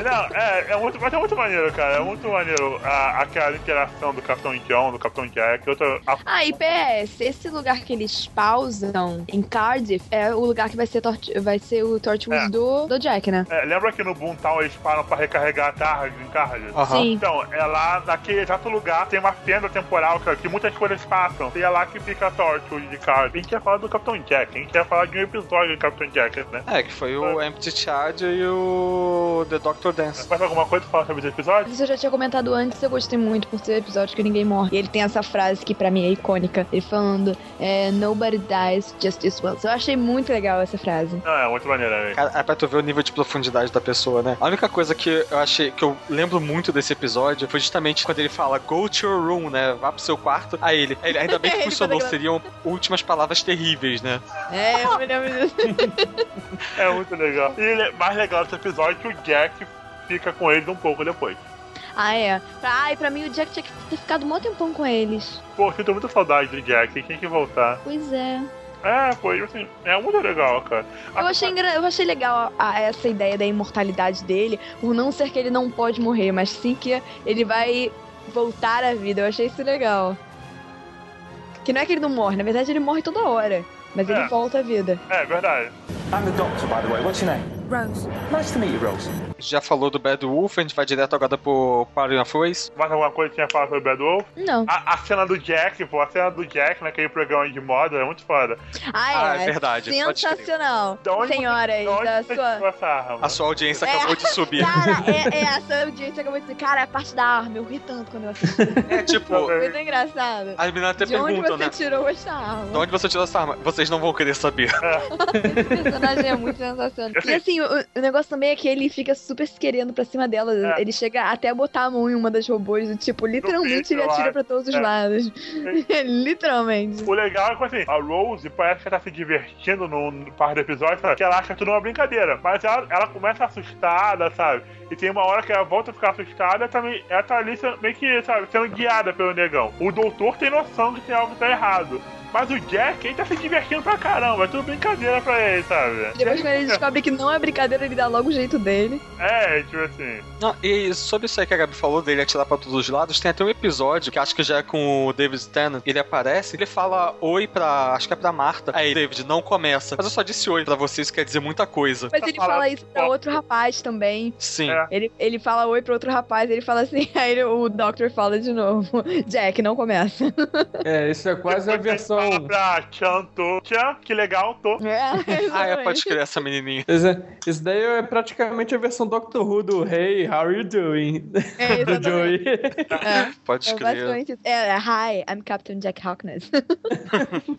Speaker 2: Não, é, é muito, mas é muito maneiro, cara. É muito maneiro a, aquela interação do Capitão John, do Capitão Jack. Outra, a-
Speaker 1: Ah, e PS, esse lugar que eles pausam em Cardiff é o lugar que vai ser, Tort- vai ser o Torchwood
Speaker 2: É.
Speaker 1: do, do Jack, né?
Speaker 2: é, lembra que no Boomtown eles param pra recarregar a tarde em Cardiff?
Speaker 3: Aham.
Speaker 1: Sim.
Speaker 2: Então, é lá naquele exato lugar, tem uma fenda temporal, cara, que muitas coisas passam. E é lá que fica a Torchwood de Cardiff. A gente quer falar do Capitão Jack, a gente quer falar de um episódio do Capitão Jack, né?
Speaker 3: É, que foi o Empty Charge e o The Doctor Dance.
Speaker 2: Mais alguma coisa pra falar sobre esse episódio?
Speaker 1: Isso eu já tinha comentado antes, eu gostei muito por ser episódio que ninguém morre. E ele tem essa frase que pra mim é icônica. Ele falando, é, Nobody dies, just this once. Eu achei muito legal essa frase.
Speaker 2: Não, é muito maneiro, né?
Speaker 3: Cara, é pra tu ver o nível de profundidade da pessoa, né? A única coisa que eu achei, que eu lembro muito desse episódio foi justamente quando ele fala Go to your room, né? Vá pro seu quarto. Aí ele, ele ainda bem que
Speaker 1: É, Ele tá
Speaker 3: funcionou,
Speaker 1: faz aquela-
Speaker 3: seriam últimas palavras terríveis, né?
Speaker 1: É, eu me lembro disso.
Speaker 2: É muito legal. E ele- mais legal desse episódio é que o Jack fica com eles um pouco depois.
Speaker 1: Ah, é. Pra- Ai, pra mim o Jack tinha que ter ficado um tempão com eles.
Speaker 2: Pô, eu sinto muita saudade do Jack, tem que voltar.
Speaker 1: Pois é.
Speaker 2: É, foi assim, é muito legal, cara.
Speaker 1: Eu achei, engra- eu achei legal a- a- essa ideia da imortalidade dele, por não ser que ele não pode morrer, mas sim que ele vai voltar à vida. Eu achei isso legal. Que não é que ele não morre, na verdade ele morre toda hora, mas ele
Speaker 2: É.
Speaker 1: volta à vida.
Speaker 2: É verdade.
Speaker 16: I'm the doctor, by the way. What's your name?
Speaker 7: Rose.
Speaker 16: Nice to meet you, Rose.
Speaker 3: A gente já falou do Bad Wolf, a gente vai direto agora pro Party of Ways.
Speaker 2: Mais alguma coisa que tinha falado sobre o Bad Wolf?
Speaker 1: Não.
Speaker 2: A, a cena do Jack, pô, a cena do Jack naquele programa de moda é muito foda.
Speaker 3: Ah,
Speaker 1: Ah, é.
Speaker 3: é verdade, pode crer.
Speaker 1: Sensacional.
Speaker 2: Da onde
Speaker 1: Senhoras,
Speaker 2: você, da onde
Speaker 1: da
Speaker 2: você
Speaker 1: sua.
Speaker 2: tirou essa arma?
Speaker 3: A sua audiência
Speaker 1: É.
Speaker 3: acabou de subir.
Speaker 1: Cara, é, é essa audiência acabou de dizer.
Speaker 6: é
Speaker 1: Cara, a parte da arma, eu ri tanto quando eu assisti.
Speaker 3: É tipo,
Speaker 1: Muito engraçado.
Speaker 3: as meninas até
Speaker 1: De onde
Speaker 3: perguntam,
Speaker 1: você
Speaker 3: né? Então-
Speaker 1: tirou essa
Speaker 3: De
Speaker 1: arma?
Speaker 3: onde você tirou essa arma? Vocês não vão querer saber.
Speaker 1: Esse personagem é muito sensacional. E assim, o, o negócio também é que ele fica su-
Speaker 6: super se querendo pra cima dela.
Speaker 2: É.
Speaker 6: Ele chega até a botar a mão em uma das robôs, do tipo, literalmente
Speaker 2: peito,
Speaker 6: ele
Speaker 2: eu
Speaker 6: atira
Speaker 2: acho.
Speaker 6: pra todos os
Speaker 2: É.
Speaker 6: lados. literalmente.
Speaker 2: O legal é que assim, a Rose parece que ela tá se divertindo no, no parte do episódio, sabe? Que ela acha tudo uma brincadeira. Mas ela, ela começa assustada, sabe? E tem uma hora que ela volta a ficar assustada também. Ela tá ali sendo- meio que, sabe, sendo guiada pelo negão. O doutor tem noção de que tem algo que tá errado. Mas o Jack, ele tá se divertindo pra caramba. É tudo brincadeira pra ele, sabe?
Speaker 6: Depois, quando ele descobre que não é brincadeira, ele dá logo o jeito dele.
Speaker 2: É, tipo assim.
Speaker 3: Não, e sobre isso aí que a Gabi falou dele atirar pra todos os lados, tem até um episódio que acho que já é com o David Tennant, ele aparece, ele fala oi pra. acho que é pra Marta. Aí, David, não começa. Mas eu só disse oi pra você, isso quer dizer muita coisa.
Speaker 6: Mas ele fala isso pra outro rapaz também.
Speaker 3: Sim.
Speaker 2: É.
Speaker 6: Ele, ele fala oi pro outro rapaz, ele fala assim, aí ele- o Doctor fala de novo. Jack, não começa.
Speaker 4: É, isso é quase a
Speaker 2: Depois ele
Speaker 4: versão.
Speaker 2: Fala pra Chan, tô. Chan, que legal, tô.
Speaker 3: Ah, é, pode crer essa menininha.
Speaker 4: Isso é- Isso daí é praticamente a versão Doctor Who do Hey, how are you doing?
Speaker 6: É,
Speaker 4: do
Speaker 6: exatamente.
Speaker 4: Joey.
Speaker 6: É,
Speaker 3: Pode
Speaker 6: é
Speaker 3: crer.
Speaker 6: basicamente isso. É, é, hi, I'm Captain Jack Harkness.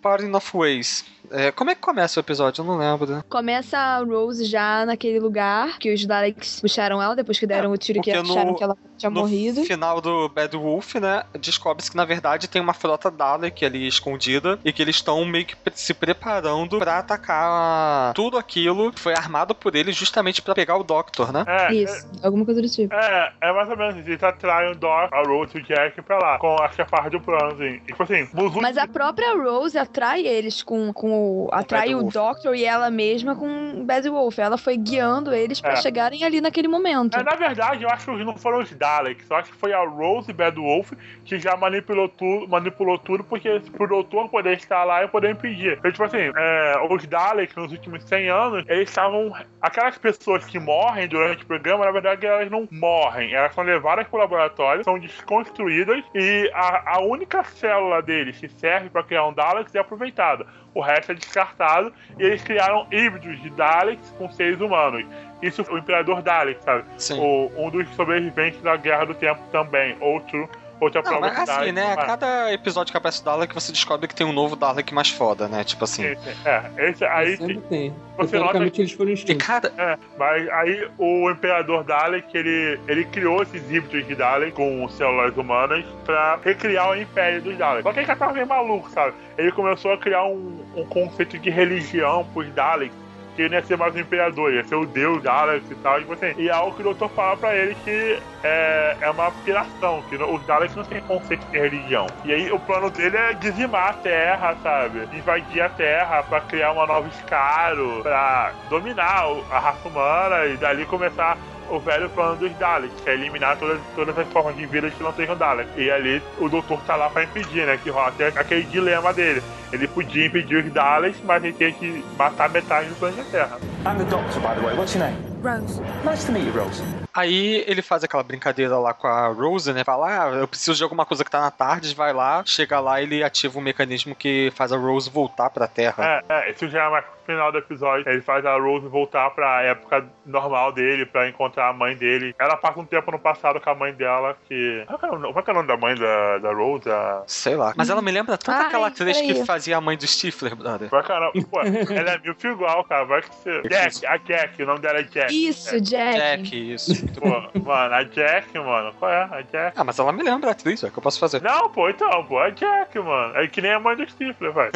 Speaker 3: Parting of Ways. É, como é que começa o episódio? Eu não lembro.
Speaker 6: Começa a Rose já naquele lugar que os Daleks puxaram ela, depois que deram o tiro que
Speaker 3: porque no-
Speaker 6: acharam que ela tinha
Speaker 3: no
Speaker 6: morrido.
Speaker 3: final do Bad Wolf, né, descobre-se que na verdade tem uma frota Dalek ali escondida e que eles estão meio que pre- se preparando pra atacar tudo aquilo que foi armado por eles justamente pra pegar o Doctor, né?
Speaker 2: É,
Speaker 6: Isso, alguma coisa do tipo.
Speaker 2: É, é mais ou menos isso. Eles atraem o Doc, a Rose e o Jack pra lá, com a chefada do plano, assim. E, tipo assim, Buzu
Speaker 6: Mas a própria Rose atrai eles com, com o. Atrai
Speaker 3: Bad
Speaker 6: o
Speaker 3: Wolf.
Speaker 6: Doctor e ela mesma com o Bad Wolf. Ela foi guiando eles pra
Speaker 2: É.
Speaker 6: chegarem ali naquele momento.
Speaker 2: É, na verdade, eu acho que não foram os Daleks. Eu acho que foi a Rose e Bad Wolf que já manipulou tudo, manipulou tudo porque pro doutor poder estar lá e poder impedir. Então, tipo assim, é, os Daleks nos últimos 100 anos, eles estavam. Aquelas pessoas que morrem durante o programa, na verdade, elas não morrem. Elas são levadas pro laboratório, são desconstruídas e a, a única célula deles que serve para criar um Daleks é aproveitada. O resto é descartado e eles criaram híbridos de Daleks com seres humanos. Isso o Imperador Dalek, sabe?
Speaker 3: Sim.
Speaker 2: o- um dos sobreviventes da Guerra do Tempo também, outro, outra
Speaker 3: Não, mas
Speaker 2: probabilidade.
Speaker 3: assim, né? A
Speaker 2: mas-
Speaker 3: cada episódio que aparece o Dalek, você descobre que tem um novo Dalek mais foda, né? Tipo assim.
Speaker 2: Esse, é, esse aí
Speaker 4: Sempre
Speaker 2: sim.
Speaker 4: tem.
Speaker 2: nota-
Speaker 4: Teoricamente eles foram
Speaker 3: E
Speaker 4: extintos.
Speaker 3: cara,
Speaker 2: É, mas aí o Imperador Dalek, ele, ele criou esses híbridos de Dalek com células humanas pra recriar o Império dos Daleks. Só que ele já tava meio maluco, sabe? Ele começou a criar um, um conceito de religião pros Daleks, que ele não ia ser mais o Imperador, ia ser o Deus Daleks e tal, e você. E é algo que o doutor fala pra ele que é, é uma piração, que não- os Daleks não têm conceito de religião. E aí o plano dele é dizimar a Terra, sabe? Invadir a Terra pra criar uma nova Scaro, pra dominar o- a raça humana e dali começar o velho plano dos Daleks, que é eliminar todas, todas as formas de vida que não sejam Daleks. E ali o doutor tá lá pra impedir, né? Que rola até aquele dilema dele. Ele podia impedir os Daleks, mas ele tinha que matar metade do planeta Terra.
Speaker 5: I'm the doctor, by the way. What's your name?
Speaker 7: Rose.
Speaker 5: Nice to meet you, Rose.
Speaker 3: aí ele faz aquela brincadeira lá com a Rose, né? Fala, ah, eu preciso de alguma coisa que tá na tarde, vai lá, chega lá ele ativa um mecanismo que faz a Rose voltar pra Terra.
Speaker 2: É, é, isso já é mais pro final do episódio. Ele faz a Rose voltar pra época normal dele, pra encontrar a mãe dele. Ela passa um tempo no passado com a mãe dela, que. Qual que é o nome, qual que é o nome da mãe da, da Rose? A...
Speaker 3: Sei lá. Mas ela me lembra tanto
Speaker 6: Ai,
Speaker 3: aquela atriz que
Speaker 6: peraí.
Speaker 3: fazia a mãe do Stifler, brother.
Speaker 2: Vai, caramba, pô, ela é mil igual, cara. Vai que você. Jack, a Jack, o nome dela é Jack.
Speaker 6: Isso,
Speaker 1: É,
Speaker 6: Jack.
Speaker 3: Jack, É, isso. Muito bom.
Speaker 2: Pô, mano, a Jack, mano. Qual é? A Jack.
Speaker 3: Ah, mas ela me lembra a atriz, é o que eu posso fazer.
Speaker 2: Não, pô, então, pô, a Jack, mano. É que nem a mãe do Stifler, vai.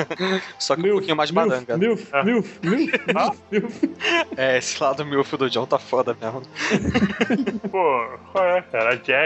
Speaker 3: Só que um
Speaker 4: Milf,
Speaker 3: pouquinho mais
Speaker 4: milf,
Speaker 3: baranga.
Speaker 4: Milf,
Speaker 2: Ah.
Speaker 4: milf, milf,
Speaker 2: Ah.
Speaker 4: milf, milf.
Speaker 3: É, esse lado meu filho do John tá foda mesmo.
Speaker 2: Pô, qual é, cara? A Jack.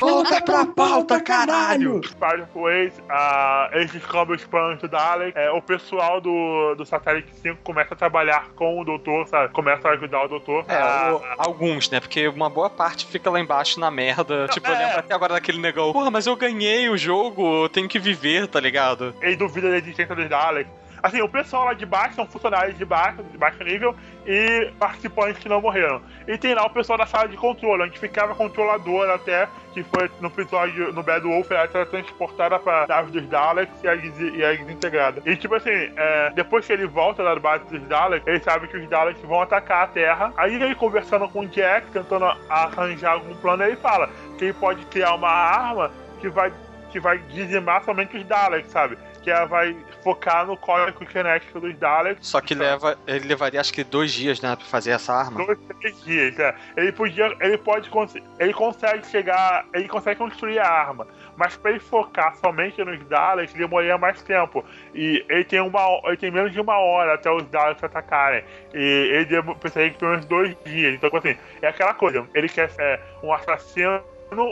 Speaker 3: Volta pra pauta, caralho!
Speaker 2: Spider Ways, ah, eles descobrem os planos do Dalek. É, o pessoal do, do Satellite 5 começa a trabalhar com o doutor, sabe? Começa a ajudar o doutor.
Speaker 3: É,
Speaker 2: Ah,
Speaker 3: o- alguns, né? Porque uma boa parte fica lá embaixo na merda. Tipo, eu
Speaker 2: é.
Speaker 3: lembro até agora daquele negão. Porra, mas eu ganhei o jogo, eu tenho que viver, tá ligado?
Speaker 2: Ele duvida da existência dos Daleks. Assim, o pessoal lá de baixo são funcionários de baixo, de baixo nível e participantes que não morreram. E tem lá o pessoal da sala de controle, onde ficava a controladora até, que foi no episódio no Bad Wolf, ela era transportada pra nave dos Daleks e é, des- e é desintegrada. E tipo assim, é, depois que ele volta da base dos Daleks, ele sabe que os Daleks vão atacar a Terra. Aí ele conversando com o Jack, tentando arranjar algum plano, ele fala que ele pode criar uma arma que vai que vai dizimar somente os Daleks, sabe? Que ela vai focar no código genético dos Daleks.
Speaker 3: Só que leva, ele levaria acho que dois dias, né, pra fazer essa arma.
Speaker 2: Dois, três dias, é. Ele podia. Ele pode. cons- Ele consegue chegar. Ele consegue construir a arma. Mas pra ele focar somente nos Daleks, demoraria mais tempo. E ele tem uma. Ele tem menos de uma hora até os Daleks atacarem. E ele demo- precisaria de pelo menos dois dias. Então, assim, é aquela coisa. Ele quer ser um assassino.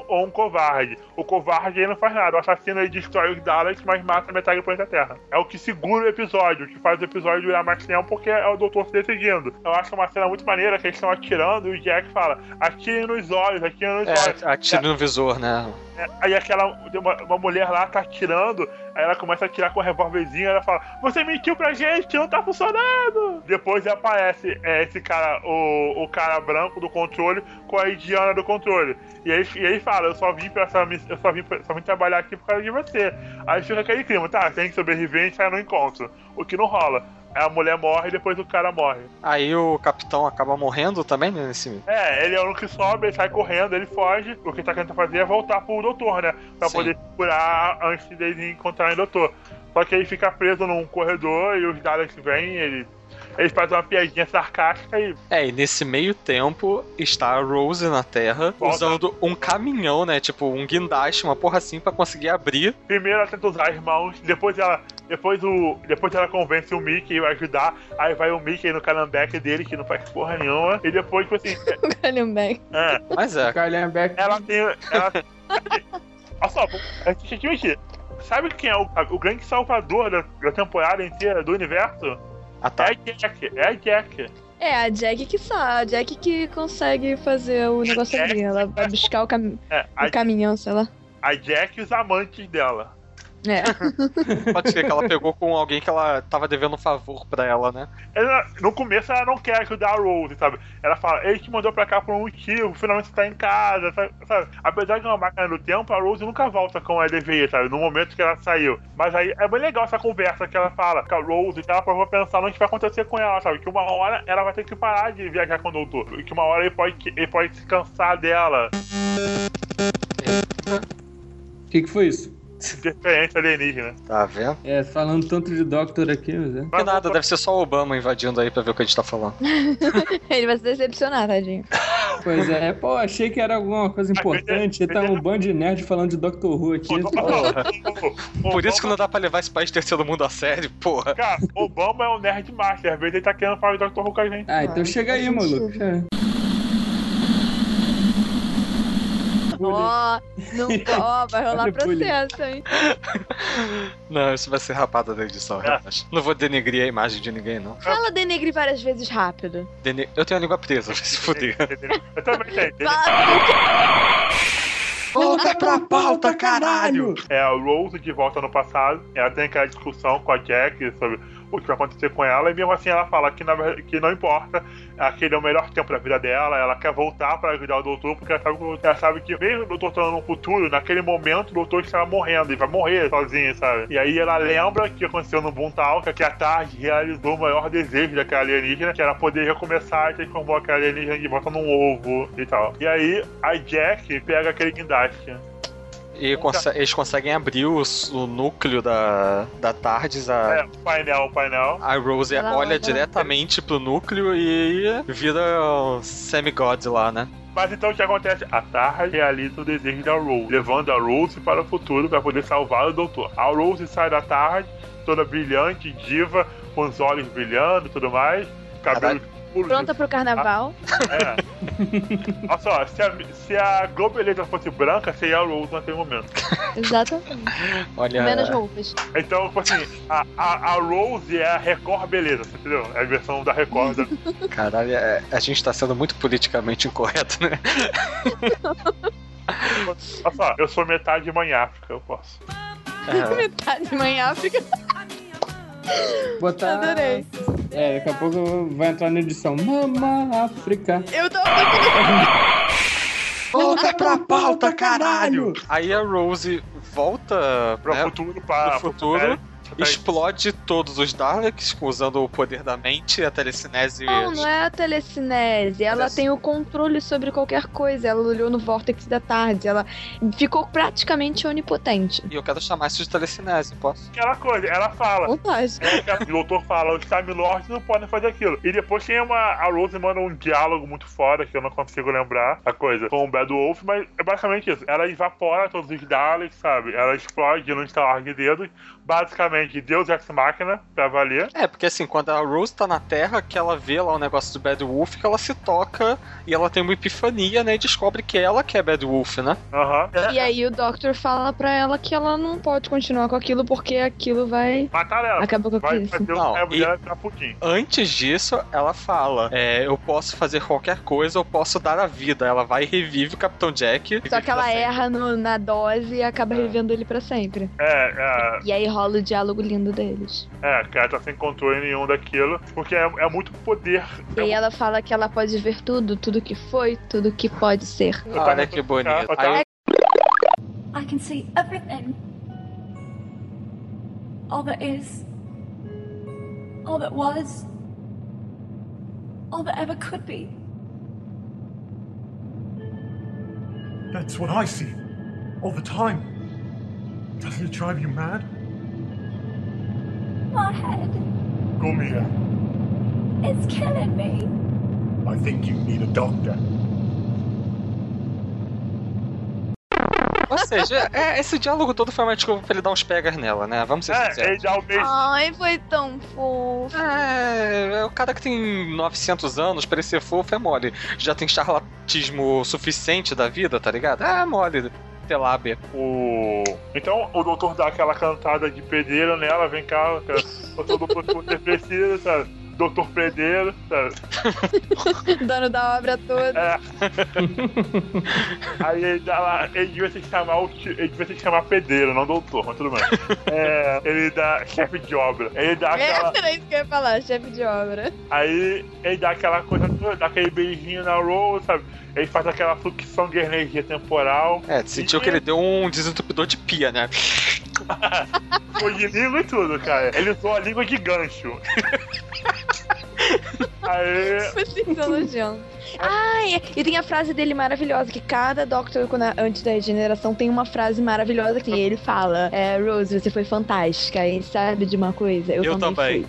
Speaker 2: Ou um covarde. O covarde ele não faz nada. O assassino ele destrói os Daleks, mas mata metade do planeta Terra. É o que segura o episódio, o que faz o episódio durar mais tempo, porque é o doutor se decidindo. Eu acho uma cena muito maneira que eles estão atirando e o Jack fala: atirem nos olhos, atirem nos olhos.
Speaker 3: É, atira no visor, né?
Speaker 2: É, Aí aquela tem uma, uma mulher lá tá atirando, aí ela começa a atirar com o revólverzinho, ela fala: Você mentiu pra gente, não tá funcionando! Depois aparece é, esse cara, o, o cara branco do controle, com a indiana do controle. E aí, e aí fala: Eu só vim pra essa miss- eu só vim, pra- só vim trabalhar aqui por causa de você. Aí fica aquele clima, tá? Tem que sobreviver, a gente sai no encontro. O que não rola. Aí A mulher morre e depois o cara morre.
Speaker 3: Aí o capitão acaba morrendo também né, nesse.
Speaker 2: É, ele é o que sobe, ele sai correndo, ele foge. O que tá querendo fazer é voltar pro doutor, né? Pra
Speaker 3: Sim.
Speaker 2: poder curar antes dele encontrar o doutor. Só que ele fica preso num corredor e os Daleks vêm, ele, eles fazem uma piadinha sarcástica e
Speaker 3: É, e nesse meio tempo está a Rose na Terra
Speaker 2: Volta.
Speaker 3: usando um caminhão, né? Tipo, um guindaste, uma porra assim, pra conseguir abrir.
Speaker 2: primeiro ela tenta usar as mãos, depois ela. Depois o. Depois ela convence o Mickey a ajudar. Aí vai o Mickey no calambeque dele, que não faz porra nenhuma. E depois, tipo assim,
Speaker 1: Calhambeck.
Speaker 2: é,
Speaker 3: Mas é,
Speaker 4: Calhambeck.
Speaker 2: ela tem. Ela... Olha só, a gente tinha que mentir. Sabe quem é o, o grande salvador da, da temporada inteira, do universo?
Speaker 3: a
Speaker 2: É
Speaker 3: Tati.
Speaker 2: Jack, é Jack.
Speaker 1: É, a Jack que sabe, a Jack que consegue fazer o negócio
Speaker 2: Jack.
Speaker 1: ali. Ela vai buscar o, cam...
Speaker 2: É,
Speaker 1: o
Speaker 2: a,
Speaker 1: caminhão, sei lá.
Speaker 2: a Jack e os amantes dela.
Speaker 1: É.
Speaker 3: Pode ser que ela pegou com alguém que ela tava devendo um favor pra ela, né?
Speaker 2: Ela, no começo ela não quer ajudar a Rose, sabe? Ela fala, ele te mandou pra cá por um motivo, finalmente você tá em casa, sabe? sabe? Apesar de uma máquina do tempo, a Rose nunca volta com a LVI, sabe? No momento que ela saiu. Mas aí é bem legal essa conversa que ela fala com a Rose, que ela prova pensar no que vai acontecer com ela, sabe? Que uma hora ela vai ter que parar de viajar com o doutor. Que uma hora ele pode, ele pode se cansar dela.
Speaker 4: O que, que foi isso?
Speaker 2: Interferência alienígena.
Speaker 3: Tá vendo?
Speaker 4: É, falando tanto de Doctor aqui, mas é.
Speaker 3: Não é nada, deve ser só o Obama invadindo aí pra ver o que a gente tá falando.
Speaker 1: Ele vai se decepcionar, tadinho.
Speaker 4: Pois é, pô, achei que era alguma coisa importante. E tá um bando de nerd falando de Doctor Who aqui.
Speaker 3: Por isso que não dá pra levar esse país terceiro mundo a sério, porra.
Speaker 2: Cara, Obama é um nerd master. Às vezes ele tá querendo falar do Dr. Who com a gente.
Speaker 4: Ah, então chega aí, maluco. É.
Speaker 1: Ó, não, ó, vai rolar
Speaker 4: Olha o bullying.
Speaker 1: processo, hein?
Speaker 3: Não, isso vai ser rapada da edição, relaxa. Não vou denegrir a imagem de ninguém, não.
Speaker 1: Fala denegre várias vezes rápido.
Speaker 3: Dene- Eu tenho a língua presa, vai se fuder.
Speaker 2: Eu também tenho.
Speaker 1: Fala,
Speaker 3: Volta pra pauta, caralho!
Speaker 2: É a Rose de volta no passado. Ela tem aquela discussão com a Jack sobre o que vai acontecer com ela. E mesmo assim ela fala que, na verdade- que não importa. Aquele é o melhor tempo da vida dela. Ela quer voltar pra ajudar o doutor, porque ela sabe, que- ela sabe que mesmo o doutor estando no futuro, naquele momento o doutor estará morrendo e vai morrer sozinho, sabe? E aí ela lembra que aconteceu no Buntalka, que a tarde realizou o maior desejo daquela alienígena, que era poder recomeçar e transformou aquela alienígena de volta num ovo e tal. E aí a Jack pega aquele guindaste.
Speaker 3: E conse- eles conseguem abrir o, s- o núcleo da, da Tardes. A,
Speaker 2: É, o painel, o painel.
Speaker 3: a Rose
Speaker 1: Ela
Speaker 3: olha
Speaker 1: olha.
Speaker 3: diretamente pro núcleo e vira o semi-god lá, né?
Speaker 2: Mas então o que acontece? A Tara realiza o desejo da Rose, levando a Rose para o futuro para poder salvar o doutor. A Rose sai da tarde, toda brilhante, diva, com os olhos brilhando e tudo mais, cabelo escuro.
Speaker 1: pronta pro carnaval.
Speaker 2: É. Olha só, se a, se a Globeleza fosse branca, seria a Rose naquele momento.
Speaker 1: Exatamente.
Speaker 2: Ah.
Speaker 3: Olha.
Speaker 1: Menos roupas.
Speaker 2: Então, tipo assim, a, a, a Rose é a Record Beleza, você entendeu? É a versão da Record. da-
Speaker 3: Caralho, é- a gente tá sendo muito politicamente incorreto, né?
Speaker 2: Olha só, eu sou metade mãe África, eu posso. Ah.
Speaker 3: É,
Speaker 1: Metade de mãe África.
Speaker 2: Ah,
Speaker 4: Botar...
Speaker 1: Adorei.
Speaker 4: É, daqui a pouco vai entrar na edição. Mama África.
Speaker 1: Eu tô conseguindo.
Speaker 3: Volta pra pauta,
Speaker 4: caralho!
Speaker 3: Aí a Rose volta
Speaker 2: Pro
Speaker 3: né,
Speaker 2: futuro, ah, é, tá para
Speaker 3: pro futuro explode todos os Daleks usando o poder da mente, a telecinese.
Speaker 1: Não, não é a telecinese. Ela
Speaker 3: Mas é-
Speaker 1: tem o controle sobre qualquer coisa. Ela olhou no vórtice da tarde. Ela ficou praticamente onipotente.
Speaker 3: E eu quero chamar isso de telecinese, posso?
Speaker 2: Aquela coisa, ela fala.
Speaker 1: Fantástico.
Speaker 2: O doutor fala, os Time Lords não podem fazer aquilo. E depois tem uma. A Rose manda um diálogo muito foda que eu não consigo lembrar a coisa com o Bad Wolf, mas é basicamente isso. Ela evapora todos os Daleks, sabe? Ela explode no instalar de dedos. Basicamente, Deus Ex Máquina, pra valer.
Speaker 3: É, porque assim, quando a Rose tá na Terra, que ela vê lá o negócio do Bad Wolf, que ela se toca e ela tem uma epifania, né? E descobre que ela que é Bad Wolf, né?
Speaker 2: Aham.
Speaker 1: E aí o Doctor fala pra ela que ela não pode continuar com aquilo porque aquilo vai.
Speaker 2: Matar ela.
Speaker 1: Acabou com a
Speaker 2: Vai
Speaker 1: crise.
Speaker 2: fazer o
Speaker 3: Não,
Speaker 2: cérebro
Speaker 3: e-
Speaker 2: dela pra pudim.
Speaker 3: Antes disso, ela fala: é, eu posso fazer qualquer coisa, eu posso dar a vida. Ela vai e revive o Capitão Jack.
Speaker 1: Só que ela
Speaker 3: Revive pra
Speaker 1: erra no- na dose e acaba revivendo ele pra sempre.
Speaker 2: É, é.
Speaker 1: E aí rola o diálogo lindo deles.
Speaker 2: É, cara, tá sem controle nenhum daquilo. Porque é, é muito poder.
Speaker 1: E aí ela fala que ela pode ver tudo, tudo que foi, tudo que pode ser.
Speaker 3: sempre. Olha que bonito.
Speaker 2: Tá, tá.
Speaker 3: Aí,
Speaker 7: I can see everything. All that is. All that was. All that ever could be.
Speaker 17: That's what I see. All the time. Doesn't it drive you mad?
Speaker 7: My head.
Speaker 17: Gormira,
Speaker 7: It's killing me.
Speaker 17: I think you need a doctor.
Speaker 3: ou seja, é, esse diálogo todo foi uma desculpa pra ele dar uns pegas nela, né? Vamos ser
Speaker 2: É,
Speaker 3: sinceros.
Speaker 2: ele dá o mês.
Speaker 6: Ai, foi tão fofo.
Speaker 3: É, é, o cara que tem 900 anos, pra ele ser fofo é mole. Já tem charlatismo suficiente da vida, tá ligado? É mole, pelábia.
Speaker 2: O... Então o doutor dá aquela cantada de pedreiro nela, vem cá, cara. Eu sou o doutor que você precisa, sabe? Doutor Pedreiro, sabe?
Speaker 1: Dono da obra toda.
Speaker 2: É. Aí ele dá lá, ele devia se chamar o ti- ele devia se chamar pedreiro, não doutor, mas tudo bem. É, ele dá chefe de obra. Ele dá aquela.
Speaker 1: É, era isso que eu ia falar, chefe de obra.
Speaker 2: Aí ele dá aquela coisa, toda, dá aquele beijinho na Rose, sabe? Ele faz aquela fluxão de energia temporal.
Speaker 3: É, sentiu que ele deu um desentupidor de pia, né?
Speaker 2: Foi de língua e tudo, cara. Ele usou a língua de gancho. Aí.
Speaker 1: Vocês elogiando. Ai, e tem a frase dele maravilhosa, que cada Doctor, quando é antes da regeneração, tem uma frase maravilhosa que ele fala. É, Rose, você foi fantástica. E sabe de uma coisa? Eu,
Speaker 3: Eu também.
Speaker 1: fui.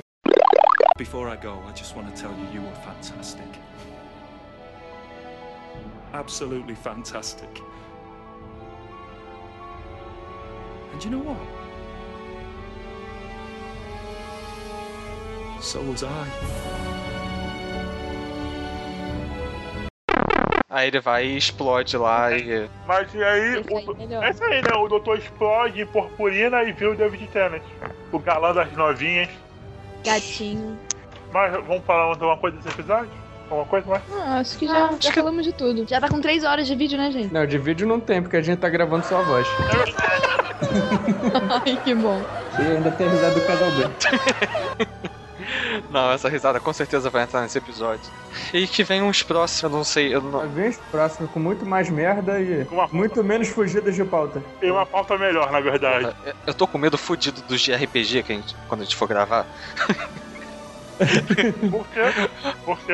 Speaker 5: Before I go, I just want to tell you you were fantastic. Absolutely fantastic. And you know what? So was I.
Speaker 3: Aí ele vai e explode lá e.
Speaker 2: Mas e aí.
Speaker 1: Esse aí
Speaker 2: o-
Speaker 1: é melhor.
Speaker 2: É isso aí, né? O doutor explode purpurina e viu o David Tennant. O galã das novinhas.
Speaker 1: Gatinho.
Speaker 2: Mas vamos falar de uma coisa desse episódio? Alguma coisa mais?
Speaker 1: Ah, acho que já, já falamos de tudo. Já tá com três horas de vídeo, né, gente?
Speaker 4: Não, de vídeo não tem, porque a gente tá gravando só a voz.
Speaker 1: Ai, que bom.
Speaker 4: E ainda tem a risada do casal dele.
Speaker 3: Não, essa risada com certeza vai entrar nesse episódio. E que vem uns próximos, eu não sei. Eu não...
Speaker 4: Vai vir os próximos com muito mais merda e
Speaker 2: Com uma-
Speaker 4: muito menos fugidas de pauta.
Speaker 2: Tem uma pauta melhor, na verdade.
Speaker 3: Eu tô com medo fudido dos de RPG que a gente, quando a gente for gravar.
Speaker 2: Por quê? Por quê?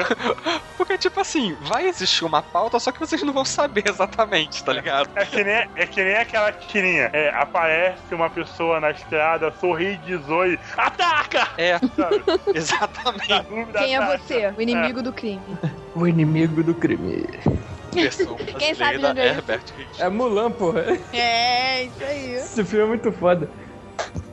Speaker 3: Porque, tipo assim, vai existir uma pauta, só que vocês não vão saber exatamente, tá ligado?
Speaker 2: É que nem, é que nem aquela tirinha. É, aparece uma pessoa na estrada, sorri e diz oi. Ataca!
Speaker 3: É,
Speaker 2: Sabe? Na
Speaker 3: exatamente.
Speaker 2: dúvida,
Speaker 1: Quem é
Speaker 2: ataca.
Speaker 1: você? O inimigo do crime.
Speaker 4: O inimigo do crime.
Speaker 3: Versão
Speaker 1: Quem sabe
Speaker 3: brasileira,
Speaker 1: não é isso?
Speaker 3: Herbert Richards.
Speaker 4: É Mulan, porra.
Speaker 1: É, isso aí.
Speaker 4: Esse filme é muito foda.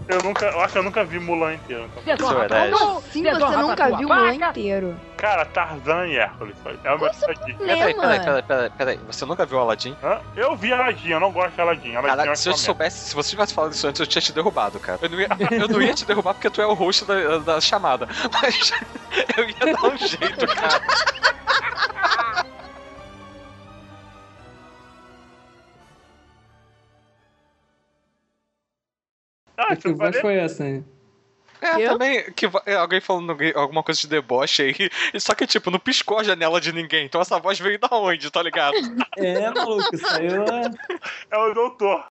Speaker 2: Eu nunca, eu acho que eu nunca vi Mulan inteiro. então.
Speaker 1: um
Speaker 3: Isso é verdade.
Speaker 1: Sim, você nunca viu o Mulan inteiro.
Speaker 2: Cara, Tarzan e Hércules. É o meu
Speaker 1: Nossa,
Speaker 2: aqui.
Speaker 3: Peraí, peraí,
Speaker 1: Lema.
Speaker 3: peraí, peraí, peraí. Você nunca viu Aladdin?
Speaker 2: Hã? Eu vi Aladdin, eu não gosto de Aladdin. Aladdin é
Speaker 3: Caraca,
Speaker 2: uma
Speaker 3: se eu
Speaker 2: encomenda.
Speaker 3: soubesse, se você tivesse falado isso antes, eu tinha te derrubado, cara. Eu não ia, eu não ia te derrubar porque tu é o host da, da chamada. Mas eu ia dar um jeito, cara.
Speaker 2: Ah,
Speaker 4: E
Speaker 2: isso eu
Speaker 4: que voz
Speaker 2: Ah, falei?
Speaker 4: foi essa, hein?
Speaker 3: É,
Speaker 1: Eu?
Speaker 3: também que va- é, alguém falando alguém- alguma coisa de deboche aí. E só que, tipo, não piscou a janela de ninguém. Então essa voz veio da onde, tá ligado?
Speaker 4: É, maluco, saiu.
Speaker 2: É o doutor.